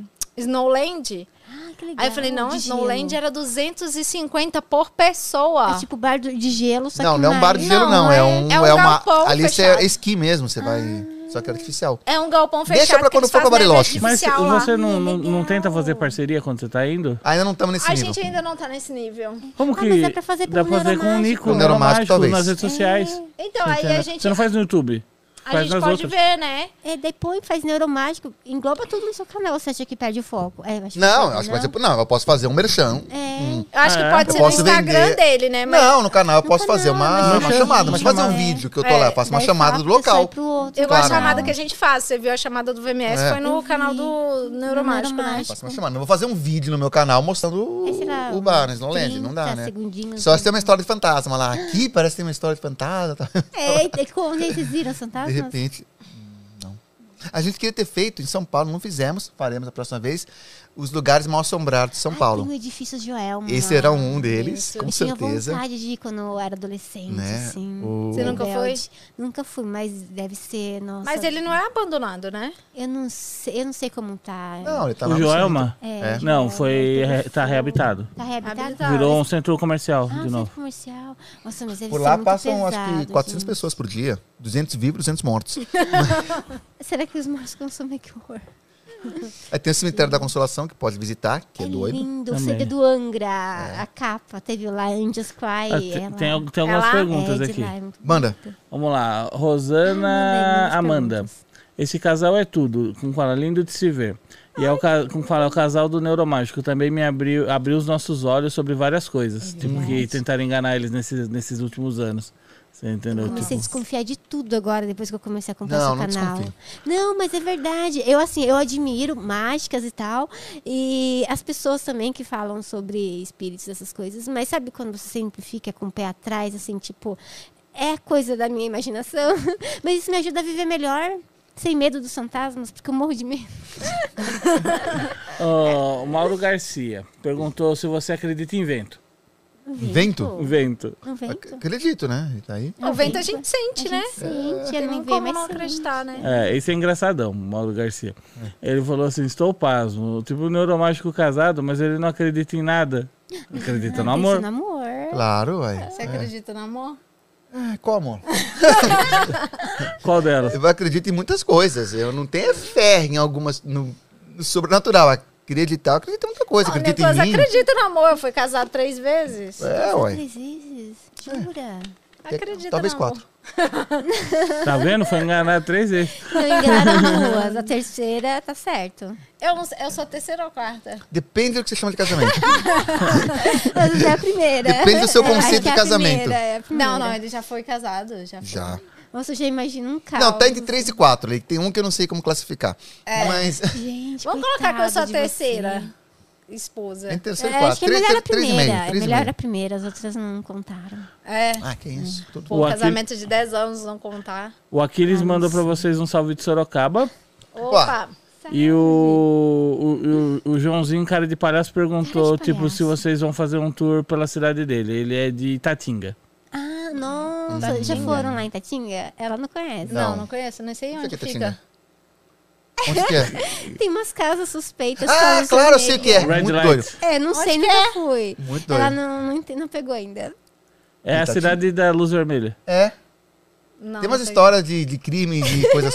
S3: Snowland?
S1: Ah, que legal.
S3: Aí eu falei, não, é
S1: de
S3: Snowland
S1: gelo.
S3: era 250 por pessoa.
S1: É tipo bar do- de gelo, só
S2: não,
S1: que
S2: não é um bar de
S1: mais-
S2: gelo, não.
S3: Não,
S2: É,
S3: é-
S2: um,
S3: é um
S2: é uma,
S3: galpão
S2: ali
S3: fechado.
S2: é esqui mesmo. Você vai. Só que é artificial.
S3: É um galpão
S2: Deixa
S3: fechado.
S2: pra
S3: que eles
S2: quando for pra
S3: fazem
S2: Bariloche.
S3: evento
S4: Mas
S3: oficial lá.
S4: você não, não,
S1: Legal.
S4: não tenta fazer parceria quando você tá indo?
S2: Ainda não estamos nesse
S3: A
S2: nível.
S3: gente ainda não tá nesse nível.
S4: Como
S1: Ah,
S4: que.
S1: mas dá pra fazer
S4: dá
S1: pelo
S4: pra fazer com o
S1: Neuromágico.
S4: Nico,
S2: Com o
S4: o
S2: Neuromágico,
S4: Neuromágico,
S2: talvez.
S4: nas redes sociais.
S2: tá
S3: Então, aí
S4: Entendeu?
S3: a gente...
S4: Você não faz no YouTube?
S3: A
S4: Faz
S3: gente
S4: nas
S3: pode
S4: outras.
S3: ver, né?
S1: É, depois faz neuromágico, engloba tudo no seu canal, você acha que perde o foco. É, eu acho que
S2: Não,
S1: perde,
S2: eu acho que um pode ser. Não, eu posso fazer um merchan.
S1: É,
S3: Eu acho
S4: Ah,
S3: que
S4: é?
S3: pode
S2: Eu
S3: ser no
S2: posso
S3: Instagram
S2: vender.
S3: dele, né? Mas
S2: Não, no canal eu
S1: No
S2: posso fazer
S1: canal,
S2: uma,
S1: mas
S2: uma
S4: no
S2: chamada, mas
S4: canal.
S2: fazer um
S1: É.
S2: vídeo que eu tô
S3: É,
S2: lá, eu faço uma
S1: daí
S2: chamada
S1: fala
S2: do
S1: pra pessoa
S2: local.
S1: ir pro outro.
S3: eu
S2: Claro.
S3: gosto da chamada que a gente faz. Você viu a chamada do VMS?
S2: É.
S3: Foi no
S1: Eu
S3: canal
S1: vi.
S3: do Neuromágico, né?
S1: Neuromágico.
S2: Faço uma chamada. Não vou fazer um vídeo no meu canal mostrando
S1: É, sei lá,
S2: o, o bar, né? Snowland. Não dá,
S1: 30
S2: né?
S1: segundinhos.
S2: Só se tem uma história de fantasma lá. Aqui parece que tem uma história de fantasma. Tá?
S1: É, e como gente, vocês viram os fantasmas?
S2: De repente. Não. A gente queria ter feito em São Paulo, não fizemos, faremos a próxima vez. Os lugares mal assombrados de São
S1: Ai,
S2: Paulo.
S1: tem o edifício Joelma.
S2: Esse era um deles,
S3: Isso.
S2: com
S1: eu
S2: certeza.
S1: tinha vontade de ir quando eu era adolescente,
S2: Né?
S1: assim.
S2: O-
S3: Você nunca
S1: rebelde. Nunca fui, mas deve ser, nossa.
S3: Mas ele não é abandonado, né?
S1: Eu não sei, eu não sei como tá.
S2: Não, ele tá lá
S4: O
S2: no
S4: Joelma?
S1: É, Joelma,
S4: Não, foi.
S1: tudo
S4: re- Tá
S1: full.
S4: reabitado.
S1: Tá reabilitado?
S3: Habilitado.
S4: Virou um centro comercial
S1: Ah,
S4: de novo.
S1: centro comercial. Nossa, mas deve
S2: Por
S1: ser
S2: lá
S1: muito né?
S2: passam,
S1: pesado, assim.
S2: acho que 400
S1: gente.
S2: pessoas por dia. 200 vivos, 200 mortos.
S1: Será que os mortos consomem que horror?
S2: Aí tem o cemitério da Consolação, que pode visitar, que é, doido. É.
S1: lindo. O
S4: Também.
S1: CD do Angra, a capa. Teve lá Angels Cry.
S4: Ah,
S1: é
S4: tem,
S1: lá.
S4: tem al- tem algumas
S3: Ela-
S4: perguntas
S1: É, de
S4: aqui.
S1: lá, é muito
S2: Manda.
S4: Vamos lá.
S1: Ah,
S4: Rosana
S1: mandei muitas
S4: Amanda.
S1: perguntas.
S4: Esse casal é tudo, como fala, lindo de se ver. E é o, ca- como fala, é o casal do Neuromágico. Também me abriu, abriu os nossos olhos sobre várias
S1: É
S4: coisas. tipo, que tentaram enganar eles nesses, nesses últimos anos. Você entendeu?
S1: Comecei a
S4: Tipo,
S1: desconfiar de tudo agora, depois que eu comecei a acompanhar seu
S2: Não, não
S1: canal.
S2: desconfio.
S1: Não, mas é verdade. Eu, assim, eu admiro mágicas e tal. E as pessoas também que falam sobre espíritos, essas coisas. Mas sabe quando você sempre fica com o pé atrás, assim, tipo... É coisa da minha imaginação. Mas isso me ajuda a viver melhor, sem medo dos fantasmas, porque eu morro de medo.
S4: ah, o Mauro Garcia perguntou se você acredita em vento.
S2: Vento?
S4: Vento.
S1: No vento?
S2: Acredito, né? Ele Tá aí.
S1: É
S3: O vento a
S1: vento.
S3: gente sente, né?
S1: Gente, eu
S3: Tem
S1: não
S3: nem
S1: vejo
S3: como
S1: mais
S3: não acreditar, né?
S4: É, esse é engraçadão, Mauro Garcia. Ele falou assim: estou pasmo. Tipo, neuromágico casado, mas ele não acredita em nada. Acredita no amor.
S1: Ah, No amor.
S2: Claro, ué.
S1: É.
S3: Você acredita no amor?
S2: É, qual amor?
S4: Qual delas?
S2: Eu acredito em muitas coisas. Eu não tenho fé em algumas. No, no sobrenatural. Acreditar, eu acredito em muita coisa.
S3: Não, o
S2: Acredito
S3: Nicolas
S2: em mim.
S3: acredita no amor. Eu fui casado três vezes.
S2: É, ué.
S1: Três vezes? Jura?
S3: Acredita
S2: Talvez
S3: no
S2: quatro.
S4: Tá vendo? Foi enganado três vezes.
S1: Não enganaram duas. A terceira tá certo.
S3: amor. Eu, não sei- eu sou a terceira ou quarta?
S2: Depende do que você chama de casamento.
S1: Mas não é a primeira.
S2: Depende do seu
S1: É, acho
S2: conceito
S1: que
S2: de
S1: é a
S2: casamento.
S1: primeira, é a primeira.
S3: Não, não, ele já foi casado. Já. foi.
S2: Já.
S1: Nossa, eu já imagino um caos.
S2: Não, tá entre três e quatro. ali. Tem um que eu não sei como classificar.
S1: É.
S2: Mas.
S1: Gente,
S3: Vamos colocar que eu sou a
S1: coitado de
S3: terceira
S1: você.
S3: esposa.
S2: Entre
S1: É,
S2: terceiro e
S1: acho
S2: quatro.
S1: que é
S2: Três,
S1: melhor a
S2: três, três e meio.
S1: primeira. É
S2: Três e
S1: melhor a
S2: meio.
S1: primeira, as outras não contaram.
S3: É.
S2: Ah, que isso. Tudo
S3: Pô,
S4: O aqui-
S3: casamento de 10 anos, não contar.
S4: O Aquiles mandou pra vocês um salve de Sorocaba.
S3: Opa!
S4: E o, o, o- o Joãozinho, cara de palhaço, perguntou,
S1: Cara de
S4: tipo,
S1: palhaço.
S4: se vocês vão fazer um tour pela cidade dele. Ele é de Itatinga.
S1: Ah, nossa. Já foram lá em Tatinga? Ela não conhece.
S2: Não.
S3: Não, não, conheço, não sei
S2: Onde
S3: onde
S2: é que é
S3: Ah, fica.
S2: Tatinga? Onde que é?
S1: Tem umas casas suspeitas.
S2: Ah,
S1: todas
S2: claro, eu
S1: no
S2: sei
S1: meio.
S2: o que é.
S4: Red
S2: Muito
S4: Light.
S2: doido.
S1: É, não sei, nunca fui.
S2: Muito
S1: Ela
S2: doido.
S1: não, não, ente- não pegou ainda.
S4: É a
S2: Itatinga.
S4: cidade da Luz Vermelha.
S2: É.
S3: Não,
S2: Tem umas
S3: não sei.
S2: histórias de, de crimes e coisas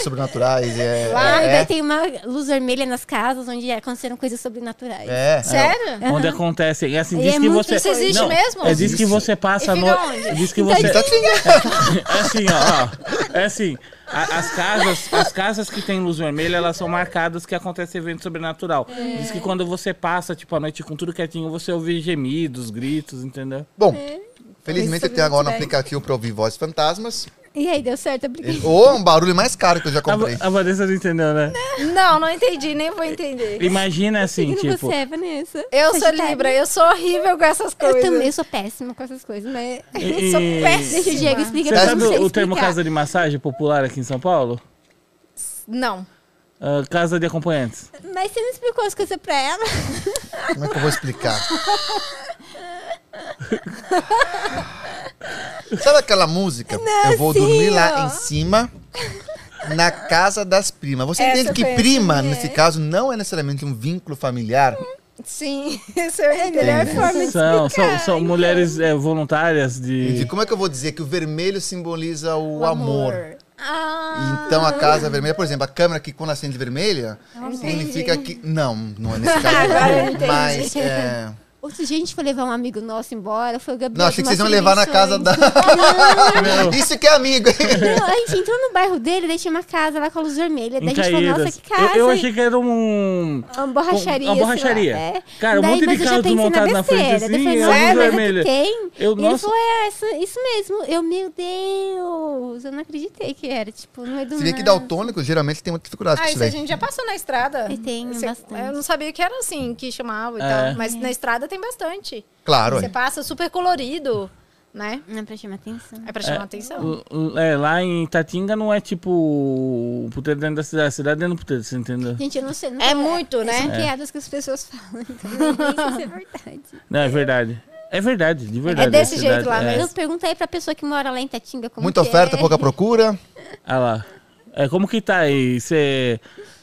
S2: sobrenaturais. É,
S1: Ah, e
S2: é,
S1: daí tem uma luz vermelha nas casas onde aconteceram coisas sobrenaturais.
S2: é.
S3: Sério?
S4: Onde acontece. E assim,
S1: E
S4: diz
S1: é
S4: que
S1: muito-
S4: você.
S3: Isso existe
S4: não,
S3: mesmo?
S4: É, diz que você passa a
S3: E fica
S4: noite.
S3: onde?
S4: Diz que
S2: tá
S4: você.
S2: Itatinga.
S4: É assim, ó, ó. É assim. a- as, casas, as casas que tem luz vermelha, elas são marcadas que acontece evento sobrenatural.
S1: É.
S4: Diz que quando você passa, tipo, a noite com tudo quietinho, você ouve gemidos, gritos, entendeu?
S2: Bom, felizmente
S1: Isso
S2: tem agora um
S1: sobrenatural.
S2: aplicativo para ouvir vozes fantasmas.
S1: E aí, deu certo? Obrigada.
S2: Ou é um barulho mais caro que eu já
S4: A, Va-
S2: comprei.
S4: a Vanessa não entendeu, né?
S2: É.
S3: Não, não entendi, nem vou entender.
S4: Imagina assim,
S1: Signo
S4: tipo.
S1: você é, Vanessa?
S3: Eu sou
S1: Sagitário.
S3: Libra, é eu sou horrível com essas
S1: Eu
S3: coisas.
S1: também sou péssima com essas coisas, mas.
S4: e-
S3: sou
S4: e-
S3: péssima.
S1: Deixa o Diego explicar
S4: Você
S1: pra
S4: sabe
S1: você
S4: o, o termo
S1: explicar.
S4: casa de massagem popular aqui em São Paulo?
S3: Não.
S4: Ah, casa de acompanhantes.
S1: Mas você não explicou as coisas pra ela?
S2: Como é que eu vou explicar? Sabe aquela música? eu vou dormir lá
S1: ó.
S2: em cima, na casa das primas. Você
S3: Essa
S2: entende
S3: eu
S2: que
S3: conheço,
S2: prima, nesse caso, não é necessariamente um vínculo familiar?
S3: Sim, é isso
S1: É
S3: eu entendi.
S4: São, são, são mulheres eh, voluntárias
S2: E
S4: de.
S2: como é que eu vou dizer que o vermelho simboliza o, amor?
S3: Ah,
S2: Então a casa vermelha, por exemplo, a câmera que quando acende vermelha, significa que. Não, não é nesse caso.
S3: Agora eu entendi.
S2: mas é,
S1: Outro dia a gente foi levar um amigo nosso embora, foi o Gabriel.
S2: Não, achei que
S1: de
S2: vocês iam
S1: Macedo
S2: levar na casa
S1: Edições.
S2: da. Isso que é amigo, hein?
S1: Não, a gente entrou no bairro dele, daí tinha uma casa lá com a luz vermelha. Daí a gente falou, nossa,
S4: Caídas.
S1: que casa.
S4: Eu, eu
S1: hein? É
S4: achei que era um.
S1: Uma borracharia.
S4: Uma borracharia.
S1: sei lá, é.
S4: Cara, um
S1: Daí,
S4: monte de
S1: mas eu já
S4: carro
S1: pensei
S4: desmontado na frente,
S1: besteira. Daí falei,
S4: assim, e a
S1: "Nossa,
S4: luz
S1: mas é que
S4: vermelha."
S1: tem.
S4: Eu,
S1: E ele
S4: Tipo, nossa.
S1: falou, é, isso, isso mesmo. Eu, meu Deus, eu não acreditei que era. Tipo, não é do
S2: Você vê que
S1: nada.
S2: daltônico geralmente tem muita dificuldade com
S3: Ah,
S2: isso
S3: isso a
S2: daí.
S3: gente já passou na estrada.
S1: E tem
S3: Você-
S1: bastante.
S3: Eu não sabia que era assim que chamava e
S4: É.
S3: tal. Mas na estrada tem bastante.
S2: Claro,
S3: Você
S2: é.
S3: passa super colorido, né?
S1: Não é pra chamar atenção.
S3: É pra chamar atenção.
S4: L- É, lá em Itatinga não é tipo o puteiro dentro da cidade, a cidade dentro do puteiro, você entendeu?
S1: Gente, eu não sei. Não
S3: É muito, né?
S1: São piadas que as pessoas falam. Então, eu nem sei se é verdade.
S4: Não, é verdade. É verdade, de verdade.
S3: desse
S4: a
S3: jeito lá
S4: é.
S1: Eu perguntei pra pessoa que mora lá em Tatinga como
S2: Muita
S1: que
S2: oferta,
S1: é.
S2: pouca procura.
S4: Ah lá. É, como que tá aí? Você.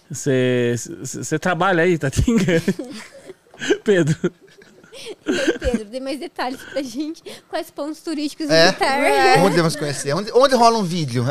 S4: Você. Você trabalha aí, Tatinga? Pedro.
S1: Pedro, dê mais detalhes pra gente. Quais pontos turísticos
S2: É.
S1: visitar.
S2: Onde devemos conhecer? Onde, onde rola um vídeo?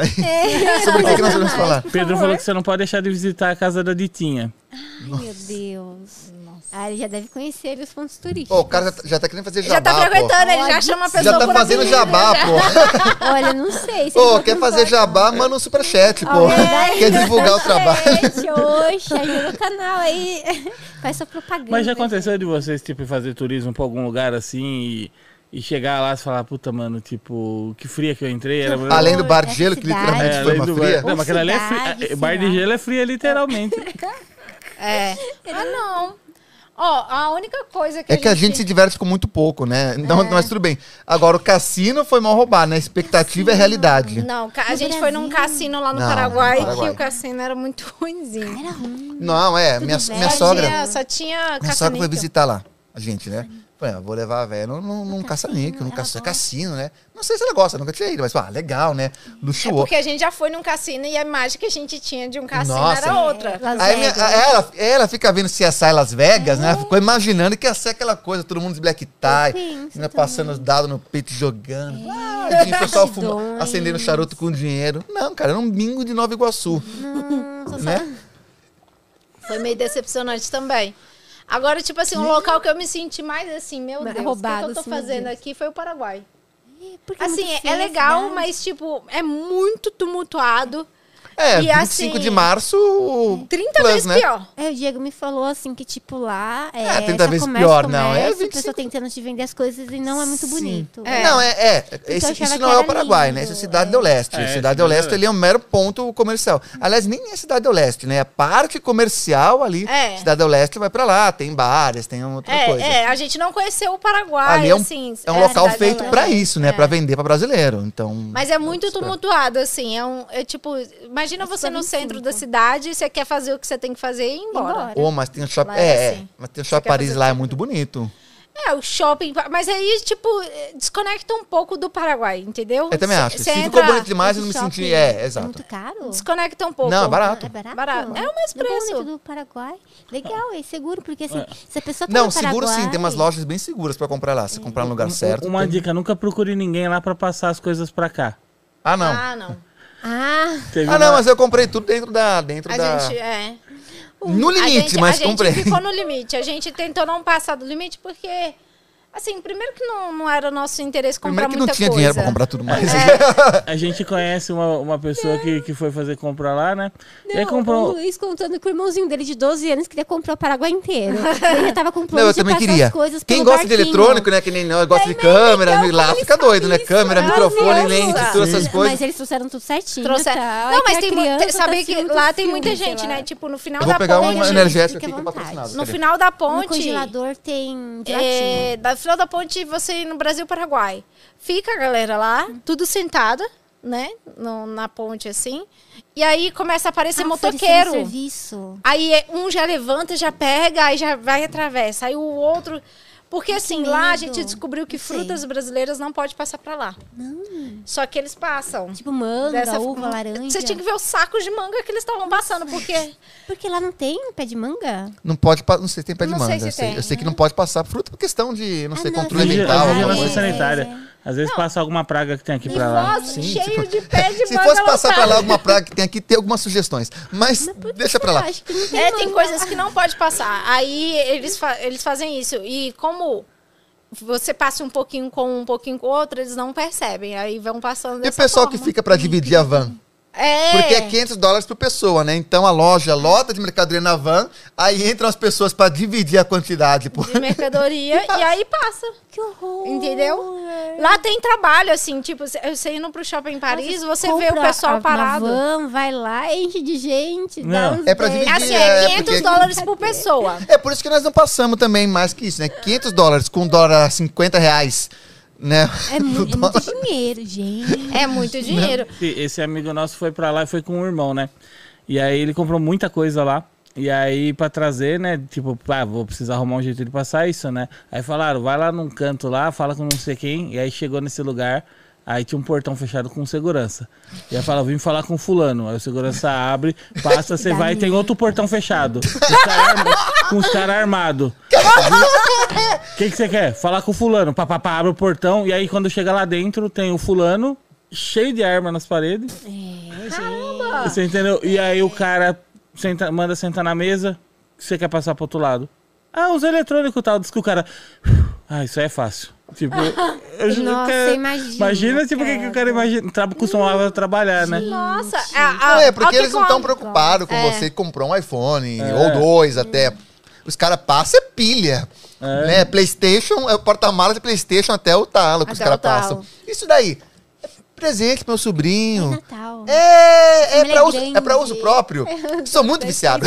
S2: Sobre o que, que nós vamos falar?
S4: Pedro falou que você não pode deixar de visitar a casa da Ditinha.
S1: Ai, meu Deus. Ah, ele já deve conhecer os pontos turísticos.
S2: Ó, o cara já, tá- já tá querendo fazer
S3: Já
S2: jabá,
S3: tá
S2: pô.
S3: frequentando, ele já
S1: Pode
S3: chama a
S1: ser.
S3: pessoa
S2: Já tá
S3: por
S2: fazendo
S3: apelido.
S2: jabá, pô.
S1: Olha, não sei. se
S2: Ô,
S1: ele
S2: quer
S1: vai
S2: fazer
S1: contar.
S2: jabá, manda um superchat, pô.
S1: Alguém-
S2: Quer divulgar o trabalho.
S1: Gente, oxe, ajuda o canal aí. Faz sua propaganda.
S4: Mas já
S1: é.
S4: aconteceu de vocês, tipo, fazer turismo pra algum lugar assim e, e chegar lá e falar, puta, mano, tipo, que fria que eu entrei. Era...
S3: É,
S4: É,
S2: Além do bar de gelo, que
S1: Essa
S2: literalmente
S1: cidade.
S2: foi uma fria.
S4: Não, mas aquela ali é
S1: Cidade,
S4: fria. Bar de
S1: cidade.
S4: gelo é fria, literalmente.
S3: É. Ah, não. Ó, a É. única coisa que
S2: É que a gente se diverte com muito pouco, né? Então, mas tudo bem. Agora, o cassino foi mal roubado, né? A expectativa é a realidade.
S3: Não, ca- a
S1: No
S3: gente foi
S1: Brasil.
S3: num cassino lá no
S2: Não,
S3: Paraguai,
S2: no Paraguai.
S3: que o cassino era muito ruimzinho.
S1: Era ruim.
S2: Não, é. Minha,
S1: velho.
S2: minha
S3: Só
S2: sogra.
S3: tinha- Só tinha
S2: Minha sogra foi
S3: cassaneta.
S2: visitar lá, a gente, né? Falei, ah, vou levar a velha num, num, num caça-níquel, num
S1: ela
S2: caça-
S1: gosta.
S2: cassino, né? Não sei se ela gosta, nunca tinha ido, mas, ah, legal, né? Luxuou.
S3: É Porque a gente já foi num cassino e a imagem que a gente tinha de um cassino
S2: Nossa.
S3: era outra.
S1: Las
S2: Aí minha-
S1: Vegas.
S2: ela, ela fica vendo CSI Las Vegas, né? Ela Ficou imaginando que ia ser aquela coisa, todo mundo de black tie,
S1: penso
S2: né? passando os dados no peito, jogando. Ah, gente, o pessoal fuma,
S1: Bastidões.
S2: acendendo charuto com dinheiro. Não, cara, era um bingo de Nova Iguaçu,
S1: Nossa,
S2: né?
S3: Foi meio decepcionante também. Agora, tipo assim, um local que eu me senti mais assim, meu
S1: Mas
S3: Deus,
S1: roubado,
S3: o que que eu
S1: assim,
S3: tô
S1: meu
S3: fazendo
S1: Deus.
S3: aqui foi o Paraguai.
S1: porque é
S3: Assim,
S1: muito
S3: é,
S1: feia
S3: é
S1: a
S3: legal,
S1: cidade.
S3: mas tipo, é muito tumultuado.
S2: É,
S3: E
S2: 25 de
S3: assim,
S2: março, o
S3: 30
S2: plus,
S3: vezes
S2: né?
S3: pior.
S1: É, o Diego me falou assim que, tipo, lá é,
S2: É, 30
S1: só
S2: vezes
S1: comércio,
S2: pior, não, é
S1: comércio, O
S2: 25.
S1: pessoal tentando te vender as coisas e não é muito
S2: Sim.
S1: bonito.
S3: É.
S2: Não, é. é. Esse-
S1: eu achava
S2: isso
S1: que
S2: não é o
S1: era
S2: Paraguai,
S1: lindo,
S2: né? Isso é Cidade
S1: é.
S2: do Leste.
S4: É,
S2: Cidade do
S4: Cidade do
S2: Leste ele é um mero ponto comercial. Aliás, nem é Cidade do Leste, né? É parte comercial ali.
S3: É.
S2: Cidade do Leste vai pra lá, tem bares, tem outra
S3: É,
S2: coisa.
S3: é, a gente não conheceu o Paraguai,
S2: Ali é um,
S3: assim.
S2: é um local
S3: cidade
S2: feito
S3: do
S2: pra
S3: leste.
S2: isso, né? Pra vender pra brasileiro. Então.
S3: Mas é muito
S2: Pra-
S3: tumultuado, assim. É um. É tipo, imagina você no
S1: 25.
S3: centro da cidade, você quer fazer o que você tem que fazer e ir embora.
S1: Embora.
S2: Oh, mas tem o shopping.
S3: Lá
S2: É,
S3: é
S2: é,
S3: assim.
S2: mas tem o shopping
S3: quer fazer
S2: Paris lá, é muito bonito.
S3: É, o shopping. Mas aí, tipo, eh, desconecta um pouco do Paraguai, entendeu?
S2: Eu também
S3: Cê-
S2: acho.
S3: cê
S2: Se
S3: entra-
S2: ficou bonito demais, eu não me
S1: Esse
S2: senti.
S1: shopping
S2: É, exato.
S1: muito caro?
S3: Desconecta um pouco.
S2: Não, é barato.
S1: É barato?
S3: Barato. É o mesmo
S1: No
S3: preço.
S1: bonito do Paraguai. Legal, é seguro, porque assim, se a pessoa tá
S2: Não,
S1: no
S2: seguro sim, tem umas
S1: Paraguai-
S2: lojas bem seguras pra comprar lá. Se comprar no lugar certo.
S4: Um, Uma
S2: tem-
S4: dica, nunca procure ninguém lá pra passar as coisas pra cá.
S2: Ah, não.
S3: Ah, não.
S1: Ah,
S4: Teve
S2: Ah, não,
S4: uma-
S2: mas eu comprei tudo dentro da. Dentro
S3: A
S2: da...
S3: gente, é.
S2: No
S3: A
S2: limite,
S3: gente-
S2: mas
S3: A gente
S2: comprei.
S3: ficou no limite. A gente tentou não passar do limite porque, assim, primeiro que não, não era nosso interesse comprar
S2: Primeiro que não
S3: muita
S2: tinha
S3: coisa. É,
S2: dinheiro pra comprar tudo mais.
S4: A gente conhece uma, uma pessoa que, que foi fazer compra lá, né? e
S1: não,
S4: aí
S1: o
S4: comprou.
S1: Luiz contando que o irmãozinho dele de 12 anos queria comprar o Paraguai inteiro. Ele já tava com
S2: Não,
S1: plano
S2: eu
S1: de
S2: também
S1: passar
S2: queria.
S1: as coisas
S2: Quem
S1: pelo
S2: gosta de
S1: barquinho.
S2: eletrônico, né? Que nem eu gosto de
S1: então,
S2: câmera, lá fica doido, né? Câmera,
S3: Ah,
S2: microfone,
S3: Deus,
S2: lente,
S3: lá.
S2: todas essas coisas.
S1: Mas é eles trouxeram tudo certinho.
S3: Trouxe...
S1: Tá?
S3: Não,
S1: Ai,
S3: mas
S1: que a
S3: tem muita.
S1: criança tá
S3: saber que
S1: assistindo
S3: lá
S1: muito
S3: tem muita
S1: filme, sei
S3: gente,
S1: lá.
S3: né? Tipo, no final
S2: Eu vou
S3: da
S2: pegar
S3: ponte.
S2: um energético
S1: fique
S2: aqui que
S1: né,
S2: é
S1: à
S2: patrocinado.
S1: vontade.
S3: No
S2: cadê?
S3: final da
S1: No
S3: ponte.
S1: congelador tem um gelatina.
S3: É, da final da ponte, você ir no Brasil Paraguai. Fica a galera lá, tudo sentada, né? no- na ponte, assim. E aí começa a aparecer
S1: Ah, oferecendo
S3: motoqueiro.
S1: serviço.
S3: Aí é, um já levanta, já pega, aí já vai e atravessa. Aí o outro. Porque assim, lá a
S1: medo.
S3: gente descobriu que
S1: Não sei.
S3: frutas brasileiras não pode passar pra lá. Só que eles passam.
S1: Tipo manga,
S3: Dessa- um,
S1: uva, laranja.
S3: Você tinha que ver os sacos de manga que eles estavam passando, porque.
S1: Porque lá não tem pé de manga?
S2: Não pode pa- Não sei se tem pé de
S3: Não sei
S2: manga.
S3: se
S2: eu sei-
S3: tem.
S2: Eu sei que não pode passar fruta por questão de, não
S1: né? Ah,
S2: sei,
S1: não,
S2: controle
S1: sim.
S2: mental.
S1: Vigilância
S2: alguma
S4: Vigilância
S2: coisa.
S4: sanitária. Às vezes passa alguma praga que tem aqui
S3: E
S4: pra lá.
S3: nossa,
S2: Sim,
S3: cheio
S2: tipo,
S3: de
S1: É
S3: pé de manga.
S2: Se fosse passar pra
S3: lotado.
S2: lá alguma praga que tem aqui, tem algumas sugestões. Mas deixa pra lá.
S1: Acho que não tem
S3: É, tem
S1: manga.
S3: coisas que não pode passar. Aí eles, fa- eles fazem isso. E como você passa um pouquinho com um, um pouquinho com outro, eles não percebem. Aí vão passando
S2: E o
S3: dessa
S2: pessoal
S3: forma.
S2: que fica pra dividir a van?
S3: É.
S2: Porque é 500 dólares por pessoa, né? Então a loja lota de mercadoria na van, aí entram as pessoas pra dividir a quantidade. Pô.
S3: de mercadoria e aí passa.
S1: Que horror!
S3: Entendeu? Lá tem trabalho, assim, tipo, cê- você indo pro shopping Paris, você vê o
S1: Compra
S3: pessoal
S1: a-
S3: parado.
S1: Na van, vai lá, enche de gente, dá
S4: Não.
S1: uns
S2: É pra
S1: dez.
S2: dividir.
S3: Assim,
S2: É,
S3: é 500
S2: porque-
S3: dólares por pessoa.
S2: É por isso que nós não passamos também mais que isso, né? 500 dólares com dólar a 50 reais, né?
S1: É muito, é muito dinheiro, gente.
S3: É muito dinheiro.
S4: Esse, esse amigo nosso foi pra lá e foi com um irmão, né? E aí ele comprou muita coisa lá. E aí, pra trazer, né? Tipo, ah, vou precisar arrumar um jeito de passar isso, né? Aí falaram, vai lá num canto lá, fala com não sei quem. E aí chegou nesse lugar, aí tinha um portão fechado com segurança. E aí fala, vim falar com fulano. Aí o segurança abre, passa, você vai e tem outro portão fechado. Com os caras com os caras armados. O que que você quer? Falar com o fulano. Pá, pá, pá, abre o portão. E aí, quando chega lá dentro, tem o fulano cheio de arma nas paredes. Você entendeu? E aí o cara senta- manda sentar na mesa. O que você quer passar pro outro lado? Ah, os eletrônicos e tal. Diz que o cara... Ah, isso aí é fácil. Tipo... eu juro
S1: Nossa,
S4: que-
S1: imagina,
S4: Imagina, tipo, o que, que o cara imagina... Tra costumava trabalhar, né?
S3: Nossa, a- a-
S2: Não, é porque
S3: ao que É.
S2: eles não estão
S3: conta.
S2: preocupados com você que comprou um iPhone ou dois até. Os caras passam é pilha. Né? Playstation, é o porta-malas de Playstation até o talo que os
S3: Até
S2: caras
S3: o talo.
S2: passam. Isso daí. É presente pro meu sobrinho.
S1: Natal.
S2: É, é,
S1: Ele é
S2: pra uso, é
S1: grande.
S2: pra uso próprio. Sou muito viciado.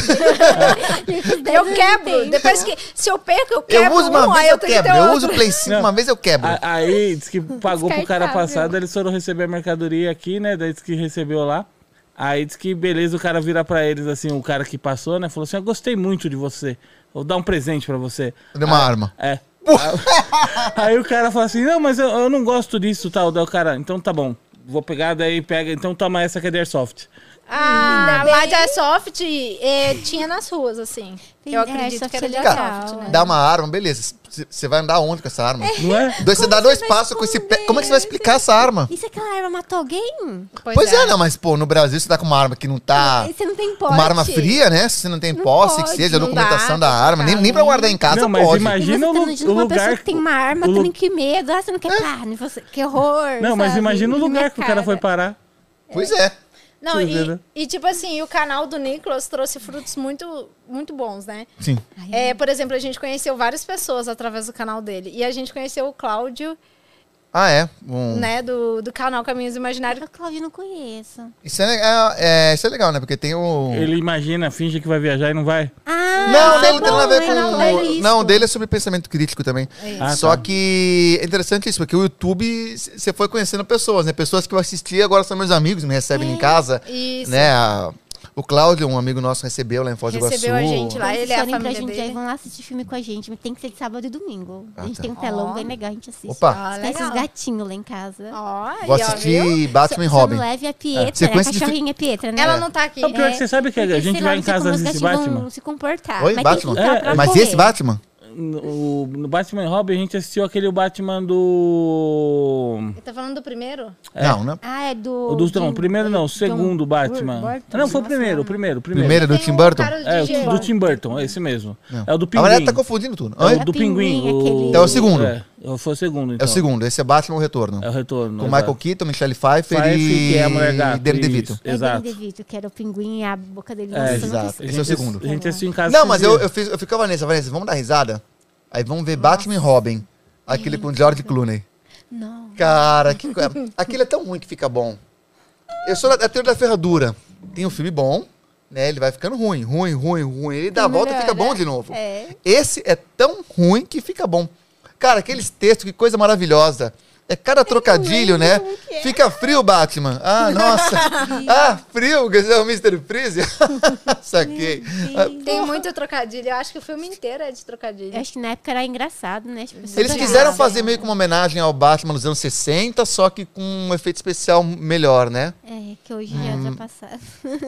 S3: Eu quebro. Depois que. Se eu perco, eu
S2: Eu
S3: quebro.
S2: uso uma
S3: um,
S2: vez,
S3: aí
S2: eu
S3: tenho que ter
S2: quebro. Eu
S3: outro.
S2: uso o Play 5
S4: Não. Ah,
S2: uma vez, eu quebro.
S4: A- Aí disse que pagou pro cara
S1: Descartável.
S4: passado, eles foram receber a mercadoria aqui, né? Daí disse que recebeu lá. Aí disse que beleza, o cara vira pra eles assim, o cara que passou, né? Falou assim: Eu gostei muito de você. Vou dar um presente pra você.
S2: Deu uma arma.
S4: É. Aí o cara fala assim: Não, mas eu, eu não gosto disso tal. Daí o cara, então tá bom. Vou pegar, daí pega. Então toma essa que é de Airsoft.
S3: Ah, lá de Airsoft é, tinha nas ruas, assim.
S1: Tem-
S3: eu
S1: é,
S3: acredito que era de
S1: Airsoft é legal.
S3: Airsoft, né?
S2: Dá uma arma, beleza. Você vai andar onde com essa arma?
S4: Não é?
S2: Dois, você dá dois passos com esse pé. Como é que você vai explicar essa arma?
S1: E se é aquela arma matou alguém?
S2: Pois é, não, mas, pô, no Brasil você tá com uma arma que não tá.
S1: Aí você não tem porte.
S2: Uma arma fria, né? Se você não tem
S1: Não
S2: posse, que
S1: pode,
S2: seja, a
S1: não
S2: documentação
S3: dá,
S2: da arma, nem, nem pra guardar em casa
S4: Não, mas
S2: pode.
S1: E você
S4: imagina
S1: tá
S4: o lu-
S1: imaginando
S4: o
S1: uma pessoa
S4: lugar-
S1: que tem uma arma,
S4: o lu-
S1: também que medo. Ah, você não quer
S2: É.
S1: carne. Você... Que horror.
S4: Não, mas
S1: sabe?
S4: imagina o
S1: Na
S4: lugar
S1: minha
S4: que o cara foi
S1: cara.
S4: parar.
S2: Pois é.
S3: Não,
S4: Tudo,
S3: e,
S4: né?
S3: e tipo assim, o canal do Nicolas trouxe frutos muito, muito bons, né?
S2: Sim.
S3: É, por exemplo, a gente conheceu várias pessoas através do canal dele. E a gente conheceu o Cláudio,
S2: Ah, é. Um-
S3: né, do, do canal Caminhos Imaginários.
S1: Eu, Cláudio, não conheço.
S2: Isso, é, legal- é, isso é legal, né? Porque tem o.
S4: Ele imagina, finge que vai viajar e não vai.
S1: Ah,
S2: Não, dele não tem nada a ver
S1: é
S2: com.
S1: não, é isso.
S2: Não, dele é sobre pensamento crítico também.
S4: Ah,
S2: Só
S4: tá.
S2: que é interessante isso, porque o YouTube c- você foi conhecendo pessoas, né? Pessoas que eu assisti agora são meus amigos, me recebem em casa.
S3: Isso.
S2: Né? A- o Cláudio, um amigo nosso, recebeu lá em Foz do Iguaçu.
S3: Recebeu a gente lá.
S1: Quando
S4: Ah,
S3: ele
S1: vocês
S3: é a
S1: forem pra
S3: família
S1: gente
S3: dele.
S1: aí, vão lá assistir filme com a gente. Mas tem que ser de sábado e domingo.
S2: Ah,
S1: a gente
S2: tá.
S1: tem um telão
S3: Ó.
S1: bem legal, a gente assiste.
S2: Opa,
S3: Ah,
S1: Tem esses
S3: legal.
S1: gatinhos lá em casa.
S3: Ó, aí,
S2: vou
S3: Ah, ó, viu?
S2: assistir Batman e
S1: Só- só
S2: Robin. É,
S1: não leve a Pietra, né? a
S2: Sequência de É. fi-
S1: cachorrinha Pietra, né?
S3: Ela não tá aqui.
S4: Não, pior que você sabe que a
S1: Porque
S4: gente
S1: sei lá,
S4: vai em
S1: não sei
S4: casa
S1: como os
S4: assistir
S1: gatinhos
S4: Batman.
S1: vão se comportar.
S2: Oi,
S1: mas
S2: Batman.
S1: Tem que lutar
S4: É,
S1: pra
S2: Mas
S1: correr.
S2: esse Batman?
S4: No, no Batman e Robin, a gente assistiu aquele o Batman do.
S3: Tá falando do primeiro?
S2: Não, né?
S1: Ah, é do...
S4: O do, não,
S1: do-
S4: o primeiro não, o
S1: do-
S4: segundo Batman.
S1: Burton,
S4: não, foi
S1: nossa,
S4: o primeiro, o
S1: não.
S4: primeiro, o primeiro.
S2: Primeiro do
S3: Tem
S2: Tim
S3: um
S2: Burton?
S3: cara de
S4: É, o
S3: gelo.
S4: do Tim Burton, é esse mesmo.
S2: Não.
S4: É o do
S2: A
S4: Pinguim.
S2: galera tá confundindo tudo.
S4: É
S2: Oi?
S4: o do
S1: É Pinguim,
S4: Pinguim. o...
S1: aquele- Então
S2: é o segundo.
S4: É, foi o segundo,
S2: É
S4: então.
S2: o segundo, esse é Batman o Retorno.
S4: É o retorno.
S2: Com
S4: exato.
S2: Michael Keaton, Michelle Pfeiffer,
S4: Pfeiffer,
S2: e
S4: que é a mulher gato.
S2: Danny
S4: isso,
S2: DeVito.
S1: É Exato.
S4: Exato.
S1: que era o pinguim e a boca dele.
S4: É,
S1: Nossa, eu não
S2: exato.
S1: sei se-
S2: Esse é o segundo.
S4: A gente assistiu em casa.
S2: Não, mas
S4: esses
S2: eu,
S4: dias.
S2: eu, fiz, eu fico com a Vanessa. Vanessa, assim, vamos dar risada? Aí vamos ver Batman e Robin. Aquele com George Clooney.
S1: Não.
S2: Cara, que... co- aquele é tão ruim que fica bom. Eu sou da, da teoria da ferradura. Tem um filme bom, né? Ele vai ficando ruim, ruim, ruim, ruim. Ele dá a volta e fica bom de novo.
S1: É.
S2: Esse é tão ruim que fica bom. Cara, aqueles textos, que coisa maravilhosa. É cada trocadilho, né? Fica frio, Batman. Ah, nossa. ah, frio, quer dizer, o Mr. Freeze. Saquei. Ah,
S3: Tem muito trocadilho. Eu acho que o filme inteiro é de trocadilho.
S1: Eu acho que na época era engraçado, né? As pessoas
S2: Eles
S1: adoravam.
S2: quiseram fazer meio que uma homenagem ao Batman nos anos 60, só que com um efeito especial melhor, né?
S1: É, que hoje já
S2: Hum.
S1: já passaram.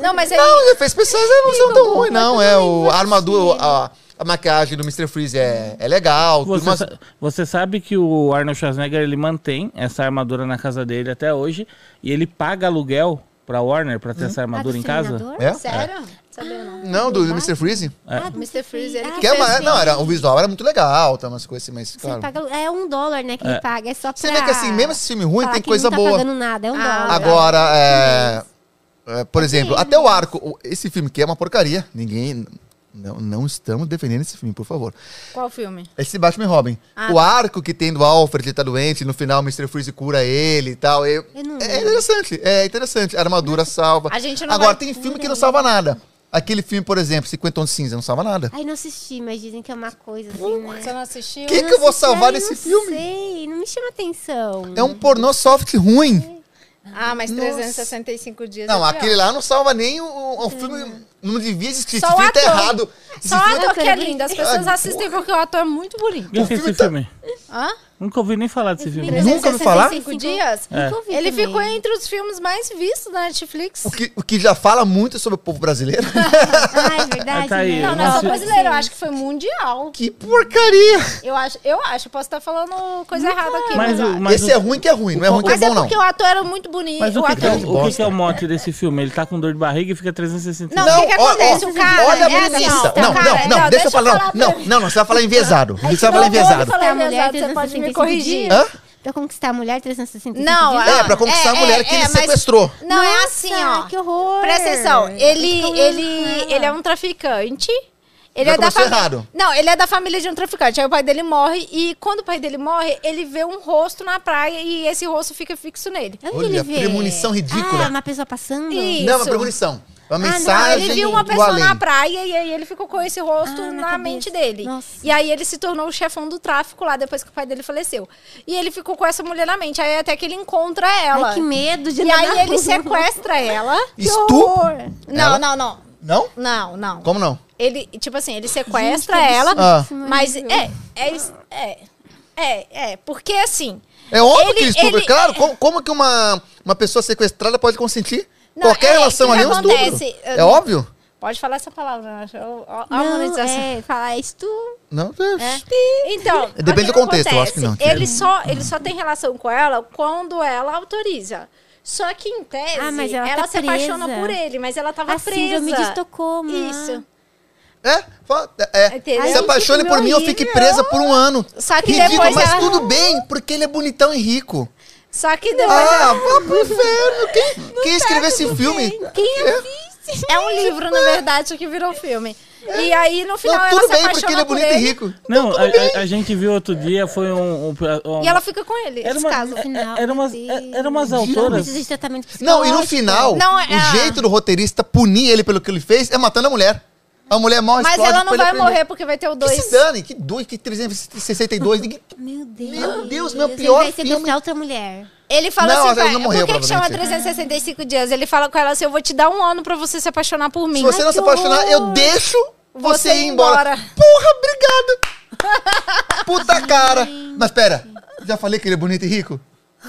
S3: Não, mas é aí.
S2: Não, os efeitos especiais não são tão ruins, não. É o a armadura,
S1: divertido.
S2: a, a maquiagem do Mr. Freeze é, é legal. tudo,
S4: Você,
S2: mas-
S4: sa- você sabe que o Arnold Schwarzenegger ele mantém essa armadura na casa dele Hum? até hoje e ele paga aluguel pra Warner pra ter essa armadura em casa?
S1: Patrocinador?
S2: É?
S3: Sério? Sabia não.
S2: Não, do Mr. Freeze?
S1: Ah, do
S3: Mr. Freeze, ele
S2: Que é uma- não, era, o visual era muito legal, tá, umas coisas assim, mas
S1: assim, né? Você
S2: claro.
S1: paga, é um dólar, né, que ele
S4: É.
S1: paga. É só pra...
S2: Você vê que assim, mesmo esse filme ruim,
S1: falar
S2: tem
S1: que
S2: coisa
S1: não tá
S2: boa.
S1: pagando nada, assim. é um
S3: Ah,
S1: dólar.
S2: Agora, é, é, por exemplo, até o arco, o- esse filme que é uma porcaria, ninguém. Não, não estamos defendendo esse filme, por favor.
S3: Qual filme?
S2: Esse Batman e Robin.
S3: Ah,
S2: O
S3: tá.
S2: arco que tem do Alfred, ele tá doente, no final o Mr. Freeze cura ele e tal. e-
S1: Eu não
S2: é interessante, é interessante. A armadura salva.
S3: A gente não
S2: Agora,
S3: vai-
S2: tem filme que não
S3: né?
S2: salva nada. Aquele filme, por exemplo, 50 Tons de Cinza, não salva nada.
S1: Aí não assisti, mas dizem que é uma coisa assim, né?
S3: Você não assistiu?
S2: Que-
S1: não
S2: eu vou
S1: assisti,
S2: salvar
S1: ai,
S2: nesse
S1: não
S2: filme?
S1: sei, não me chama atenção.
S2: É um pornô soft ruim.
S3: Ah, mas
S2: Nossa.
S3: 365 dias.
S2: Não,
S3: é pior.
S2: aquele lá não salva nem o, o filme. Não devia existir. Esse
S3: Só o
S2: filme tá
S3: ator.
S2: errado. Esse
S3: Só
S2: filme
S3: o ator que é
S1: Aquele-
S3: lindo. As pessoas
S2: Ah,
S3: assistem porque o ator é muito bonito.
S4: E o que é esse filme?
S3: Hã?
S4: Nunca ouvi nem falar desse filme.
S2: Nunca ouviu falar?
S3: 365 dias?
S4: É.
S1: Nunca ouvi
S3: Ele
S1: também.
S3: ficou entre os filmes mais vistos da Netflix.
S2: O que, o que já fala muito sobre o povo brasileiro.
S1: Ah, é verdade.
S4: Ah, tá aí,
S1: né?
S3: Não, não é
S4: Nossa.
S3: só brasileiro, eu acho que foi mundial.
S2: que porcaria!
S3: Eu acho, eu acho, eu posso estar falando coisa errada aqui.
S4: Mas,
S3: Mas, eu
S4: o-
S3: acho.
S4: mas,
S2: Esse
S4: o,
S2: é ruim que é ruim, não é ruim que é
S3: Mas é
S2: bom, não.
S3: porque o ator era muito bonito.
S4: mas o
S3: o
S4: que, que é,
S2: um
S3: ator...
S4: o- o que que é o mote desse filme? Ele tá com dor de barriga e fica 365.
S3: Não, o que que
S2: ó,
S3: acontece?
S2: ó,
S3: O cara
S2: Olha a
S3: é assim,
S2: bonita.
S3: ó,
S2: não, não,
S3: o cara-
S2: não,
S3: não,
S2: deixa
S3: deixa
S2: eu
S3: eu
S2: falar.
S3: falar
S2: Não, não, não, você vai falar enviesado. Não precisa falar
S3: não vou
S2: enviesado.
S3: falar
S1: Pra é mulher,
S3: enviesado, você pode me
S1: 365
S3: corrigir.
S1: dias.
S2: Hã?
S1: Pra conquistar a mulher, 365
S3: Não,
S1: dias.
S3: ah,
S2: É, pra conquistar a
S3: é,
S2: mulher
S3: é,
S2: que ele
S3: é, mas-
S2: sequestrou.
S3: Não, é
S1: Nossa,
S3: assim, ó.
S1: que horror.
S3: Presta atenção. Ele,
S1: Então,
S3: ele,
S1: ah.
S3: ele é um traficante. Ele
S2: Já
S3: é da
S2: começou
S3: família.
S2: errado.
S3: Não, ele é da família de um traficante. Aí o pai dele morre e quando o pai dele morre, ele vê um rosto na praia e esse rosto fica fixo nele.
S1: Onde
S2: Olha,
S1: ele vê?
S2: premonição ridícula.
S1: Ah, uma pessoa passando?
S3: Ih.
S2: Não, é uma
S3: Isso.
S2: premonição. É Uma
S1: Ah, não,
S2: mensagem
S3: ele viu uma
S2: do
S3: pessoa
S2: é. além.
S3: na praia e aí ele ficou com esse rosto
S1: Ah, na
S3: na,
S1: cabeça.
S3: mente dele.
S1: Nossa.
S3: E aí ele se tornou o chefão do tráfico lá depois que o pai dele faleceu. E ele ficou com essa mulher na mente. Aí até que ele encontra ela.
S1: Ai, que medo né? de
S3: e
S1: andar na
S3: aí ele
S1: rua.
S3: sequestra ela. Que
S2: Estupro?
S3: horror. Não,
S2: Ela?
S3: não, não.
S2: Não?
S3: Não, não.
S2: Como não?
S3: Ele, tipo assim, ele sequestra
S1: Gente, que
S3: ela,
S2: Ah.
S3: mas é, é, es- é, é, é, porque assim,
S2: É óbvio que ele
S3: Ele-
S2: estupra.
S3: ele-
S2: claro, como, como que uma, uma pessoa sequestrada pode consentir?
S3: Não,
S2: Qualquer
S3: é,
S2: relação
S3: que
S2: ali é um
S3: acontece,
S2: estupro.
S3: eu
S2: É
S3: não-
S2: óbvio?
S3: pode falar essa palavra, né? Ó, ó, ó a
S1: Não,
S3: monetização.
S1: é, falar isso tu...
S3: É.
S2: Não,
S3: Então,
S2: É, Depende
S3: o que
S2: do contexto, eu acho que é. não.
S3: Ele só, ele só tem relação com ela quando ela autoriza. Só que em tese,
S1: Ah, mas ela
S3: ela,
S1: tá
S3: se apaixona
S1: presa.
S3: por ele, mas ela tava
S1: A síndrome de
S3: presa.
S1: Estocolmo. ah.
S3: Isso.
S2: É, fa- é,
S3: Entendeu?
S2: se
S3: Ai,
S2: apaixone
S1: que
S2: por mim, eu
S1: horrível.
S2: fique presa por um ano.
S3: né? Só que
S2: Ridículo,
S3: depois
S2: mas
S3: ela-
S2: tudo bem, porque ele é bonitão e rico.
S3: Só que depois
S2: Ah, vá pro inferno. Quem, quem escreveu esse filme?
S1: Quem assiste?
S3: é um livro, na verdade, que virou filme. E aí, no final,
S2: É. Não,
S3: ela
S2: tudo
S3: se
S2: bem,
S3: apaixona
S2: porque ele é
S3: por
S2: bonito e rico.
S4: Não, a, a- a gente viu outro dia, foi um. um- um-
S3: E ela fica com ele.
S4: era,
S3: esse
S4: uma,
S3: caso.
S1: Ah, no final,
S4: era, umas, é,
S1: meu Deus.
S4: era umas
S1: Não
S4: autoras.
S1: precisa de tratamento
S2: Não,
S1: psicológico.
S2: e no final,
S3: Não, é-
S2: o jeito do roteirista punir ele pelo que ele fez é matando a mulher. A mulher morre,
S3: Mas
S2: explode,
S3: ela não
S2: depois
S3: vai
S2: ele aprende.
S3: morrer porque vai ter o
S2: Que
S3: 2.
S2: se dane, que 2, que 362. ninguém-
S1: Meu Deus.
S2: Meu Deus, meu
S1: Ele
S2: pior
S1: vai sequestrar
S2: filme.
S1: outra mulher.
S3: Ele fala
S2: Não,
S3: assim,
S2: ela
S3: pra-
S2: não morreu,
S3: por que, que chama
S2: provavelmente.
S3: 365 dias? Ele fala com ela assim, eu vou te dar um ano pra você se apaixonar por mim.
S2: Se você não
S3: Ai,
S2: se
S3: que
S2: apaixonar,
S3: horror.
S2: eu deixo você,
S3: Você
S2: ir
S3: ir
S2: embora.
S3: embora.
S2: Porra, obrigado. Puta cara. Mas pera, já falei que ele é bonito e rico?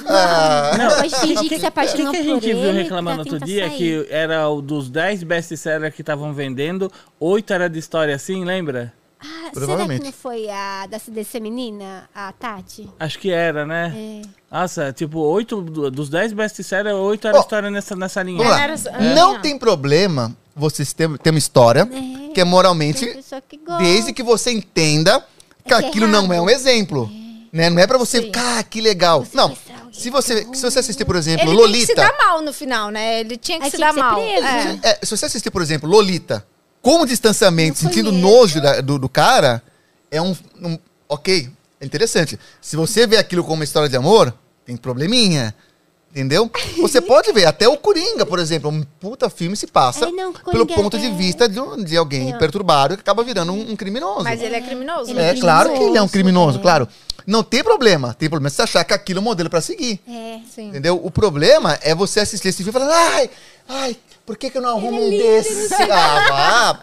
S2: Ah,
S4: Não,
S1: Mas fingir que se
S4: O que,
S1: apaixonou
S4: que a
S1: por
S4: gente viu
S1: ele,
S4: reclamando
S1: tá, tenta
S4: outro dia?
S1: sair.
S4: Que era o dos 10 best-sellers que estavam vendendo, 8 era de história assim, lembra?
S1: Ah, será que
S2: Provavelmente.
S1: não foi a da CDC menina, a Tati?
S4: Acho que era, né?
S1: É.
S4: Nossa, tipo, 8 dos 10 best-sellers, 8 era
S2: Ó,
S4: história nessa, nessa linha.
S2: vamos lá.
S3: Era-
S2: Não
S3: Ah.
S2: tem problema vocês terem terem uma história que é
S1: Tem
S2: moralmente
S1: pessoa que gosta.
S2: Desde que você entenda que
S1: É que é
S2: aquilo
S1: errado.
S2: não é um exemplo. Né? Não é pra você ficar, ah, que legal. não.
S1: mostrar alguém.
S2: Se você, se você assistir, por exemplo,
S3: Ele tinha que se
S2: Lolita.
S3: dar mal no final, né? Ele tinha que
S1: Aí
S3: se
S1: tinha
S3: dar
S1: que ser
S3: mal.
S1: preso,
S3: É.
S1: né?
S2: é, se você assistir, por exemplo, Lolita, com o distanciamento,
S1: Não
S2: sentindo
S1: conheço.
S2: nojo da- do, do cara, é um, um- Ok, é interessante. Se você vê aquilo como uma história de amor, tem probleminha. Entendeu? Você pode ver, até o Coringa, por exemplo, um puta filme se passa
S1: É, não,
S2: pelo
S1: Coringa
S2: ponto de
S1: é-
S2: vista de, um- de alguém perturbado que acaba virando um, um criminoso.
S3: Mas ele é criminoso.
S1: Ele
S3: né?
S2: É, claro que ele é um
S1: criminoso,
S2: criminoso,
S1: é.
S2: claro. Não tem problema. Tem problema se achar que aquilo é um modelo pra seguir.
S1: É.
S3: Sim.
S2: Entendeu? O problema é você assistir esse filme e falar, ai, ai, por que, que eu não
S3: é
S2: arrumo um desse? Ah, vá.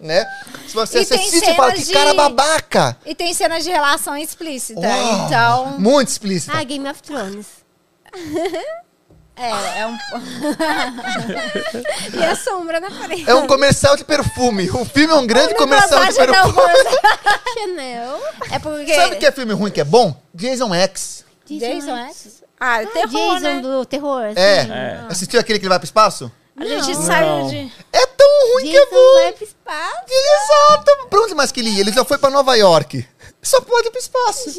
S2: né? Se você
S3: E tem
S2: assiste e fala,
S3: cenas
S2: que cara
S3: de-
S2: babaca.
S3: E tem cenas de relação explícita.
S2: Uau,
S3: Então,
S2: Muito explícita.
S1: Ah, Game of Thrones.
S3: é, é um. e a sombra né? na parede.
S2: É um comercial de perfume. O filme é um grande comercial de
S3: Mensagem da
S2: perfume.
S3: Rosa.
S1: Chanel.
S3: É porque.
S2: Sabe o que é filme ruim que é bom? Jason X.
S3: Jason X? Ah, é terror,
S1: Jason
S3: né?
S1: do terror. assim.
S2: É. Assistiu aquele que ele vai pro espaço?
S3: A
S1: Não.
S3: gente
S1: Não.
S3: saiu de.
S2: É tão ruim que é
S1: Jason
S2: bom.
S1: vai pro espaço.
S2: Exato. Pra onde mais que ele ia? Ele já foi pra Nova York. Só pode ir pro espaço.
S1: Gente,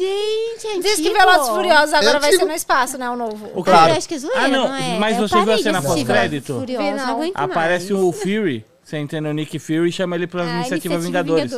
S1: é
S3: Diz que
S1: antigo.
S3: Velozes e Furiosos agora vai ser
S2: antigo.
S3: no espaço, né? O novo.
S4: O
S1: Ah,
S2: Claro.
S1: eu acho que é zoeira,
S4: Ah, não,
S1: é?
S4: mas
S1: Eu
S4: você viu a
S1: parei de
S4: cena
S1: assistir
S4: pós-crédito?
S1: Velozes e Furiosos,
S3: Vi,
S1: não.
S3: não.
S1: aguento
S4: Aparece
S1: mais.
S4: o Fury, você entende? O Nick Fury chama ele pra
S1: Ah,
S4: iniciativa Vingadores.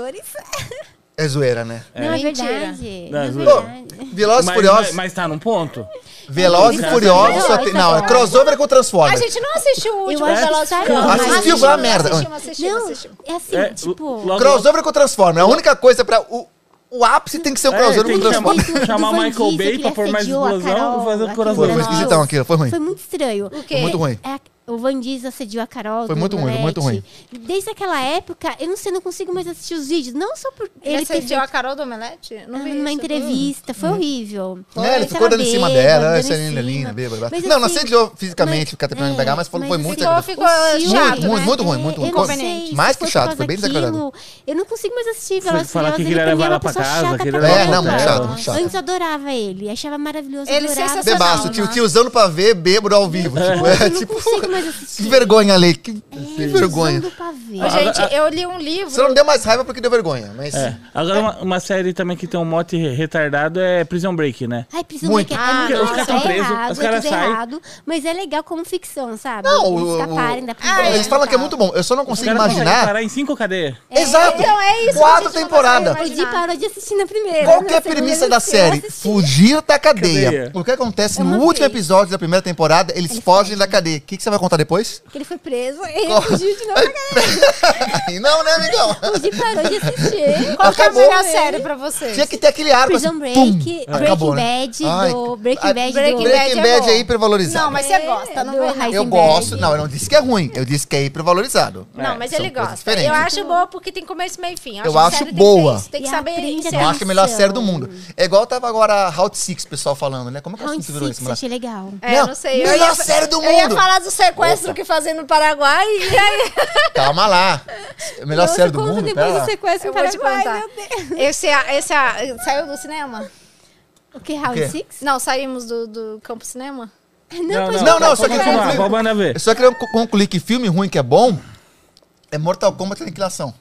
S2: É zoeira, né?
S1: Não, é
S3: Mentira.
S1: verdade.
S4: Não,
S1: Não,
S4: é
S1: é
S4: zoeira.
S1: verdade.
S2: Velozes e
S4: Mas,
S2: Furiosos.
S4: mas, mas tá num ponto?
S2: Velozes e
S4: Não,
S2: Furiosos só
S1: não, tá
S2: tem...
S1: não,
S2: Não, é
S1: não.
S2: crossover com
S3: A
S2: Transformers.
S3: gente não assistiu o último
S1: acho que
S3: Velozes e
S1: saiu,
S3: Furiosos.
S1: mas-
S2: Assistiu, vai a merda.
S3: Assistimos, assistimos, assistimos.
S1: Não, é assim,
S4: É,
S1: tipo...
S4: logo-
S2: Crossover com Transformers. A única coisa pra... O, o ápice tem que ser o
S4: É,
S2: crossover
S4: tem
S2: com
S4: que chamar-
S1: Do-
S2: Transformers.
S1: do
S4: chamar
S1: Van
S4: Michael
S1: Diesel,
S4: Bay
S1: que
S4: pra
S1: ele
S4: pôr mais
S1: assediou a
S4: explosão
S1: Carol,
S4: e fazer o
S1: aquele
S4: coração.
S2: Foi, foi
S1: Nossa.
S2: esquisitão aquilo. Foi ruim.
S1: Foi muito estranho. O
S3: quê?
S2: Muito ruim.
S1: É, o Van Diesel assediou a Carol.
S2: Foi muito ruim, foi muito
S1: Omelete. Desde aquela época, eu não sei, não consigo mais assistir os vídeos. Não só por
S3: Ele
S1: ele Ah, ter
S3: assistiu a Carol do Omelete? Não vi
S1: numa
S3: isso.
S1: entrevista, foi horrível.
S2: É, ele ficou
S1: Tava
S2: dando em cima
S1: bêbado,
S2: dela,
S1: dando
S2: essa
S1: em
S2: linda, linda,
S1: cima.
S2: bêbada.
S1: Mas,
S2: não, não
S1: assim,
S2: assediou fisicamente,
S1: mas-
S2: ficar tentando pegar, mas foi,
S1: mas
S2: foi
S1: assim,
S2: muito
S3: Ficou,
S2: agradável.
S3: ficou
S1: Muito,
S3: chato,
S2: muito,
S3: né?
S2: muito ruim, muito
S1: É,
S2: ruim.
S1: eu não
S3: Foi-
S1: sei se
S2: mais que
S1: foi por
S2: chato,
S1: causa
S2: foi bem
S1: daquilo.
S2: desagradável.
S1: Eu não consigo mais assistir
S4: Foi
S1: Velozes e
S4: falar que
S1: Furiosos,
S4: queria
S1: ele pra mim
S4: levar
S1: é
S4: ela
S1: uma
S4: pra
S1: pessoa
S4: casa,
S1: chata
S4: queria
S1: pra
S4: levar
S2: ela pra É, não,
S1: caramba.
S2: muito chato, muito chato.
S1: Antes eu adorava ele, achava maravilhoso,
S3: Ele
S1: adorava.
S3: sensacional.
S2: Bebaço, tio,
S3: né?
S2: tiozão no pavê, bêbado ao vivo. Tipo, é,
S1: Eu não
S2: tipo,
S1: consigo mais
S2: que
S1: assistir.
S2: vergonha, Lei. Que, que
S1: É,
S2: vergonha.
S1: Visão do pavê.
S3: Ô, Gente, eu li um livro.
S2: Você não deu mais raiva porque deu vergonha, mas.
S4: É. Agora, uma, uma série também que tem um mote retardado é Prison Break, né?
S1: Ai, prisão
S2: Muito.
S1: muito. é
S3: Ah,
S1: muito
S3: porque os
S1: bom.
S4: caras tão
S1: É
S4: presos,
S1: errado,
S4: os caras
S1: é tudo
S4: saem.
S1: errado, mas é legal como ficção, sabe?
S2: Não,
S1: Eles
S2: o- o-
S1: escaparem da prisão.
S3: Ah,
S2: Eles
S1: e
S2: falam que é
S1: tal.
S2: muito bom. Eu só não consigo
S4: não consegue
S2: imaginar.
S4: parar em cinco cadeias.
S2: Exato.
S3: Então é isso.
S2: Quatro
S3: temporadas.
S2: temporadas.
S1: O Di parou de assistir na primeira.
S2: Qual
S1: na
S2: que é a
S1: segunda,
S2: premissa
S1: eu
S2: da
S1: não sei, eu
S2: série?
S1: assisti.
S2: Fugir da cadeia.
S4: Cadeia.
S2: O que acontece
S1: Eu
S2: no
S1: não
S2: último
S1: sei.
S2: episódio da primeira temporada, eles fogem da cadeia. O que, que você vai contar depois?
S1: Que ele foi preso e ele fugiu de novo.
S2: não, né, amigão?
S1: O Di parou de assistir.
S3: Qual que é a
S2: Acabou.
S3: melhor série pra vocês?
S2: Tinha que ter aquele arco.
S1: Prison
S2: assim,
S1: Break,
S2: pum,
S1: Breaking
S2: acabou, né?
S1: Bad,
S2: Ai,
S1: do Breaking
S2: ai,
S1: Bad,
S3: Breaking
S1: do...
S3: Bad
S2: Breaking
S3: é
S2: Bad
S3: bom.
S2: é hipervalorizado.
S3: Não, mas você gosta, não
S1: do
S3: vê não.
S1: Heisenberg.
S2: Eu gosto. Não, eu não disse que é ruim. Eu disse que é hipervalorizado.
S3: Não, mas
S2: são
S3: ele
S2: coisas
S3: gosta.
S2: diferentes.
S3: Eu acho boa porque tem começo, meio e fim.
S2: Eu
S3: que
S2: acho
S3: série tem
S2: boa.
S3: que ter isso, Tem que
S1: E
S3: saber
S1: aprende a
S2: Eu
S3: iniciar.
S1: dar-
S2: acho a melhor
S1: São.
S2: série do mundo. É igual tava agora a Route 6, pessoal falando, né? Como é que o
S1: Round
S2: assunto virou isso,
S1: Six,
S2: moleque?
S1: achei legal.
S3: É, eu não sei. Eu
S2: Melhor
S3: ia,
S2: série do
S3: eu ia
S2: mundo!
S3: falar do sequestro que fazem no Paraguai e aí
S2: Calma lá. Melhor série do mundo? Pera
S1: Depois
S2: lá.
S1: do sequestro
S3: eu
S1: em
S3: vou te
S1: Paraguai.
S3: contar. Esse, é, esse saiu do cinema?
S1: O que,
S2: O quê?
S1: Round Six?
S3: Não, saímos do, do campo cinema.
S1: Não, pois
S2: Não, não, só
S4: pode
S2: que ele
S4: tá, continuar,
S2: concluiu.
S4: pode mandar ver.
S2: Eu só queria co- concluir que filme ruim que é bom é Mortal Kombat e Aniquilação.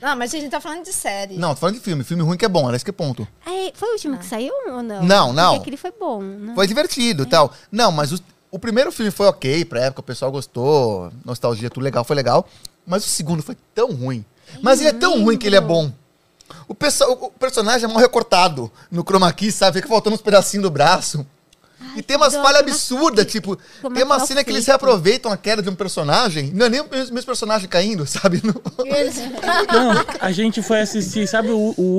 S3: Não, mas a gente tá falando de série.
S2: Não, tô falando de filme. Filme ruim que é bom, era isso que é ponto.
S1: Ai, foi o último que saiu ou não?
S2: Não, não.
S1: Porque aquele foi bom. Não.
S2: Foi divertido e tal. Não, mas o, o primeiro filme foi ok pra época, o pessoal gostou, nostalgia, tudo legal, foi legal. Mas o segundo foi tão ruim. Mas ele é tão ruim que ele é bom. O, pessoal, o personagem é mal recortado no chroma key, sabe? Fica faltando uns pedacinhos do braço. e tem umas
S1: que dó,
S2: falhas
S1: chroma
S2: absurdas,
S1: key.
S2: tipo,
S1: Chroma
S2: tem uma
S1: key
S2: cena que eles
S1: feito.
S2: reaproveitam a queda de um personagem, não é nem o mesmo mesmo personagem caindo, sabe? Não-
S4: Não, a gente foi assistir, sabe o, o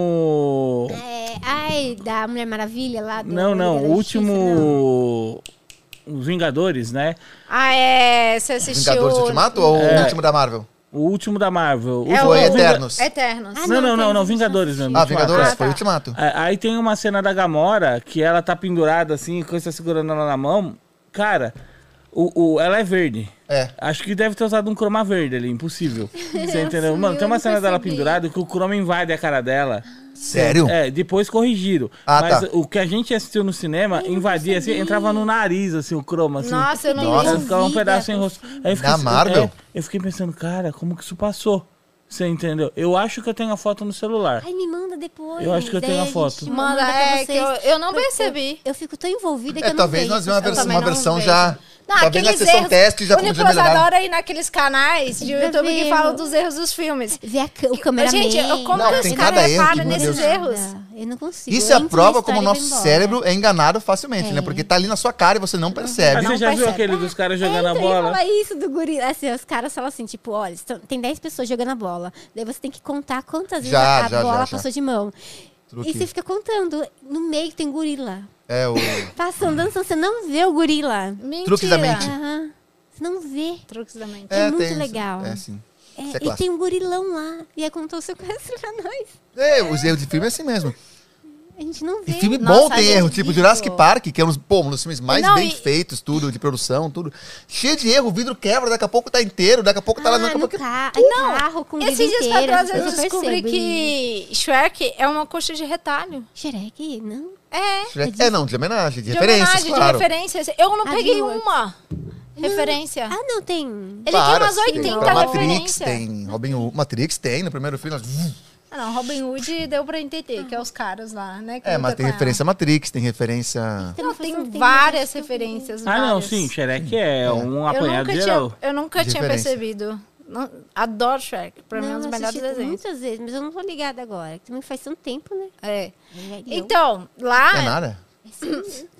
S4: último...
S1: É, ai, da Mulher Maravilha lá do.
S4: Não, não,
S1: Liga
S4: o
S1: da Justiça, não.
S4: último... Os Vingadores, né?
S3: Ah, é. Você assistiu.
S2: Vingadores Ultimato ou
S4: É.
S2: o último da Marvel? Ah,
S4: O último da Marvel. O
S3: É
S4: último-
S2: Foi
S3: o-
S4: Vinga-
S2: Eternos.
S3: Eternos.
S1: Ah,
S4: Não, não, não, não,
S1: Vingadores.
S4: Vingadores mesmo.
S2: Ah,
S4: Ultimato.
S2: Vingadores,
S3: Ah,
S2: foi o
S3: tá.
S2: Ultimato.
S4: É, Aí tem uma cena da Gamora que ela tá pendurada assim, com essa segurando ela na mão. Cara, o, o- ela é verde.
S2: É.
S4: Acho que deve ter usado um croma verde ali, impossível. Você entendeu? Mano,
S1: eu
S4: tem uma
S1: não
S4: cena dela
S1: percebi.
S4: pendurada que o croma invade a cara dela.
S2: Sério?
S4: É, depois corrigiram.
S2: Ah,
S4: Mas
S2: tá.
S4: o que a gente assistiu no cinema invadia assim, entrava no nariz assim o croma assim.
S3: Nossa, eu não
S2: Nossa.
S4: Aí
S1: Nossa.
S4: ficava um pedaço em rosto. Aí eu fiquei,
S2: Na Marvel?
S4: é, eu fiquei pensando, cara, como que isso passou? Você entendeu? Eu acho que eu tenho a foto no celular.
S1: Ai, me manda depois.
S4: Eu acho que eu
S1: Daí
S4: tenho a
S1: gente
S4: foto.
S1: Manda,
S3: Manda,
S1: pra
S3: é, que
S1: vocês.
S3: eu, eu não
S1: Porque
S3: percebi.
S1: Eu fico tão envolvida que
S2: É,
S1: eu não
S2: talvez
S1: vejo
S2: nós vemos uma
S1: essas
S2: versão,
S1: coisas.
S2: uma versão
S3: não vejo.
S2: já.
S3: Não,
S2: talvez na
S3: aqueles
S2: sessão
S3: erros.
S2: teste já
S3: o
S2: como já
S3: Nicolas
S2: melhoraram.
S3: adora ir naqueles canais de
S1: Ainda
S3: YouTube que
S1: vejo.
S3: falam dos erros dos filmes.
S1: Ver a c- o cameraman.
S3: Gente, eu- como
S2: Não,
S3: que os
S2: tem
S3: caras
S2: cada erro,
S3: reparam
S2: meu
S3: nesses
S2: Deus.
S3: erros?
S1: Nada, Eu não consigo.
S2: Isso
S1: Eu
S2: é a
S1: entro na
S2: prova como
S1: história e vou
S2: o nosso
S1: embora.
S2: cérebro é enganado facilmente,
S1: É.
S2: né? Porque tá ali na sua cara e você não
S4: Mas
S2: percebe.
S4: Ah, você
S1: Não
S4: já viu
S1: percebe.
S4: aquele dos caras jogando
S1: é,
S4: a
S1: então,
S4: bola?
S1: Eu ia falar isso do guri. Assim, os caras falam assim, tipo, olha, estão- tem 10 pessoas jogando a bola. Daí você tem que contar quantas vezes
S2: Já,
S1: a
S2: já, já,
S1: bola
S2: já.
S1: passou de mão.
S2: Truque.
S1: E você fica contando. No meio tem gorila.
S2: É o
S1: Passando, dançando, você não vê o gorila.
S3: Mentira.
S2: Truques da mente.
S1: Aham. Você não vê.
S3: Truques da mente.
S1: É
S2: tem
S1: muito
S2: isso.
S1: legal.
S2: É sim.
S1: É,
S2: Isso é
S1: e
S2: clássico.
S1: tem um gorilão lá. E é aí contou o sequestro um pra nós.
S2: É, os erros de filme é assim mesmo.
S1: A gente não
S2: E
S1: vê.
S2: filme
S3: Nossa,
S2: bom tem
S3: é
S2: erro, tipo
S3: horrível.
S2: Jurassic Park, que é um dos, pô, um dos filmes mais
S3: Não,
S2: bem
S3: e-
S2: feitos, tudo, de produção, tudo. Cheio de erro, o vidro quebra, daqui a pouco tá inteiro, daqui a pouco tá lá,
S1: ah,
S2: daqui a
S1: no
S2: pouco...
S1: ca... não. carro com o
S3: Esses
S1: vídeo
S3: dias pra
S1: inteiro,
S3: trás
S1: essas
S3: eu
S1: coisas,
S3: descobri
S1: percebo isso.
S3: que Shrek é uma coxa de retalho.
S1: Shrek, não.
S3: É.
S2: É, não, de homenagem, de,
S3: De
S2: referências,
S3: homenagem,
S2: claro.
S3: de referências. Eu não
S1: A
S3: peguei
S1: DreamWorks.
S3: uma. Referência.
S1: Ah, não, tem.
S3: Ele tem umas
S2: tem
S3: 80
S2: pra Matrix,
S3: referências.
S2: tem Robin Hood. Matrix tem, no primeiro filme. elas-
S3: Ah, não, Robin Hood deu pra entender, que é os caras lá, né? que
S2: É,
S3: luta
S2: mas tem
S3: com ela.
S2: referência a Matrix, tem referência...
S3: Não,
S1: Não, um
S3: tem
S1: tem
S3: várias
S1: várias
S3: referências.
S4: Ah, não,
S3: várias.
S4: sim, Shrek é um
S3: Eu
S4: apanhado
S3: nunca,
S4: geral.
S3: tinha, eu nunca tinha
S2: Diferença.
S3: percebido. Não, adoro Shrek. Pra mim é um dos
S1: eu
S3: melhores
S1: assisti
S3: desenhos.
S1: Muitas vezes, mas eu não tô ligada agora. que Também faz tanto tempo, né?
S3: É.
S1: Velhão.
S3: Então,
S2: É
S3: lá,
S2: nada?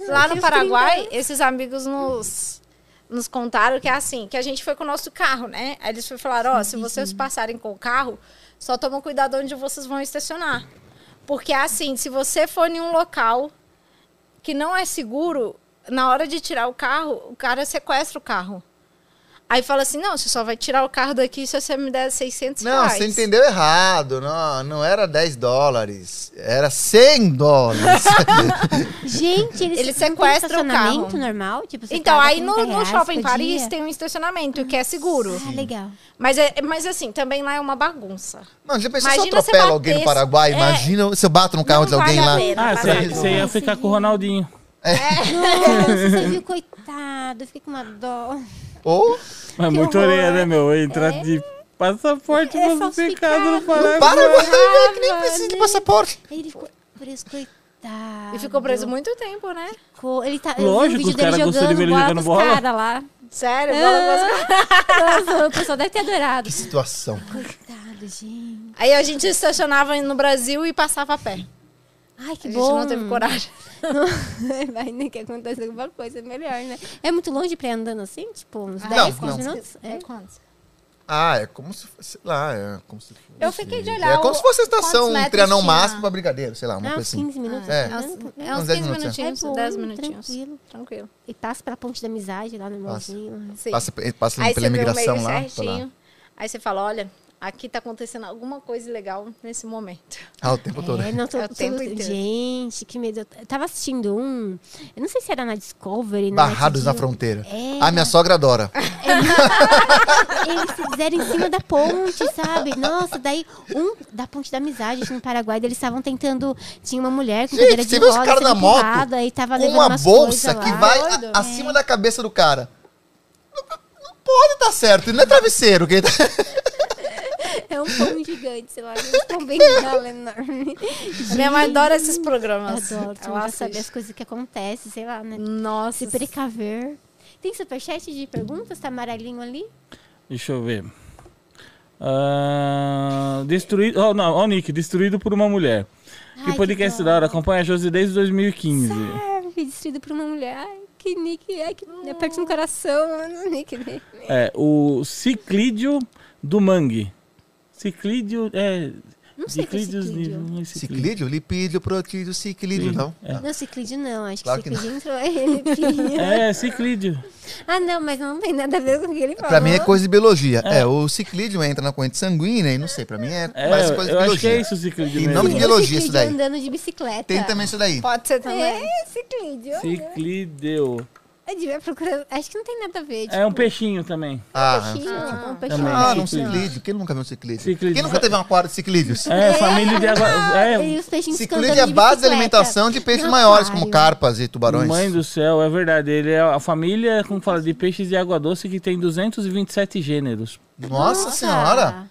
S3: lá no
S1: Esses
S3: Paraguai, esses amigos nos, nos contaram que é assim, que a gente foi com o nosso carro, né? Aí eles falaram, ó, se vocês passarem com o carro, só tomam cuidado onde vocês vão estacionar. Porque assim, se você for em um local que não é seguro, na hora de tirar o carro, o cara sequestra o carro. Aí fala assim, não, você só vai tirar o carro daqui se você me der 600
S2: Não,
S3: reais.
S2: você entendeu errado. Não, não era 10 dólares. Era 100 dólares.
S1: Gente, eles,
S3: Eles
S1: não tem
S3: sequestram o carro.
S1: estacionamento normal? Tipo, você
S3: Então,
S1: paga
S3: aí no,
S1: 30
S3: no
S1: reais
S3: shopping
S1: por
S3: Paris
S1: dia?
S3: tem um estacionamento que é seguro.
S1: Ah, legal.
S3: Mas, é, mas assim, também lá é uma bagunça.
S2: Mano, já pensou se eu
S3: Imagina você
S2: atropelo
S3: bater
S2: alguém no
S3: esse-
S2: Paraguai?
S3: É.
S2: Imagina se eu bato no carro
S3: Não
S2: de alguém
S3: vale a
S2: lá.
S3: pena.
S4: Ah,
S3: Passar
S4: você,
S3: de
S4: você ia
S1: novo.
S4: ficar com o Ronaldinho.
S1: Nossa, você viu, coitado. Eu fiquei com uma dó.
S2: Ou
S4: Mas muito
S1: horror.
S4: orelha, né, meu? Entrar de passaporte
S1: É
S4: falsificado no
S1: falsificado.
S4: Paraguai.
S2: para, você que nem precisa de passaporte.
S1: Aí Ele ficou preso, coitado.
S3: E ficou preso muito tempo, né?
S1: Co- Ele tá,
S4: Lógico,
S1: eu vi o vídeo
S4: os caras
S1: dele
S4: gostam
S1: jogando,
S4: de ver ele
S1: bola
S4: jogando
S1: com os
S4: bola.
S1: cara lá.
S3: Sério, bola com as-
S1: Nossa, o pessoal deve ter adorado.
S2: Situação.
S1: Coitado, gente.
S3: Aí a gente estacionava no Brasil e passava a pé.
S1: Ai,
S3: A
S1: que
S3: gente
S1: bom.
S3: não teve coragem.
S1: Vai nem que aconteça alguma coisa, é melhor, né? É muito longe pra ir andando assim? Tipo, uns
S3: Ah,
S1: 10,
S2: não,
S1: 15
S2: não.
S1: minutos? É.
S3: quantos?
S2: Ah, é como se fosse, sei lá, é como se fosse...
S3: Eu fiquei de olhar
S2: É como
S3: o-
S2: se fosse a estação
S3: quantos metros
S2: Trianon
S3: tinha.
S2: Máximo pra Brigadeiro, sei lá, uma
S1: Ah,
S2: coisa
S1: uns
S2: assim.
S1: 15 minutos.
S2: É.
S3: É uns, é uns
S2: Uns
S3: 15
S2: dez minutinhos.
S3: minutinhos,
S1: É bom,
S3: 10 minutinhos.
S1: tranquilo.
S3: Tranquilo.
S1: E passa pela ponte da amizade lá no irmãozinho.
S3: Sim.
S2: Passa, passa
S3: Aí
S2: pela
S3: você vê o
S2: imigração
S3: meio
S2: lá. tá lá.
S3: certinho. Aí você fala, olha, aqui tá acontecendo alguma coisa legal nesse momento.
S2: Ah, o tempo todo.
S1: É, não, tô,
S3: É o
S1: tô-
S3: tempo inteiro.
S1: Gente, que medo. Eu tava assistindo um. Eu não sei se era na Discovery. na
S2: Barrados na
S1: Netflix,
S2: fronteira.
S1: É. Tá
S2: Ah, minha sogra adora.
S1: Eles se fizeram em cima da ponte, sabe? Nossa, daí um da ponte da amizade acho que no Paraguai, daí eles estavam tentando. Tinha uma mulher com
S2: Gente,
S1: cadeira
S2: você
S1: de
S2: viu os
S1: rodas,
S2: caras
S1: sendo
S2: na moto
S1: empurrada, e tava
S2: com
S1: levando
S2: uma
S1: umas
S2: bolsa
S1: coisas
S2: que
S1: lá. Tá É.
S2: vai
S3: Doido.
S2: a- acima da cabeça do cara. Não- Não pode tá certo, não é travesseiro. Que tá...
S1: É um pão gigante, sei lá. Eles tão bem gala enorme.
S3: Minha mãe adora esses programas.
S1: Adoro, tu
S3: Ela
S1: nunca sabe as
S3: assiste.
S1: coisas que acontecem, sei lá, né?
S3: Nossa.
S1: Se precaver. Tem superchat de perguntas? Tá amarelinho ali?
S4: Deixa eu ver. Ah, destruído. Oh, não, ó, o Nick, destruído por uma mulher.
S1: Ai,
S4: que podcast da hora, acompanha a Josi desde 2015.
S1: Sério, fui destruído É, por uma mulher. Ai, que Nick, ai, que aperta no coração, mano. Nick, né?
S4: É, o Ciclídio do Mangue. Ciclídio. É.
S1: Não sei o que é
S4: Ciclídeos-
S1: ciclídeo.
S4: Ciclídeo.
S2: Ciclídeo, lipídio, protídeo, ciclídeo,
S4: Sim,
S2: não.
S4: é.
S1: Não, ciclídeo não, acho
S2: Claro
S1: que
S2: que não.
S1: ciclídeo entrou ele. filho.
S4: É, ciclídio.
S1: ah, não, mas não tem nada a ver com o que ele falou.
S2: Pra mim é coisa de biologia. É, o ciclídeo entra na corrente sanguínea e não sei, pra mim é,
S4: É,
S2: parece coisa de
S4: eu acho que é
S2: biologia.
S4: isso, o ciclídeo.
S2: E
S4: mesmo.
S2: não de biologia isso daí.
S1: andando de bicicleta.
S2: Tem também isso daí.
S3: Pode ser também.
S1: É, ciclídeo.
S4: Ciclídeo.
S1: Eu devia procurar. Acho que não tem nada a ver.
S4: É um peixinho também.
S2: Ah,
S1: peixinho. tipo, um peixinho.
S4: Também.
S2: ah não,
S4: Ciclídeo.
S2: ciclídeo. Quem nunca viu um ciclídeo?
S4: Ciclídeo.
S2: Quem nunca teve um aquário de ciclídeos?
S4: É, família de água.
S1: E
S4: É,
S1: os peixinhos
S2: Ciclídeo
S1: andando
S2: é a base da
S1: bicicleta.
S2: alimentação de peixes
S1: Não,
S2: maiores,
S1: aquário.
S2: como carpas e tubarões.
S4: mãe do céu, é verdade. Ele é a família, como fala, de peixes de água doce que tem 227 gêneros.
S2: Nossa senhora!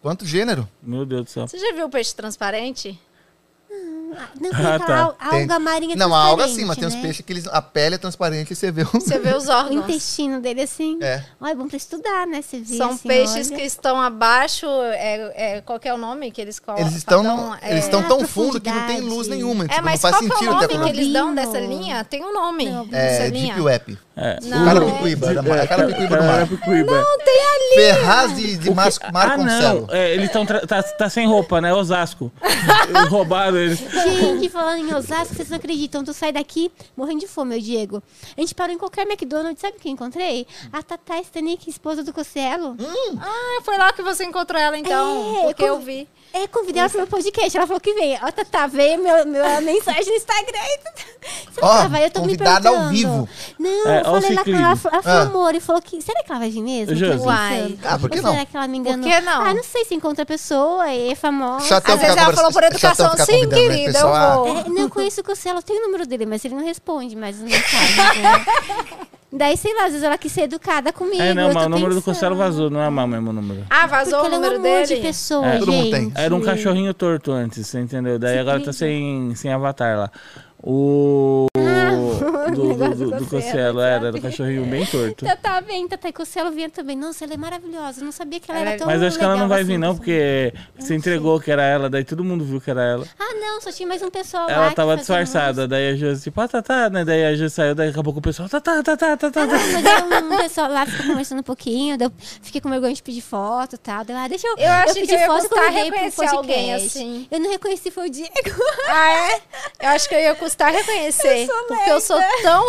S2: Quanto gênero?
S4: Meu Deus do céu.
S3: Você já viu o peixe transparente?
S1: Ah, Não, tem
S4: Ah,
S1: aquela
S4: tá.
S1: al-
S2: Tem-
S1: alga
S3: é
S1: marinha
S2: Não, a alga sim,
S1: transparente,
S2: mas tem uns
S1: né?
S2: peixes que eles, a pele é transparente e você vê uns.
S3: Você vê os
S1: O
S3: órgãos.
S1: intestino dele, assim.
S2: É.
S1: Ó, é bom pra estudar, né? Você vê,
S3: São
S1: assim,
S3: peixes
S1: olha.
S3: que estão abaixo. É, é, qual que é o nome que eles colocam?
S2: Eles estão,
S3: Dão, é,
S2: eles estão
S1: a
S2: tão fundo que não tem
S1: profundidade.
S2: luz nenhuma.
S3: É,
S2: tipo, não
S3: mas
S2: faz
S3: qual que é o
S2: sentido
S3: nome
S2: até
S3: que
S2: quando-
S3: eles dão
S1: Albino.
S3: dessa linha? Tem um nome
S1: Não,
S3: dessa
S2: É,
S3: linha.
S2: Deep Web.
S4: É.
S3: Não.
S2: Carapicuíba, era- era Carapicuíba do mar. um
S4: Carapicuíba.
S2: Ferraz de, de Mar
S4: É. Ah,
S2: Marconcelo.
S4: não. É, eles estão. Tá, tá sem roupa, né? Osasco. Eles roubaram eles.
S1: Gente, falando em Osasco, vocês não acreditam. Tu sai daqui morrendo de fome, meu Diego. A gente parou em qualquer McDonald's, sabe quem encontrei? A Tatá Stanik, esposa do Cocielo.
S3: Ah, foi lá que você encontrou ela, então.
S1: É,
S3: porque eu
S1: como-
S3: vi.
S1: É, convidei ela pro meu podcast. Ela falou que vem. Ó, Tatá, veio meu, minha mensagem no Instagram. Será
S2: Ó,
S1: que ela vai? Eu tô me
S2: convidada ao
S1: perguntando.
S2: vivo.
S1: Não,
S4: É,
S1: eu
S4: ó o
S1: falei lá com ela. Ela falou, ela
S2: Ah.
S1: falou amor e falou que... Será que ela vai vir mesmo? Tipo Que eu tô
S4: Josi.
S1: pensando.
S3: Uai.
S2: Ah, por que
S1: Ou
S2: não?
S1: Será que ela me enganou?
S3: que não?
S1: Ah, não sei se encontra a pessoa e é famosa.
S2: Chatão
S3: Às vezes
S2: ficar
S3: ela falou
S2: conversa-
S3: por educação.
S2: chatão ficar
S3: Sim,
S2: convidando, né,
S3: querida,
S2: pessoal, ah,
S3: eu vou.
S1: É, não eu conheço o Cocielo, eu tenho o número dele, mas ele não responde mais as mensagens. né? Daí, sei lá, às vezes ela quis ser educada comigo.
S4: É, não,
S1: eu
S4: mas
S1: tô
S4: o número do
S1: pensando.
S4: Costello vazou, não é mal o mesmo número.
S3: Ah,
S1: Porque
S3: vazou o
S1: ela é um
S3: número
S1: monte de
S3: dele?
S1: pessoa,
S4: É,
S2: todo mundo tem.
S1: gente.
S4: Era um cachorrinho torto antes, você entendeu? Daí
S1: Você
S4: agora tá sem, sem avatar lá. O. do, do, do, do Costello, era, era um cachorrinho bem torto.
S1: Tatá vem, Tatá tá, e Cosselo vinha também. Nossa, ela é maravilhosa. Eu não sabia que ela,
S3: Ela
S1: era
S3: é-
S1: tão
S4: Mas acho que ela
S1: legal
S4: não vai
S1: assim,
S4: vir, não,
S1: pessoa.
S4: porque
S1: sei.
S4: você entregou que era ela, daí todo mundo viu que era ela.
S1: Ah, não, só tinha mais um pessoal lá.
S4: Ela
S1: que
S4: tava
S1: fazia um-
S4: disfarçada, daí a Josi, tipo, ah, tá, tá, né? Daí a Josi saiu, daí acabou com o pessoal, tá, tá, tá, tá, tá, tá. tá.
S1: Mas aí um pessoal lá ficou conversando um pouquinho, daí eu fiquei com vergonha de pedir foto e tal. Daí eu, ah, deixa eu.
S3: Eu acho que
S1: pedi
S3: eu ia
S1: foto e
S3: custar
S1: convidei pro
S3: reconhecer alguém
S1: podcast.
S3: assim.
S1: Eu não reconheci, foi o Diego.
S3: Ah, é? Eu acho que eu ia custar reconhecer. porque eu sou tão.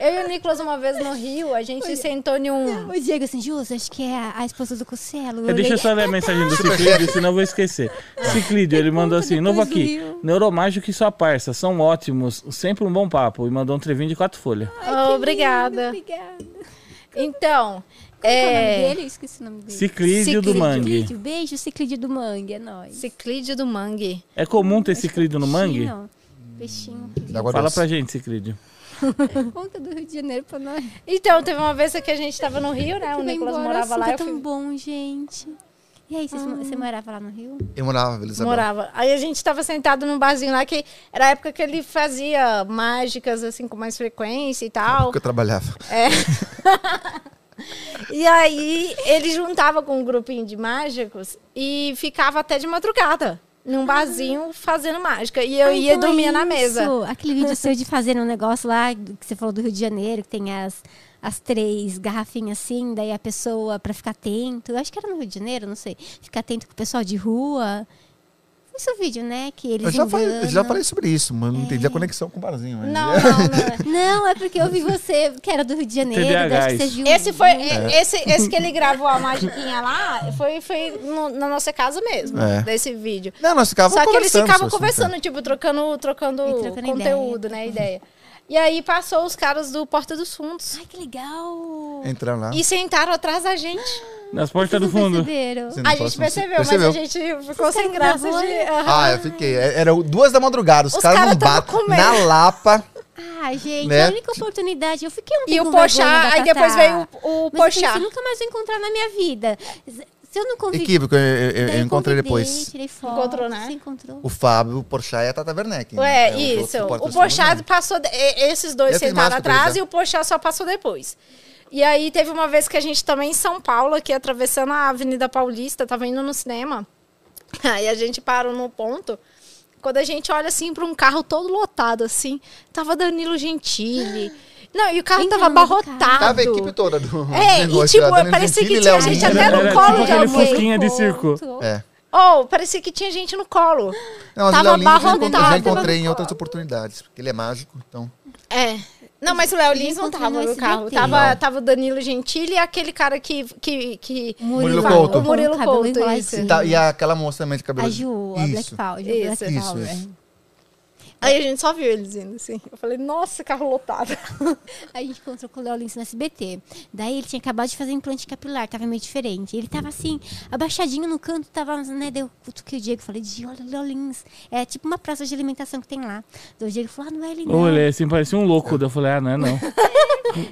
S3: Eu e o Nicolas, uma vez no Rio, a gente sentou em um.
S1: O Diego assim, Jus, acho que é a, a esposa do Cocelo.
S4: É, Deixa eu só ler
S1: tá,
S4: a mensagem do Ciclídeo, senão eu vou esquecer. Ciclídeo, ele mandou assim, novo
S1: depois
S4: aqui,
S1: do Rio.
S4: neuromágico e sua parça, são ótimos, sempre um bom papo. E mandou um trevinho de quatro folhas.
S3: Oh, obrigada.
S1: Obrigada. Como
S3: Então,
S1: é... o nome
S3: é.
S1: dele? Eu esqueci o nome dele.
S4: Ciclídeo do
S3: Ciclídeo.
S4: Mangue.
S1: Ciclídeo, beijo, Ciclídeo do Mangue, é nóis.
S3: Ciclídeo do Mangue.
S4: É comum ter ciclídeo no Mangue?
S1: Peixinho, Peixinho.
S2: Da água
S4: Fala
S2: doce.
S4: pra gente, Ciclídeo.
S1: Conta do Rio de Janeiro pra nós.
S3: Então, teve uma vez que a gente tava no Rio, né? O
S1: Eu vou
S3: Nicolas
S1: embora,
S3: morava
S1: o assunto
S3: lá.
S1: é
S3: Eu
S1: tão
S3: fui... Ah.
S1: bom, gente. E aí, vocês mo- você morava lá no Rio?
S2: Eu morava, Elizabeth.
S3: Morava. Aí a gente tava sentado num barzinho lá que era a época que ele fazia mágicas assim com mais frequência e tal.
S2: Porque eu trabalhava.
S3: E aí ele juntava com um grupinho de mágicos e ficava até de madrugada num barzinho fazendo mágica. E eu
S1: Ah,
S3: ia
S1: então é
S3: dormir na
S1: isso.
S3: mesa.
S1: Aquele vídeo seu de fazer um negócio lá do- que você falou do Rio de Janeiro, que tem as, as três garrafinhas assim, daí a pessoa, pra ficar atento. Eu acho que era no Rio de Janeiro, não sei. Ficar atento com o pessoal de rua. Foi seu vídeo, né? Que eles
S2: Eu já, falei, eu
S1: enganam.
S2: já falei sobre isso, mas não entendi a conexão com o barzinho. mas-
S3: né? É. Não, não,
S1: Não, é porque eu vi você, que era do Rio de Janeiro.
S4: TDAHs.
S1: daí acho que você viu
S3: não. Esse foi. é, Esse, esse que ele gravou a magiquinha lá foi, foi no- na nossa casa mesmo,
S2: É.
S3: desse vídeo.
S2: Não, nós ficávamos
S3: Só que eles
S2: conversando.
S3: ficavam
S2: sobre isso, né?
S3: conversando, tipo, trocando, trocando
S1: E trocando
S3: conteúdo, né? Ideia. E aí passou os caras do Porta dos Fundos.
S1: Ai, que legal!
S2: Entraram lá.
S3: E sentaram atrás da gente.
S4: Nas
S2: tá
S4: portas do
S1: Vocês
S4: fundo.
S1: perceberam?
S2: Você não
S3: A
S2: fala,
S3: gente
S2: você não se-
S3: percebeu, mas a gente ficou sem
S1: caras
S3: graça de.
S1: gravou,
S3: Aham.
S2: Ah, eu fiquei. É, Era duas da madrugada, os,
S3: Os
S2: caras
S3: cara
S2: não
S3: tava
S2: batem
S3: comendo.
S2: na Lapa.
S1: Ah, gente,
S2: Né?
S1: a única oportunidade. Eu fiquei um
S3: E
S1: pouco
S3: o
S1: com vergonha
S3: Pochá,
S1: da
S3: aí
S1: Tatá.
S3: depois veio o, o
S1: Mas eu
S3: Pochá.
S1: pensei, nunca mais vou encontrar na minha vida. Se eu não convidei...
S2: Equívoco, eu, eu- eu
S1: daí
S2: encontrei
S1: convidei,
S2: depois.
S1: Tirei foto.
S3: Encontrou, né?
S1: Você encontrou.
S2: O Fábio, o Porchat e a Tata Werneck. né?
S3: Ué,
S2: É, os outros
S3: isso.
S2: do Porta
S3: O
S2: dos Fundos,
S3: Pochá
S2: né?
S3: passou. de- e- Esses dois
S2: Eu tenho
S3: sentaram
S2: mais que
S3: atrás
S2: dois,
S3: e
S2: né?
S3: o Pochá só passou depois. E aí teve uma vez que a gente também em São Paulo, aqui atravessando a Avenida Paulista, tava indo no cinema. Aí a gente parou no ponto. Quando a gente olha assim para um carro todo lotado, assim, tava Danilo Gentili. Não, e o carro
S1: Entra
S3: tava
S1: no meio do carro.
S3: abarrotado.
S2: Tava a equipe toda do.
S3: É, e
S2: negócio
S3: tipo,
S2: lá, né? um Danilo
S3: parecia que
S2: Gentili,
S3: tinha
S2: Léo
S3: gente
S2: Lins.
S3: até É no
S4: Era
S3: colo
S4: tipo
S3: de
S4: aquele
S3: alguém.
S4: fusquinha de circo.
S2: né? É.
S3: Oh, parecia que tinha gente no colo.
S2: Não, mas o
S3: Tava
S2: Léo Lins eu já encontrei- eu já
S3: abarrotado.
S2: encontrei em outras oportunidades, porque ele é mágico, então.
S3: É. Não, mas o Léo
S1: Ele
S3: Lins não
S1: encontrou
S3: tava
S1: no
S3: no carro.
S1: SBT.
S3: Tava,
S2: Não.
S3: tava o Danilo Gentili e aquele cara que. que, que...
S2: Murilo
S1: Fala,
S2: Couto.
S1: o
S3: Murilo
S1: cabelo
S3: Couto,
S1: enroladinho.
S3: isso.
S2: E, tá- e aquela moça também de cabelo.
S1: A Ju, a Black
S2: É Isso.
S1: Power.
S3: Isso.
S1: Black
S2: Isso,
S1: Power.
S2: isso.
S3: Aí a gente só viu eles indo assim. Eu falei, nossa, carro lotado.
S1: A gente encontrou com o Léo Lins no SBT. Daí ele tinha acabado de fazer implante capilar, tava meio diferente. Ele tava assim, abaixadinho no canto, tava, né? Daí eu cutuquei o Diego e falei, Di, olha o Léo Lins. É tipo uma praça de alimentação que tem lá. Daí o Diego falou, ah, não é ele
S3: né?
S1: não.
S4: Olha, assim, parecia um louco. Daí eu falei, ah, não é não.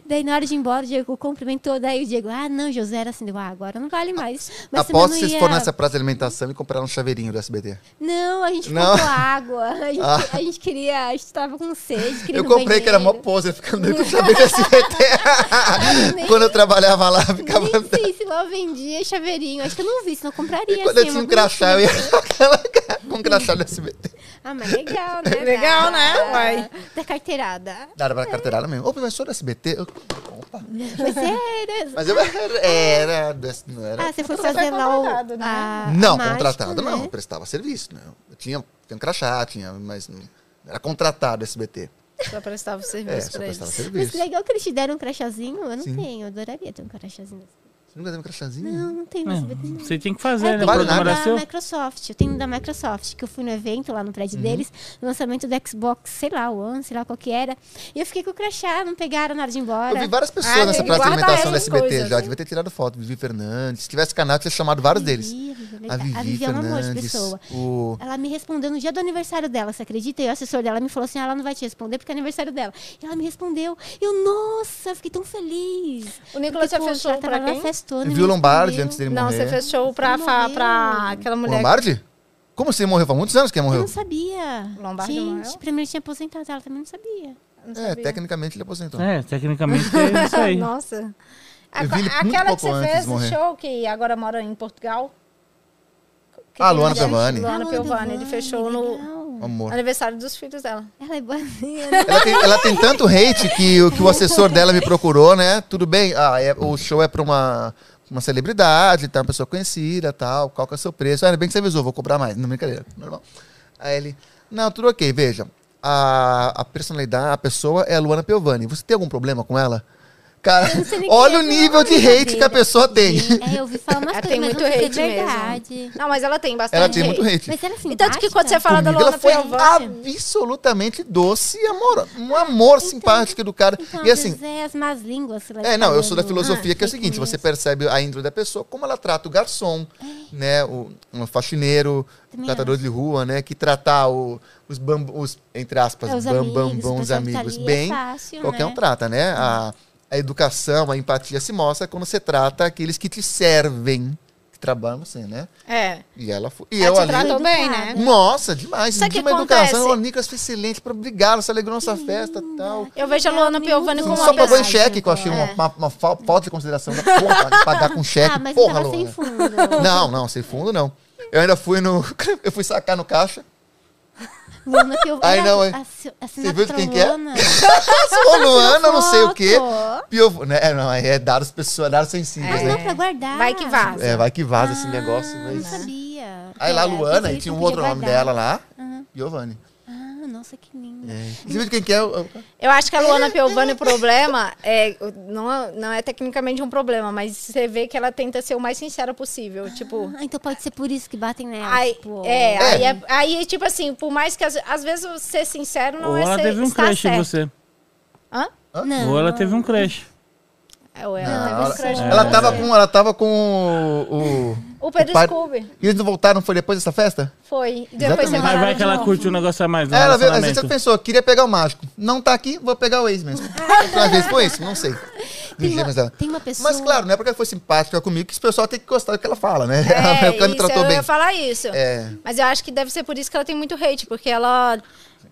S1: Daí na hora de ir embora, o Diego cumprimentou. Daí o Diego, ah, não, José era assim, deu, ah, agora não vale mais. Mas também
S2: Após
S1: não
S2: vocês
S1: ia-
S2: foram nessa praça de alimentação e compraram um chaveirinho do SBT.
S1: Não, a gente
S2: Não.
S1: comprou água. A gente,
S2: Ah.
S1: a gente queria, a gente tava com sede. Queria
S2: Eu
S1: ir no
S2: comprei que era mó
S1: banheiro.
S2: pose, ficando dentro do chaveiro do SBT.
S1: nem-
S2: Quando eu trabalhava lá, ficava.
S1: Nem sei se lá vendia chaveirinho. Acho que eu não vi, senão eu compraria.
S2: E quando eu
S1: assim,
S2: tinha um
S1: uma
S2: crachá, eu ia aquela cara com um crachá do SBT.
S1: Ah, mas legal, né?
S3: Legal, né?
S1: Da-
S3: Uai.
S1: Da carteirada.
S2: Dava pra carteirada mesmo. Ô, professor do SBT. Eu... Opa.
S1: Mas é, era.
S2: Mas eu era. era do S- não era.
S1: Ah, você foi
S3: Você
S1: fazer
S3: foi
S1: lá o.
S3: contratado, né?
S1: a- a
S2: não,
S1: mágica,
S2: contratado não.
S1: né?
S2: Eu prestava serviço. Né? Eu tinha, tinha um crachá, tinha, mas não- era contratado do SBT.
S3: Só prestava o
S2: É, só
S3: serviço pra
S2: prestava
S3: eles.
S1: Mas
S2: serviço.
S1: legal que eles te deram um crachazinho. Eu não
S2: Sim.
S1: tenho, eu adoraria ter um crachazinho.
S2: Você nunca teve um crachazinho?
S1: Não, não tem
S3: É.
S1: mais BBB, não.
S4: Você tinha que
S1: É,
S4: fazer,
S1: eu
S4: né?
S1: tenho
S4: O
S2: Vale
S4: programa
S1: da
S4: era seu.
S1: Microsoft. Eu tenho da Microsoft, que eu fui no evento lá no
S2: Uhum.
S1: prédio deles, no lançamento do Xbox, sei lá, o One, sei lá qual que era. E eu fiquei com o crachá, não pegaram na hora de ir embora.
S2: Eu vi várias pessoas
S3: Ah,
S2: nessa
S1: né?
S3: tem que
S2: praça de
S3: guardar
S2: alimentação do
S3: essas
S2: SBT
S3: coisas,
S2: já.
S3: né?
S2: Devia ter tirado foto. Vivi Fernandes. Se tivesse canal, tinha chamado vários deles.
S1: Vivi, Vivi,
S2: A Vivi,
S1: a Vivi é um
S2: Fernandes.
S1: amor de pessoa.
S2: O...
S1: Ela me respondeu no dia do aniversário dela, você acredita? E o assessor dela me falou assim: ah, ela não vai te responder porque é aniversário dela. E ela me respondeu. Eu, nossa, eu fiquei tão feliz.
S3: O Nicolas já fez show pra quem?
S1: Festona,
S2: Viu o Lombardi antes dele
S3: Não,
S2: morrer.
S3: você fez show pra,
S1: Ele
S3: fa-
S1: morreu.
S3: pra aquela
S2: O
S3: mulher.
S2: Lombardi? Como você morreu? Faz muitos anos que ele
S1: Eu
S2: morreu.
S1: não sabia.
S3: Lombardi
S1: Gente,
S3: morreu?
S1: primeiro tinha aposentado, ela também não sabia.
S3: que- não
S2: É,
S3: sabia.
S2: tecnicamente ele aposentou.
S4: É, tecnicamente é isso aí.
S3: Nossa.
S2: Eu vi ele muito
S3: aquela
S2: pouco
S3: que você
S2: antes de
S3: fez,
S2: morrer.
S3: o show que agora mora em Portugal. Que
S2: Ah,
S3: tem
S2: Luana
S3: mulher-
S2: Piovani.
S1: Ah,
S3: Luana Piovani, ele
S1: Piovani,
S3: fechou no
S1: legal.
S2: Amor.
S3: aniversário dos filhos dela.
S1: Ela é boazinha,
S2: Ela tem, ela tem tanto hate que, o- que o assessor dela me procurou, né? Tudo bem, ah, é- o show é pra uma, uma celebridade, tá? Uma pessoa conhecida tal. Qual que é o seu preço? Ah, ainda bem que você avisou, vou cobrar mais. Não, brincadeira, normal. Aí ele, não, tudo ok, veja. A, a personalidade, a pessoa é a Luana Piovani. Você tem algum problema com ela? Cara,
S1: Eu não sei nem
S2: olha o
S1: quem é,
S2: nível de
S1: não,
S2: hate que a
S1: brincadeira.
S2: pessoa tem.
S1: É, eu ouvi falar umas
S2: Ah,
S3: Ela
S1: coisas,
S3: tem
S1: mas
S3: muito
S1: não sei se é
S3: hate mesmo.
S1: verdade.
S3: Não, mas ela tem bastante.
S2: Ela tem muito hate.
S1: Mas ela é
S2: Então,
S3: E
S2: tipo,
S3: tanto que quando você
S1: simpática?
S3: fala da
S2: Comigo,
S3: Luana
S2: ela foi
S3: Piovani...
S2: absolutamente doce e amor, um amor simpático do cara.
S1: Então,
S2: e assim,
S1: às vezes, é as más línguas. sei lá,
S2: É, não, eu sou da
S1: falando,
S2: filosofia
S1: ah,
S2: que é
S1: fake
S2: o seguinte,
S1: news.
S2: você percebe a índole da pessoa, como ela trata o garçom, né, o um faxineiro,
S1: É. Também
S2: tratador de rua, né, que tratar o- os bambus, os, entre aspas,
S1: É, os
S2: bam, bam,
S1: amigos,
S2: bam,
S1: o
S2: os
S1: pessoal que tá
S2: amigos
S1: ali é
S2: bem,
S1: fácil,
S2: qualquer
S1: né? Uhum.
S2: um trata, né, a, a educação, a empatia se mostra quando você trata aqueles que te servem, que trabalham com você, né,
S3: É.
S2: e ela foi, e eu
S3: Ela te
S2: ali...
S3: tratou bem,
S1: educada.
S3: né?
S2: Nossa, demais.
S3: Sabe
S2: de
S3: o que
S2: uma educação.
S3: acontece?
S2: O Nicolas foi excelente. pra- Obrigado, você alegrou nossa festa e tal.
S3: Eu vejo a Luana Piovani como
S2: Só
S3: uma
S2: pagou em
S3: pessoa...
S1: verdade,
S2: cheque, que
S1: então,
S2: eu achei uma,
S3: é.
S2: uma- uma fa- falta de consideração da porra, de pagar com cheque.
S1: Ah, mas
S2: porra,
S1: tava sem
S2: Luana.
S1: fundo.
S2: Não, não, sem fundo não. Eu ainda fui no. Eu fui sacar no caixa.
S1: Luana Piovani.
S2: Ai, não,
S1: a-
S2: hein?
S1: a si- a
S2: Você viu de
S1: assinatura
S2: quem que é?
S1: Luana.
S2: Ô, Luana, não sei o quê.
S1: Foto.
S2: Piovani. Né? É, Não, aí é dados, pessoa, dados sensíveis,
S1: Ah, não,
S2: né?
S1: pra guardar.
S3: Vai que vaza.
S2: É, vai que vaza esse
S1: Ah,
S2: negócio.
S1: Não
S2: Mas...
S1: sabia.
S2: Aí lá,
S1: É,
S2: Luana,
S1: pensei
S2: e
S1: que
S2: tinha um
S1: podia
S2: outro nome
S1: guardar.
S2: dela lá.
S1: Aham.
S2: Giovanni.
S1: Ah, nossa, que lindo.
S2: É. Você viu de quem que é? Eu- eu-
S3: Eu acho que a Luana Piovani, o problema é, não, não é tecnicamente um problema, mas você vê que ela tenta ser o mais sincera possível. Tipo,
S1: Ah, então pode ser por isso que batem nela.
S3: aí,
S1: tipo,
S3: é,
S2: É.
S3: Aí, é- aí, tipo assim, por mais que às, às vezes ser sincero não
S4: Ou
S3: é
S4: ela
S3: ser,
S4: teve um
S3: estar
S4: crush em
S3: certo.
S4: você.
S3: Hã?
S1: Não.
S4: Ou ela teve um crush.
S3: É, Ou
S2: Não,
S3: ela teve
S2: ela,
S3: um crush em
S2: ela
S3: você.
S2: tava com, ela tava com o. o-
S3: O Pedro
S2: pai-
S3: Scooby
S2: E eles não voltaram, foi depois dessa festa?
S3: foi. E depois
S2: Exatamente.
S3: você
S4: Mas vai que ela curte um negócio a mais. No
S2: É, ela veio, a gente
S4: relacionamento.
S2: já pensou, queria pegar o mágico. Não tá aqui, vou pegar o ex mesmo. Então, Às vezes foi isso, não sei.
S1: Tem
S2: Dos
S1: uma-
S2: gêmeos dela.
S1: tem uma pessoa-
S2: Mas claro, não é porque ela foi simpática comigo que esse pessoal tem que gostar do que ela fala, né?
S3: É,
S2: ela me
S3: isso,
S2: tratou
S3: eu
S2: bem.
S3: ia falar isso.
S2: É.
S3: Mas eu acho que deve ser por isso que ela tem muito hate, porque ela.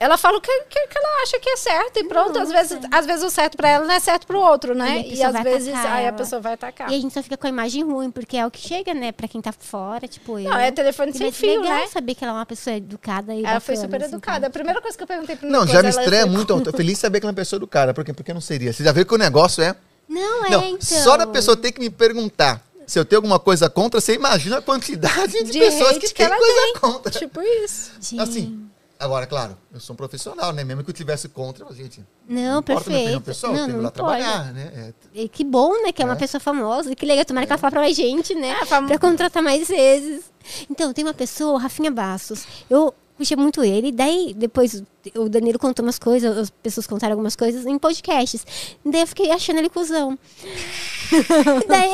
S3: Ela fala o que, que- que ela acha que é certo e pronto. às, vezes, às vezes o certo pra ela não é certo pro outro,
S1: Aí a
S3: né? E
S1: pessoa
S3: às
S1: vai
S3: vezes
S1: atacar
S3: aí a
S1: ela.
S3: pessoa vai atacar.
S1: E a gente só fica com a imagem ruim, porque é o que chega, né? Pra quem tá fora, tipo eu.
S3: Não, é telefone
S1: E
S3: sem
S1: mas
S3: fio,
S1: legal
S3: né?
S1: saber que ela é uma pessoa educada e
S3: Ela foi
S1: bacana,
S3: super
S1: assim,
S3: educada. A primeira coisa que eu perguntei pro
S2: Não,
S3: Nicolas,
S2: já me
S3: ela-
S2: estranha muito. Eu tô feliz de saber que ela é uma pessoa do cara, porque, porque não seria. Você já viu que o negócio é.
S1: então.
S3: Ah,
S1: Não, é,
S2: não,
S1: então.
S2: só da pessoa ter que me perguntar se eu tenho alguma coisa contra, você imagina a quantidade de,
S3: De
S2: pessoas
S3: hate
S2: que,
S3: que
S2: tem
S3: ela
S2: coisa
S3: tem.
S2: contra.
S3: Tipo isso.
S1: Gente,
S2: Assim, agora, claro, eu sou um profissional, né? Mesmo que eu tivesse contra, mas, gente.
S1: Não,
S2: importa a minha opinião
S1: perfeito.
S2: pessoal, eu
S1: não,
S2: tenho
S1: não
S2: lá
S1: pode.
S2: trabalhar, né? É,
S1: E que bom, né? Que é uma pessoa famosa. Que legal, tomara que ela fale pra mais gente, né?
S3: É,
S1: Pra contratar mais vezes. Então, tem uma pessoa, o Rafinha Bastos. Eu puxei muito ele. Daí, depois, o Danilo contou umas coisas, as pessoas contaram algumas coisas em podcasts. Daí eu fiquei achando ele cuzão. Daí,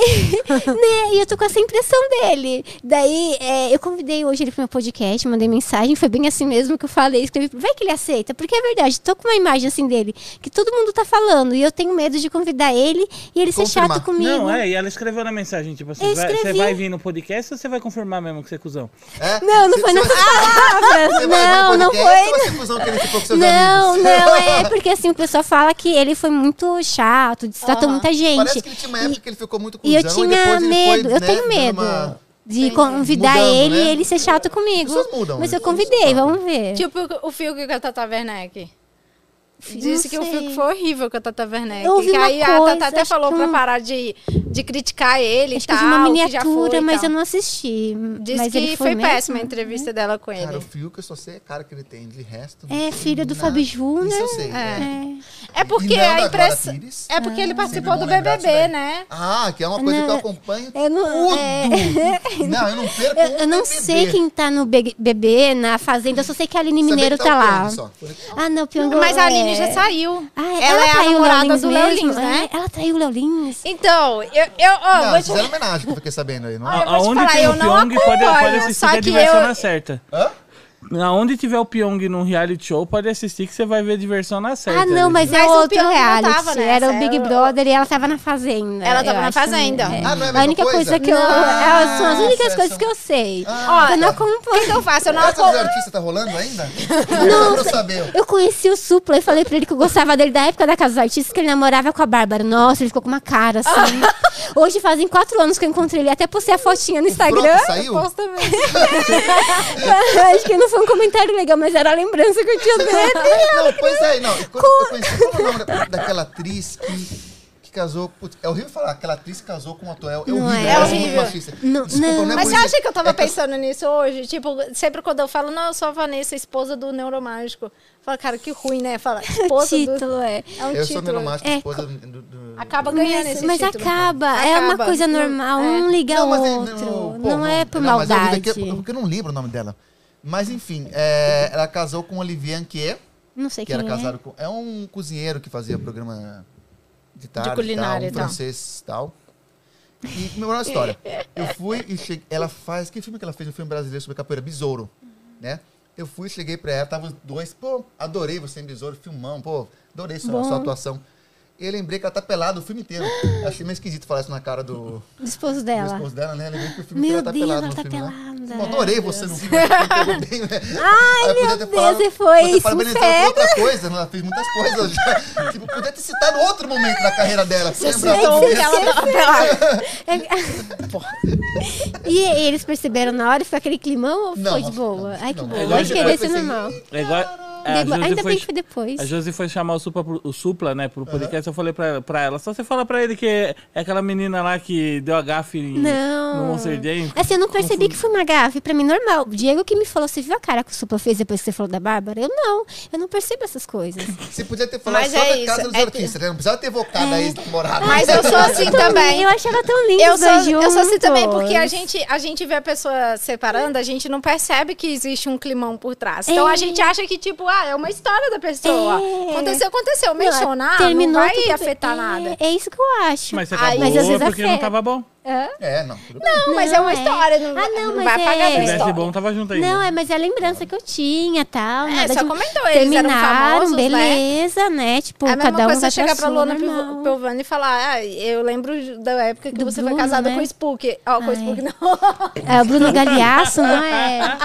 S1: né, e eu tô com essa impressão dele. Daí, é, eu convidei hoje ele pro meu podcast, mandei mensagem, foi bem assim mesmo que eu falei, escrevi, vai que ele aceita, porque é verdade, tô com uma imagem assim dele, que todo mundo tá falando, e eu tenho medo de convidar ele e ele ser
S2: Confirmar.
S1: chato comigo.
S4: Não, é, e ela escreveu na mensagem, tipo assim,
S1: Eu
S4: vai- você
S1: escrevi.
S4: vai vir no podcast ou você vai confirmar mesmo que você é cuzão?
S2: É?
S1: Não, não
S2: Cê-
S1: foi
S2: cê
S1: nessa
S2: vai-
S1: palavra.
S2: cê vai
S1: Não,
S2: ver
S1: não
S2: podcast assim
S1: foi.
S2: ou vai ser cuzão que ele ficou com seus
S1: Não,
S2: amigos?
S1: não, é porque assim, o pessoal fala que ele foi muito chato, destratou
S3: Aham.
S1: muita gente.
S2: Ah, Parece que ele tinha uma época que ele ficou muito
S1: E
S2: cuzão
S1: eu tinha
S2: depois ele
S1: medo,
S2: foi,
S1: eu
S2: né,
S1: tenho
S2: dando
S1: medo
S2: uma-
S1: de convidar
S2: Mudando,
S1: ele
S2: né?
S1: e ele ser chato comigo.
S2: pessoas mudam,
S1: Mas
S2: né?
S1: eu convidei, vamos ver.
S3: Tipo o Fiuk com a Tata Werneck.
S1: Não
S3: Disse que o
S1: sei.
S3: Fiuk foi horrível com a Tata Werneck.
S1: Eu ouvi
S3: que
S1: uma
S3: aí a
S1: coisa,
S3: Tata até
S1: acho
S3: falou
S1: que
S3: pra
S1: um-
S3: parar de, de criticar ele
S1: Acho
S3: e
S1: que eu
S3: tal.
S1: vi uma
S3: já foi
S1: miniatura,
S3: e
S1: mas
S3: tal.
S1: eu não assisti.
S3: Diz
S1: mas
S3: que
S1: ele
S3: foi,
S1: foi, mesmo?
S3: péssima a entrevista dela com ele.
S2: Cara, o Fiuk, eu só sei a cara que ele tem de resto.
S1: É, filho do
S2: Nada.
S1: Fábio Júnior.
S2: Isso eu sei. É.
S1: É.
S3: É É porque
S2: E não da
S3: a
S2: Glória
S3: impressão.
S2: Pires?
S3: É porque ele participou
S2: bom
S3: do
S2: lembrar disso
S3: BBB,
S2: daí.
S3: né?
S2: Ah, que é uma coisa que eu
S1: Não,
S2: acompanho
S1: eu não- é,
S2: tudo. Não, eu não perco
S1: Eu,
S2: um
S1: eu não
S2: BBB.
S1: sei quem tá no BBB, na Fazenda, eu só sei que a Aline
S2: Sabia
S1: Mineiro
S2: que
S1: tá,
S2: o
S1: lá.
S2: Pyong só.
S1: Ah, não, Pyong
S3: Mas a Aline
S1: é.
S3: já saiu.
S1: Ah,
S3: ela, é a
S1: traiu o
S3: namorada
S1: Lins
S3: do Léo
S1: mesmo?
S3: Lins, né?
S1: É, ela traiu o Léo Lins.
S3: Então, eu, eu ó,
S2: Não,
S3: vou te...
S2: fizeram homenagem que eu fiquei sabendo aí, não é?
S1: Ah,
S3: eu vou te
S4: Aonde
S3: falar,
S4: tem
S3: eu
S4: o
S3: não
S4: Pyong, pode, pode
S3: acompanho,
S4: assistir
S3: só
S4: que a
S3: que
S4: diversão
S3: eu-
S4: na certa.
S2: é? Hã?
S4: Aonde tiver o Pyong num reality show, pode assistir que você vai ver diversão na
S1: Ah,
S4: certa. né,
S1: não,
S4: ali.
S1: mas é
S3: Mas o
S1: outro
S3: Pyong não
S1: reality.
S3: tava nessa,
S1: Era o Big
S3: era o-
S1: Brother e ela tava na Fazenda.
S3: Ela tava
S1: eu
S3: na
S1: acho,
S3: Fazenda.
S1: né?
S2: Ah, não é a
S1: a
S2: mesma
S1: única coisa,
S2: coisa?
S1: que eu.
S2: Não.
S1: é, são as únicas
S2: Nossa,
S1: coisas
S2: são-
S1: que eu sei.
S2: Ah,
S1: eu não
S2: tá.
S1: acompanho.
S3: O que eu faço? Eu
S1: ah,
S3: não
S2: Essa
S3: acompanho.
S2: artista tá rolando ainda? Não. Só pra eu saber.
S1: Eu conheci o Supla e falei pra ele que eu gostava dele da época da Casa dos Artistas, que ele namorava com a Bárbara. Nossa, ele ficou com uma cara assim. Hoje fazem quatro anos que eu encontrei ele. Até postei a fotinha no Instagram.
S2: Pronto, saiu?
S1: Eu posto também. Acho que não foi um comentário legal, mas era a lembrança que eu tinha dele.
S2: Não, pois é, não. Eu, eu conheci qual é o nome da- daquela atriz que, que casou. Putz, é horrível falar, aquela atriz que casou com um ator. É, é horrível,
S1: é.
S2: parece
S1: É
S2: muito
S3: horrível.
S2: machista.
S1: Não,
S2: Desculpa,
S1: não.
S2: não é
S3: Mas
S2: por
S3: você
S2: isso.
S3: acha que eu tava
S2: É que eu-
S3: pensando nisso hoje? Tipo, sempre quando eu falo, não, eu sou a Vanessa, esposa do Neuromágico. Fala, cara, que ruim, né? Fala,
S1: O
S3: esposa do...
S1: título é.
S3: É um
S2: eu sou
S3: título.
S2: neuromágico,
S1: É,
S2: esposa do. do-
S3: Acaba ganhando
S1: Mas,
S3: esse
S1: mas
S3: título.
S1: acaba, é uma
S3: Acaba.
S1: coisa
S3: Não-
S1: normal,
S3: é.
S1: um liga ao
S2: mas é-
S1: outro. Não,
S2: pô,
S1: é por
S2: não, mas eu
S1: maldade.
S2: lembro que- Porque eu não lembro o nome dela. Mas enfim, é, ela casou com Olivier Anquier,
S1: não sei
S2: que
S1: quem
S2: era
S1: é.
S2: casado com. É um cozinheiro que fazia programa de tarde. e tal,
S3: culinária e
S2: um
S3: tal.
S2: francês e tal. E melhorou a história. Eu fui e cheguei. Ela faz. Que filme que ela fez? Um filme brasileiro sobre capoeira, Besouro. Né? Eu fui, cheguei pra ela, tava os dois. Pô, adorei você em Besouro, filmão, pô, adorei sua,
S1: Bom.
S2: sua atuação. E eu lembrei que ela tá pelada o filme inteiro. Achei meio esquisito falar isso na cara do,
S1: Do esposo
S2: do
S1: dela.
S2: esposo dela, né? Lembrei que o filme
S1: Meu
S2: inteiro ela tá
S1: Deus, ela
S2: pelada no
S1: tá
S2: filme, né?
S1: pelada.
S2: Eu adorei você no filme. Ai, né? meu
S1: Deus, você foi
S2: Podia ter então parabenizado por
S1: sincera.
S2: outra coisa, né? ela fez muitas coisas. já. tipo, podia ter citado outro momento da carreira dela. Você
S3: Então,
S2: é
S3: ela tava pelada.
S1: É, E eles perceberam na hora e ficou aquele climão ou
S2: Não,
S1: foi de
S2: não,
S1: boa?
S2: não,
S1: Ai, que
S2: não.
S1: bom.
S4: É,
S1: Acho que
S4: lógico,
S1: deve ser
S2: eu pensei-
S1: normal.
S4: É igual- a
S1: Demo-
S4: Josi
S1: Ainda
S4: foi-
S1: bem que foi depois.
S4: A Josi foi chamar o Supla, pro- o Supla né, pro podcast, eu falei pra, pra ela, só você fala pra ele que é aquela menina lá que deu a gafe em- no
S1: Não.
S4: Monster Jam.
S1: Assim, eu não percebi
S4: Confuso.
S1: que foi uma gafe. Pra mim, normal. O Diego que me falou, você viu a cara que o Supla fez depois que você falou da Bárbara? Eu não. Eu não percebo essas coisas.
S2: Você podia ter falado
S3: Mas
S2: só
S3: é
S2: da
S3: isso,
S2: casa dos
S3: é que-
S2: artistas, né? Não precisava ter evocado a ex-namorada.
S3: Mas eu sou assim também.
S1: Eu achava tão lindo
S3: Eu
S1: os dois
S3: sou, eu sou assim também,
S1: juntos.
S3: porque a gente, a gente vê a pessoa separando, a gente não percebe que existe um climão por trás. Então
S1: É.
S3: a gente acha que, tipo, ah, é uma história da pessoa.
S1: É.
S3: Aconteceu, aconteceu.
S1: Não,
S3: Mencionar não
S1: terminou,
S3: vai
S1: tudo
S3: afetar
S1: bem.
S3: nada.
S1: É, é isso que eu acho.
S4: Mas você
S3: Ai,
S4: acabou
S1: mas às vezes
S4: porque não
S1: afeta.
S4: tava bom.
S2: É, não. tudo bem.
S3: Não, mas é uma história. Não,
S1: Ah, não,
S3: não
S1: mas
S3: vai apagar
S1: é-
S3: da
S4: Se tivesse
S3: história.
S4: bom, tava junto ainda.
S1: Não, é, mas é a lembrança que eu tinha, tal.
S3: É,
S1: nada
S3: só
S1: de-
S3: comentou, eles eram famosos, né?
S1: beleza, né? Tipo,
S3: É a mesma
S1: cada um
S3: coisa
S1: vai
S3: você
S1: pra
S3: chegar pra
S1: sua,
S3: Luana
S1: normal.
S3: Piv- Piovani e falar, ah, eu lembro da época que
S1: Do
S3: você
S1: Bruno,
S3: foi casada
S1: né?
S3: com o Spook. Ó, com o
S1: Ai.
S3: Spook não.
S1: É o Bruno Galhaço, não é?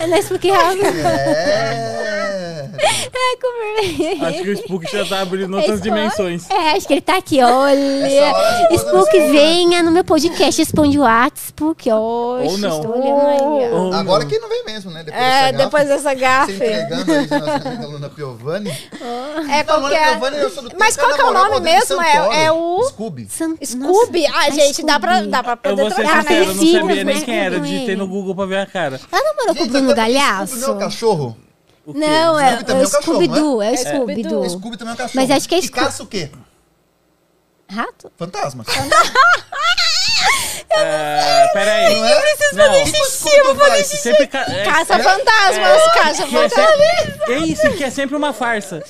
S1: Eu não expliquei errado.
S2: É.
S1: É, como
S4: Acho que o Spook já tá abrindo outras
S1: Spook.
S4: dimensões.
S1: É, acho que ele tá aqui, olha.
S2: Essa hora de quando
S1: Spook,
S2: não se-
S1: venha no meu podcast, responde o WhatsApp, Spook, hoje.
S4: Ou não.
S1: Estou olhando aí, ó.
S4: Ou
S2: Agora
S4: não.
S2: que não vem mesmo, né? Depois dessa
S3: É,
S2: gafe,
S3: depois dessa
S2: Se
S3: gafe.
S2: entregando aí de nossa amiga Luna Piovani.
S3: É
S2: Não, Luna
S3: qualquer...
S2: Piovani, eu sou do
S3: Mas
S2: tempo
S3: qual
S2: que
S3: que é o
S2: ela namorou
S3: nome
S2: com Adriano
S3: mesmo? É, é
S2: Santoro.
S3: o...
S2: Scooby.
S1: San-
S3: Scooby?
S1: Nossa,
S3: Ai, gente, dá pra,
S1: Scooby.
S3: dá pra
S4: Eu
S3: poder
S4: vou ser
S1: trocar,
S4: sincero,
S1: mas
S4: eu
S1: é
S4: não
S1: filho,
S4: sabia nem
S1: né?
S4: quem era.
S1: Não é.
S4: Digitei no Google pra ver a cara.
S1: Ela namorou com o
S2: Gente,
S1: Bruno
S2: até porque
S1: Galhaço?
S2: Scooby não é um cachorro?
S4: O quê?
S1: Não, é, é
S2: também é
S1: o
S2: um cachorro,
S1: Scooby-Doo, é o
S3: É,
S1: Scooby-Doo.
S2: Scooby também é um cachorro.
S1: Mas acho que é
S2: E
S1: Scoo-
S2: caça o quê?
S1: Rato?
S2: Fantasma.
S4: Ah, Peraí.
S2: Não é?
S4: Não,
S2: Xixi, eu vou fazer
S4: sempre... ca- é-
S3: Caça-fantasmas,
S4: que é
S3: caça-fantasmas.
S4: sempre- É isso, que é sempre uma farsa.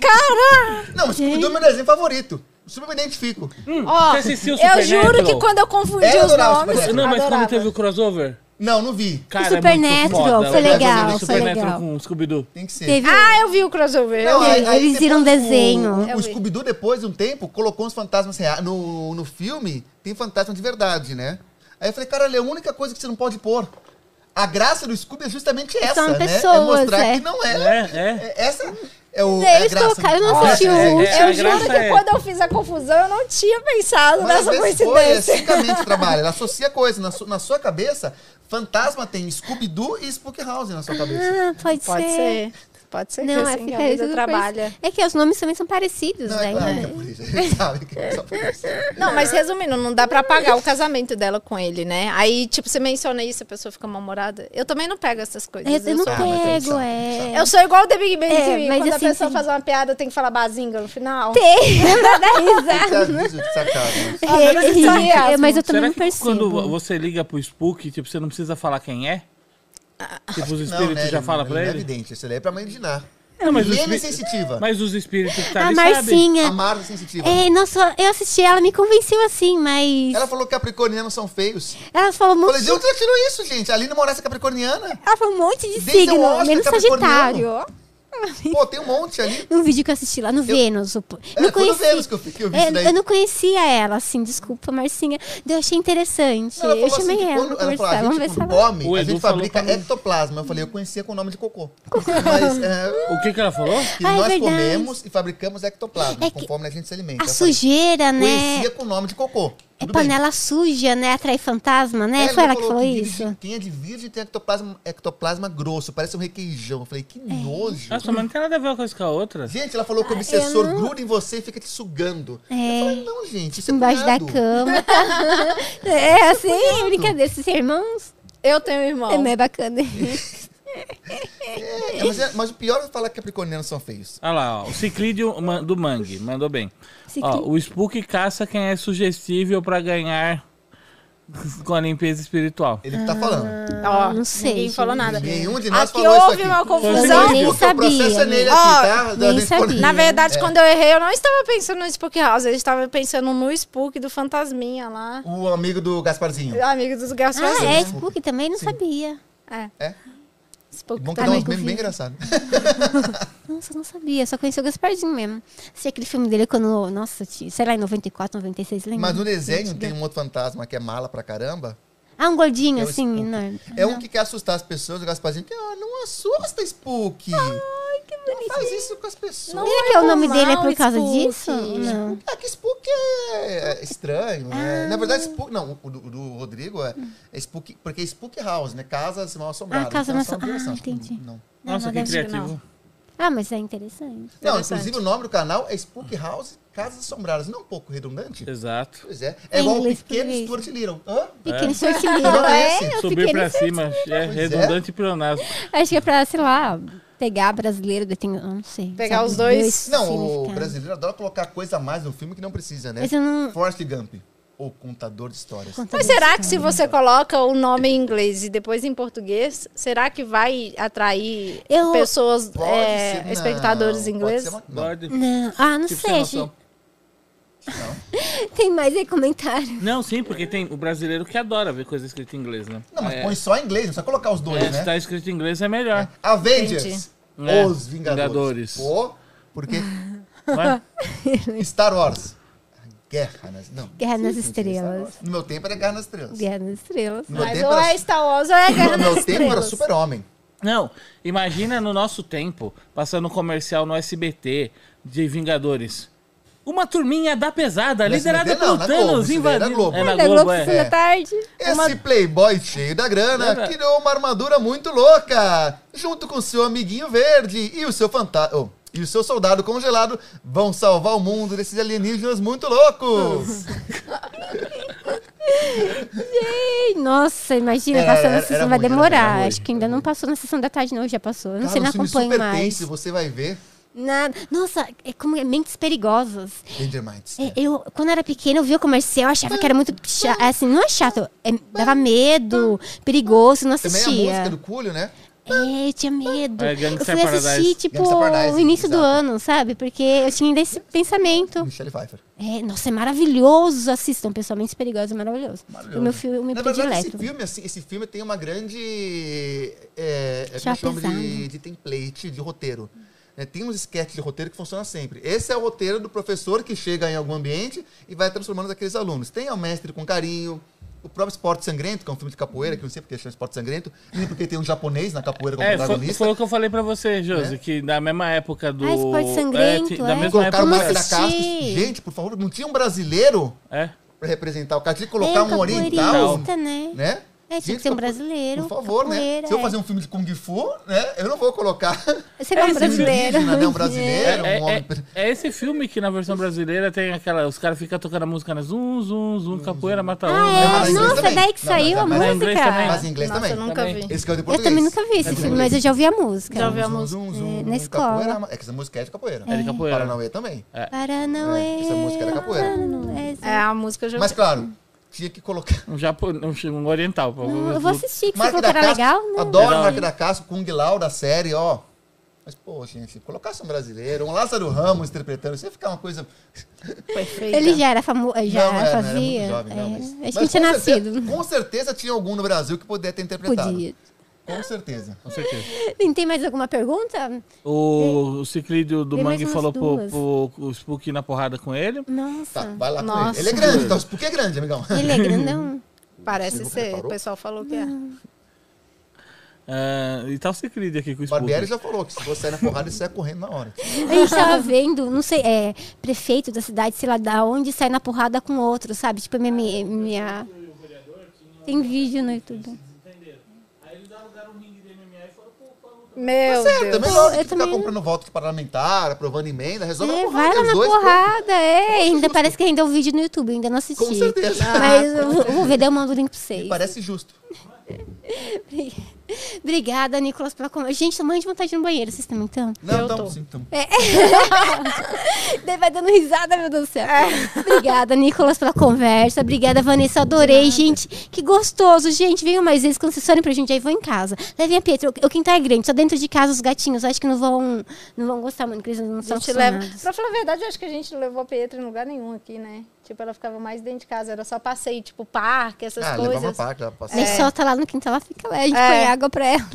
S3: Cara!
S2: É. Não, o Scooby-Doo é meu desenho favorito. Eu Super me identifico.
S3: Ó,
S4: Hum, Você assistiu o
S3: eu
S4: Supernatural?
S3: juro que quando eu confundi
S2: É, eu
S3: os
S2: adorava
S3: nomes...
S2: Supernatural.
S4: Não, mas
S3: adorava.
S4: quando teve o crossover...
S2: Não, não vi.
S4: Cara,
S1: O
S4: é muito
S1: Supernatural,
S4: foda.
S1: foi
S4: Eu gosto
S1: legal,
S4: do
S1: foi
S4: Supernatural
S1: legal.
S4: com o Scooby-Doo.
S2: Tem que ser.
S1: Teve
S3: Ah, eu vi o crossover. eu
S2: Não,
S3: vi.
S1: aí- eles viram
S2: depois
S1: desenho.
S2: o- O,
S3: Eu vi.
S2: Scooby-Doo, depois de um tempo, colocou uns fantasmas reais. No, no filme, tem fantasma de verdade, né? Aí eu falei, caralho, é a única coisa que você não pode pôr. A graça do Scooby é justamente essa,
S1: São
S2: né? é
S1: pessoas,
S2: mostrar
S1: é.
S2: que não é.
S4: É, é.
S2: É- Essa é, o,
S1: Eles
S2: é a graça.
S1: colocaram- eu não
S2: Olha,
S1: assisti o
S2: é-
S1: último.
S2: é-
S4: a
S3: Eu juro
S4: graça
S3: que
S4: é-
S3: quando eu fiz a confusão, eu não tinha pensado
S2: Mas às
S3: nessa
S2: vezes foi, é
S3: coincidência.
S2: ciclicamente o trabalho. Ela associa coisas. Na, su- na sua cabeça, fantasma tem Scooby-Doo e Spook House na sua cabeça.
S1: Ah, pode,
S3: Pode
S1: ser.
S3: ser. Pode ser
S1: Não,
S3: que
S1: é
S3: assim,
S1: fica
S3: a vida
S1: tudo
S3: trabalha.
S1: parecido. É que os nomes também são parecidos,
S2: Não,
S1: né?
S2: é claro que é por isso. A gente sabe que é só por isso.
S3: Não, mas resumindo, não dá pra pagar o casamento dela com ele, né? Aí, tipo, você menciona isso, a pessoa fica mal-humorada. Eu também É, não pego essas coisas.
S1: Eu, eu não
S3: sou,
S2: Ah, mas tem que
S1: pego,
S2: saber,
S1: é.
S3: eu sou igual o The Big Bang
S1: É,
S3: Theory.
S1: mas
S3: Quando
S1: assim,
S3: a pessoa
S1: sim.
S3: faz uma piada, tem que falar bazinga no final.
S1: Tem, dá
S2: Esse
S1: risada.
S2: aviso de sacada.
S3: Ah, mas isso aí é
S1: É, Mas eu
S4: Será
S1: também não
S4: que quando
S1: percebo.
S4: você liga pro Spook, tipo, você não precisa falar quem é?
S1: Ah,
S4: Tipo, os espíritos
S2: né,
S4: já falam pra
S2: não é
S4: ele?
S2: evidente. Isso daí é pra mãe de Ná.
S4: Não, mas, os
S2: Ele é
S4: espí-
S2: sensitiva.
S4: mas os espíritos que tá
S1: A
S4: ali sabem.
S2: A
S1: Ah, Marcinha.
S2: Marta é sensitiva.
S1: É, nossa, eu assisti, ela me convenceu assim, mas.
S2: Ela falou que capricornianos são feios.
S1: Ela falou um
S2: Eu falei,
S1: monte,
S2: de onde ela tirou isso, gente? A Lina Moraes é capricorniana?
S1: ela falou um monte de
S2: Desde
S1: signo,
S2: o Oscar,
S1: menos Sagitário.
S2: capricorniano. Pô, tem um monte ali.
S1: Num vídeo que eu assisti lá no Vênus. o po-
S2: É,
S1: não
S2: foi no
S1: conheci.
S2: Vênus que eu, que eu vi
S1: É,
S2: isso daí.
S1: eu não conhecia ela, assim, desculpa, Marcinha. Eu achei interessante.
S2: Não, ela
S1: eu
S2: falou
S1: chamei
S2: assim, que
S1: ela pra
S2: quando- ela falou,
S1: conversar. Vamos ver
S2: a gente
S1: se ela.
S2: come,
S4: O
S2: a
S4: Edu
S2: gente
S4: falou
S2: fabrica
S4: pra mim.
S2: ectoplasma. Eu falei, eu conhecia com o nome de cocô. Mas é,
S4: O que que ela falou?
S2: que
S1: Ah, é
S2: nós
S1: verdade.
S2: comemos e fabricamos ectoplasma,
S1: É que-
S2: conforme a gente se alimenta.
S1: A
S2: Eu falei,
S1: sujeira, né?
S2: Conhecia com o nome de cocô.
S1: É
S2: Tudo bem.
S1: panela suja, né? Atrai fantasma, né?
S2: É,
S1: Foi ela que falou
S2: virgem-
S1: isso.
S2: Quem é de virgem tem ectoplasma, ectoplasma grosso, parece um requeijão. Eu falei, que
S1: É.
S2: nojo.
S4: Nossa, mas Ah, não tem nada a ver uma coisa com a outra.
S2: Gente, ela falou que o obsessor
S1: Ah, não-
S2: gruda em você e fica te sugando. Eu
S1: É.
S2: falei, não, gente, isso é
S1: Embaixo da
S2: punhado.
S1: cama. é assim, brincadeira. Esses irmãos
S3: Eu tenho um irmão.
S1: é mais bacana.
S2: É, mas, é- mas o pior é falar que capricornianos são feios.
S4: Olha lá, ó, o Ciclídeo man- do Mangue, mandou bem.
S1: Esse
S4: Ó,
S1: aqui.
S4: o Spook caça quem é sugestível pra ganhar com a limpeza espiritual.
S2: Ele que tá falando.
S3: Ó,
S1: não sei,
S3: Ninguém falou
S1: gente.
S3: nada.
S2: Nenhum um de nós
S3: Aqui
S2: falou isso
S3: houve
S2: aqui.
S3: uma
S4: Não,
S3: confusão.
S1: Ah, nem
S2: Porque O processo é
S1: sabia.
S2: nele
S3: Ó,
S2: aqui, tá? Da
S1: nem
S2: gente quando-
S1: sabia.
S3: Na
S2: É.
S3: verdade, quando eu errei, eu não estava pensando no Spook House, eu estava pensando no Spook do Fantasminha lá.
S2: O amigo do Gasparzinho.
S3: Amigo dos Garçons.
S1: Ah, é,
S2: Sim.
S1: Spook também não sabia.
S3: É.
S2: É.
S3: Spook
S2: Bom que
S3: tá
S2: dá
S3: bem.
S2: uns memes bem engraçados.
S1: Nossa, eu não sabia. Só conheci o Gaspardinho mesmo. Sei aquele filme dele quando. Nossa, tinha- sei lá, em 94, 96, lembra?
S2: Mas no desenho tem um outro fantasma que é mala pra caramba.
S1: Ah, um gordinho,
S2: É o
S1: assim,
S2: Spook.
S1: enorme.
S2: É um que quer assustar as pessoas, o Gasparzinho. Ah, não assusta, Spook.
S1: Ai, que bonito.
S2: Faz isso com as pessoas.
S1: Será que é o nome
S3: tomar
S1: dele é
S3: um
S1: por causa
S3: Spook.
S1: disso? Não.
S2: É que Spook é estranho, né?
S1: Ah.
S2: Na verdade, Spook. Não, o do, o do Rodrigo é, é Spook. Porque é Spook House, né? Casas mal assombradas.
S1: Ah, casa
S2: Então,
S1: mal
S2: é só uma
S1: assombrada.
S2: criação.
S1: Ah, entendi.
S2: Não.
S4: Nossa,
S1: não
S4: que
S1: deve ser,
S4: criativo.
S1: Ah, mas é interessante.
S2: Não,
S3: Interessante.
S2: inclusive o nome do canal é Spook House Casas Assombradas. Não é um pouco redundante?
S4: Exato.
S2: Pois é. É
S1: Em
S2: igual o
S1: inglês,
S2: pequeno
S1: português.
S2: Stuart Little. Hã?
S1: Pequeno é.
S2: Não é
S1: é?
S2: esse.
S1: Eu
S4: Subir
S1: fiquei
S4: pra
S1: nesse-
S4: cima é
S2: Pois é.
S4: redundante e pleonasmo.
S1: Acho que é pra, sei lá, pegar brasileiro. daí tem- eu não sei.
S3: Pegar os dois.
S2: Não, o
S1: significados.
S2: brasileiro adora colocar coisa a mais no filme que não precisa, né?
S1: Mas eu não.
S2: Forrest Gump. Ou contador de histórias.
S3: Mas será que se você coloca o nome em inglês e depois em português, será que vai atrair
S1: Eu-
S3: pessoas,
S2: Pode
S3: é,
S2: ser- não,
S3: espectadores
S2: pode
S3: ingleses?
S2: ser uma- não,
S4: Borde.
S1: Não. Ah, não
S4: Tipo, sem
S1: sei. acho-
S4: noção.
S1: Tem mais aí comentário.
S4: Não, sim, porque tem o brasileiro que adora ver coisa escrita em inglês, né?
S2: Não, mas
S4: é,
S2: põe só em inglês, não precisa colocar os dois,
S4: é,
S2: né?
S4: Se tá escrito em inglês é melhor.
S2: Avengers.
S4: É.
S2: Os Vingadores.
S4: Vingadores.
S2: Pô, porque
S4: não é?
S2: Star Wars. Guerra nas... Não.
S1: Guerra nas
S2: Sim, sim, Star Wars.
S1: Estrelas.
S2: No meu tempo era Guerra nas Estrelas.
S1: Guerra nas Estrelas.
S2: No meu
S3: Mas
S2: tempo
S3: ou
S2: era...
S3: é Star Wars ou é Guerra
S2: No
S3: nas
S2: meu tempo era
S3: Estrelas.
S2: super-homem.
S4: Não, imagina no nosso tempo, passando um comercial no SBT de Vingadores. Uma turminha da pesada,
S2: No
S4: liderada
S2: SBT não,
S4: pelo
S2: na Globo,
S4: Thanos,
S2: isso daí é na
S4: invadindo.
S2: Globo.
S4: É
S1: Ah,
S4: na
S1: da
S4: Globo,
S1: Globo,
S4: é.
S1: Sessão da Tarde.
S2: Esse playboy cheio da grana
S4: Lembra?
S2: criou uma armadura muito louca. Junto com seu amiguinho verde e o seu fantasma... e o seu soldado congelado vão salvar o mundo desses alienígenas muito loucos.
S1: Ei, Nossa, imagina,
S2: Era-
S1: passando
S2: era-
S1: na
S2: era
S1: sessão vai
S2: ruim, era-
S1: demorar.
S2: era ruim,
S1: Acho que ainda não passou na sessão da tarde, não, já passou. Eu não
S2: Cara,
S1: sei, não
S2: um filme
S1: acompanho
S2: super
S1: mais.
S2: tenso, você vai ver.
S1: Nada. Nossa, é como é mentes perigosas.
S2: Danger Minds.
S1: É, Eu, quando era pequena, eu via o comercial, eu achava que era muito chato. Assim, não é chato, é- dava medo, perigoso, não
S2: Também é a música
S1: assistia.
S2: do Cúlio, né?
S1: É, eu tinha medo.
S4: É,
S1: eu
S4: Gangsta
S1: fui assistir,
S4: Paradise.
S1: tipo,
S2: Gangsta Paradise,
S1: no início do
S2: exato.
S1: ano, sabe? Porque eu tinha ainda esse pensamento.
S2: Michelle Pfeiffer.
S1: É, nossa, é maravilhoso, assistam, pessoalmente perigoso, é maravilhoso. O meu filme
S2: Na verdade, esse
S1: predileto.
S2: filme, assim, esse filme tem uma grande. É, é,
S1: Já
S2: como chama de,
S1: pesado.
S2: de template de roteiro. né? tem uns sketches de roteiro que funciona sempre. Esse é o roteiro do professor que chega em algum ambiente e vai transformando aqueles alunos. Tem o mestre com carinho. O próprio Esporte Sangrento, que é um filme de capoeira, que eu não sei porque chama Esporte Sangrento, nem porque tem um japonês na capoeira como
S4: É, foi,
S2: protagonista. É.
S4: foi o que eu falei pra você, Josi, que da mesma época do.
S1: Ah, Esporte Sangrento,
S4: ti- da
S1: é.
S4: mesma
S2: Colocaram o
S1: Vamos
S4: época.
S2: Marca da Casca.
S1: assistir.
S2: Gente, por favor, não tinha um brasileiro
S4: É.
S2: pra representar o cara. Tinha que
S1: É,
S2: colocar um oriental,
S1: capoeirista, né?
S2: né?
S1: É, tinha que ser um brasileiro.
S2: Por favor, né?
S1: capoeira,
S2: Se eu
S1: é.
S2: fazer um filme de Kung Fu, né? Eu não vou colocar
S1: Você é um brasileiro.
S2: indígena, né? Um brasileiro,
S4: É,
S2: um
S4: é-
S2: homem.
S4: é esse filme que na versão brasileira tem aquela. Os caras ficam tocando a música, né? Zum, zum, zum, capoeira mata um.
S2: Não,
S1: Ah,
S2: mas
S1: é?
S2: em inglês
S1: Nossa,
S2: também.
S1: daí que
S2: Não, mas
S1: saiu
S2: é-
S1: a
S2: mas
S4: é em inglês também.
S1: música.
S2: Mas em inglês
S3: Nossa, eu
S2: também.
S3: nunca
S4: Também.
S3: vi.
S2: Esse que é o de
S1: Eu
S2: português.
S1: também nunca vi esse
S2: de
S1: filme, mas
S2: português.
S1: eu já ouvi a música.
S3: Já ouvi a
S2: Zum,
S3: música.
S2: zum,
S1: É,
S2: zum,
S1: na
S2: zum, Capoeira, é que essa música é de capoeira.
S4: É de capoeira.
S2: Paranauê também.
S1: Paranauê.
S2: É, essa música era capoeira.
S1: Paranauê.
S3: É, a música eu já
S2: Mas
S3: vi.
S2: claro, tinha que colocar.
S4: Um, japo, um, um oriental. pra-
S1: Não, eu vou assistir, que você
S2: Mark
S1: falou que
S2: da
S1: era
S2: Casca,
S1: legal, né?
S2: adoro
S4: Legal,
S2: Mark
S4: né?
S2: da Casca, Kung Lao da série, ó. Mas, pô, gente, se colocasse um brasileiro, um Lázaro Ramos interpretando, isso ia ficar uma coisa...
S3: Perfeita.
S1: Ele já era famoso, já
S2: não, é, era, era
S1: fazia.
S2: muito jovem, não.
S1: é.
S2: Mas,
S1: Acho
S2: mas
S1: que não tinha
S2: com certeza-
S1: nascido.
S2: Com certeza tinha algum no Brasil que pudesse ter interpretado.
S1: Podia.
S2: Com certeza.
S4: Com certeza.
S1: E Tem mais alguma pergunta?
S4: O, o Ciclídeo do
S1: Tem mais
S4: Mangue
S1: umas
S4: falou pro,
S1: duas.
S4: pro, pro Spook ir na porrada com ele.
S1: Nossa.
S2: Tá, vai lá com
S3: Nossa.
S2: ele. Ele é grande, então, por que é grande, amigão?
S1: Ele é grandão.
S3: Parece
S2: Você
S3: ser.
S2: reparou?
S3: O pessoal falou que é.
S4: Ah, e tá o Ciclídeo aqui com o
S2: O Barbieri
S4: Spook.
S2: já falou que se você sair na porrada, você sai correndo na hora.
S1: A gente tava vendo, não sei, é, prefeito da cidade, sei lá, da onde sai na porrada com outro, sabe? Tipo, minha. minha- minha- Tem vídeo no YouTube.
S4: Aí eles alugaram um ringue de MMA e foram pro
S3: Meu
S2: Certo, é
S3: Deus.
S2: melhor do
S1: Eu
S2: que ficar
S1: também-
S2: comprando voto de parlamentar, aprovando emenda, resolve a
S1: É,
S2: porrada.
S1: vai lá
S2: os
S1: na
S2: dois, pô.
S1: porrada, é. Ainda parece que ainda é um vídeo no YouTube, ainda não assisti.
S2: Com certeza.
S1: Mas eu vou- eu vou ver, daí eu mando o link pra vocês.
S2: Parece justo.
S1: Obrigada, Nicolas, pela conversa. Gente, tô morrendo de vontade de ir no banheiro, vocês também estão?
S2: Não,
S3: Eu
S2: então,
S3: tô.
S2: sim, então.
S1: É, Daí vai dando risada, meu Deus do céu. É. Obrigada, Nicolas, pela conversa. Obrigada, Vanessa. Adorei, gente. Que gostoso, gente. Venham mais vezes, quando vocês forem pra gente, aí vou em casa. Levem a Pietra. O- O quintal é grande, só dentro de casa os gatinhos. Acho que não vão, não vão gostar muito, porque eles não
S3: A
S1: são
S3: gente leva...
S1: acostumados.
S3: Pra falar a verdade, eu acho que a gente não levou a Pietra em lugar nenhum aqui, né? Tipo, ela ficava mais dentro de casa. Era só passeio, tipo, parque, essas
S2: Ah, levar uma
S3: coisas.
S2: parte,
S1: A gente solta lá no quintal, ela fica lá, a gente
S3: É.
S1: põe água pra ela.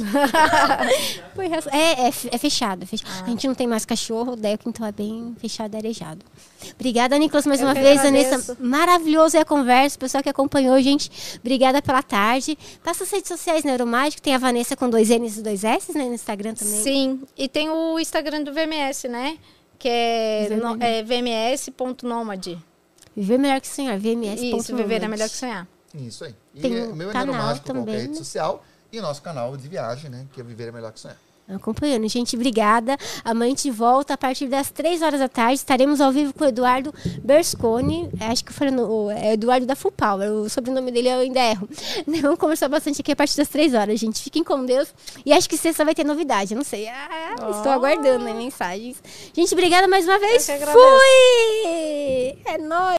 S1: Põe ração. é, é, fe- é fechado, é fechado.
S3: Ah.
S1: A gente não tem mais cachorro, daí o quintal é bem fechado e arejado. Obrigada, Nicolas, mais
S3: Eu
S1: uma
S3: que
S1: vez,
S3: agradeço.
S1: Vanessa. Maravilhoso é a conversa, o pessoal que acompanhou, gente. Obrigada pela tarde. Passa as redes sociais Neuromágico, tem a Vanessa com dois N's e dois S's, né? No Instagram também.
S3: Sim, e tem o Instagram do VMS, né? Que é, no- é vms.nomade.
S1: Viver melhor que sonhar, VMS.
S3: Isso, viver é melhor que sonhar.
S2: Isso aí. E
S1: Tem
S2: o
S1: um
S2: meu é
S1: canal
S2: Neuromágico, qualquer
S1: também.
S2: rede social. E o nosso canal de viagem, né? Que é Viver é Melhor Que Sonhar.
S1: Acompanhando, gente, obrigada. Amanhã a gente volta a partir das 3 horas da tarde. Estaremos ao vivo com o Eduardo Bersconi. Acho que foi no, o- é Eduardo da Full Power. O sobrenome dele eu ainda erro. Vamos conversar bastante aqui a partir das 3 horas, gente. Fiquem com Deus. E acho que sexta vai ter novidade. eu Não sei. Ah, Estou aguardando né, mensagens. Gente, obrigada mais uma vez.
S3: que
S1: Fui!
S3: agradeço.
S1: É nóis!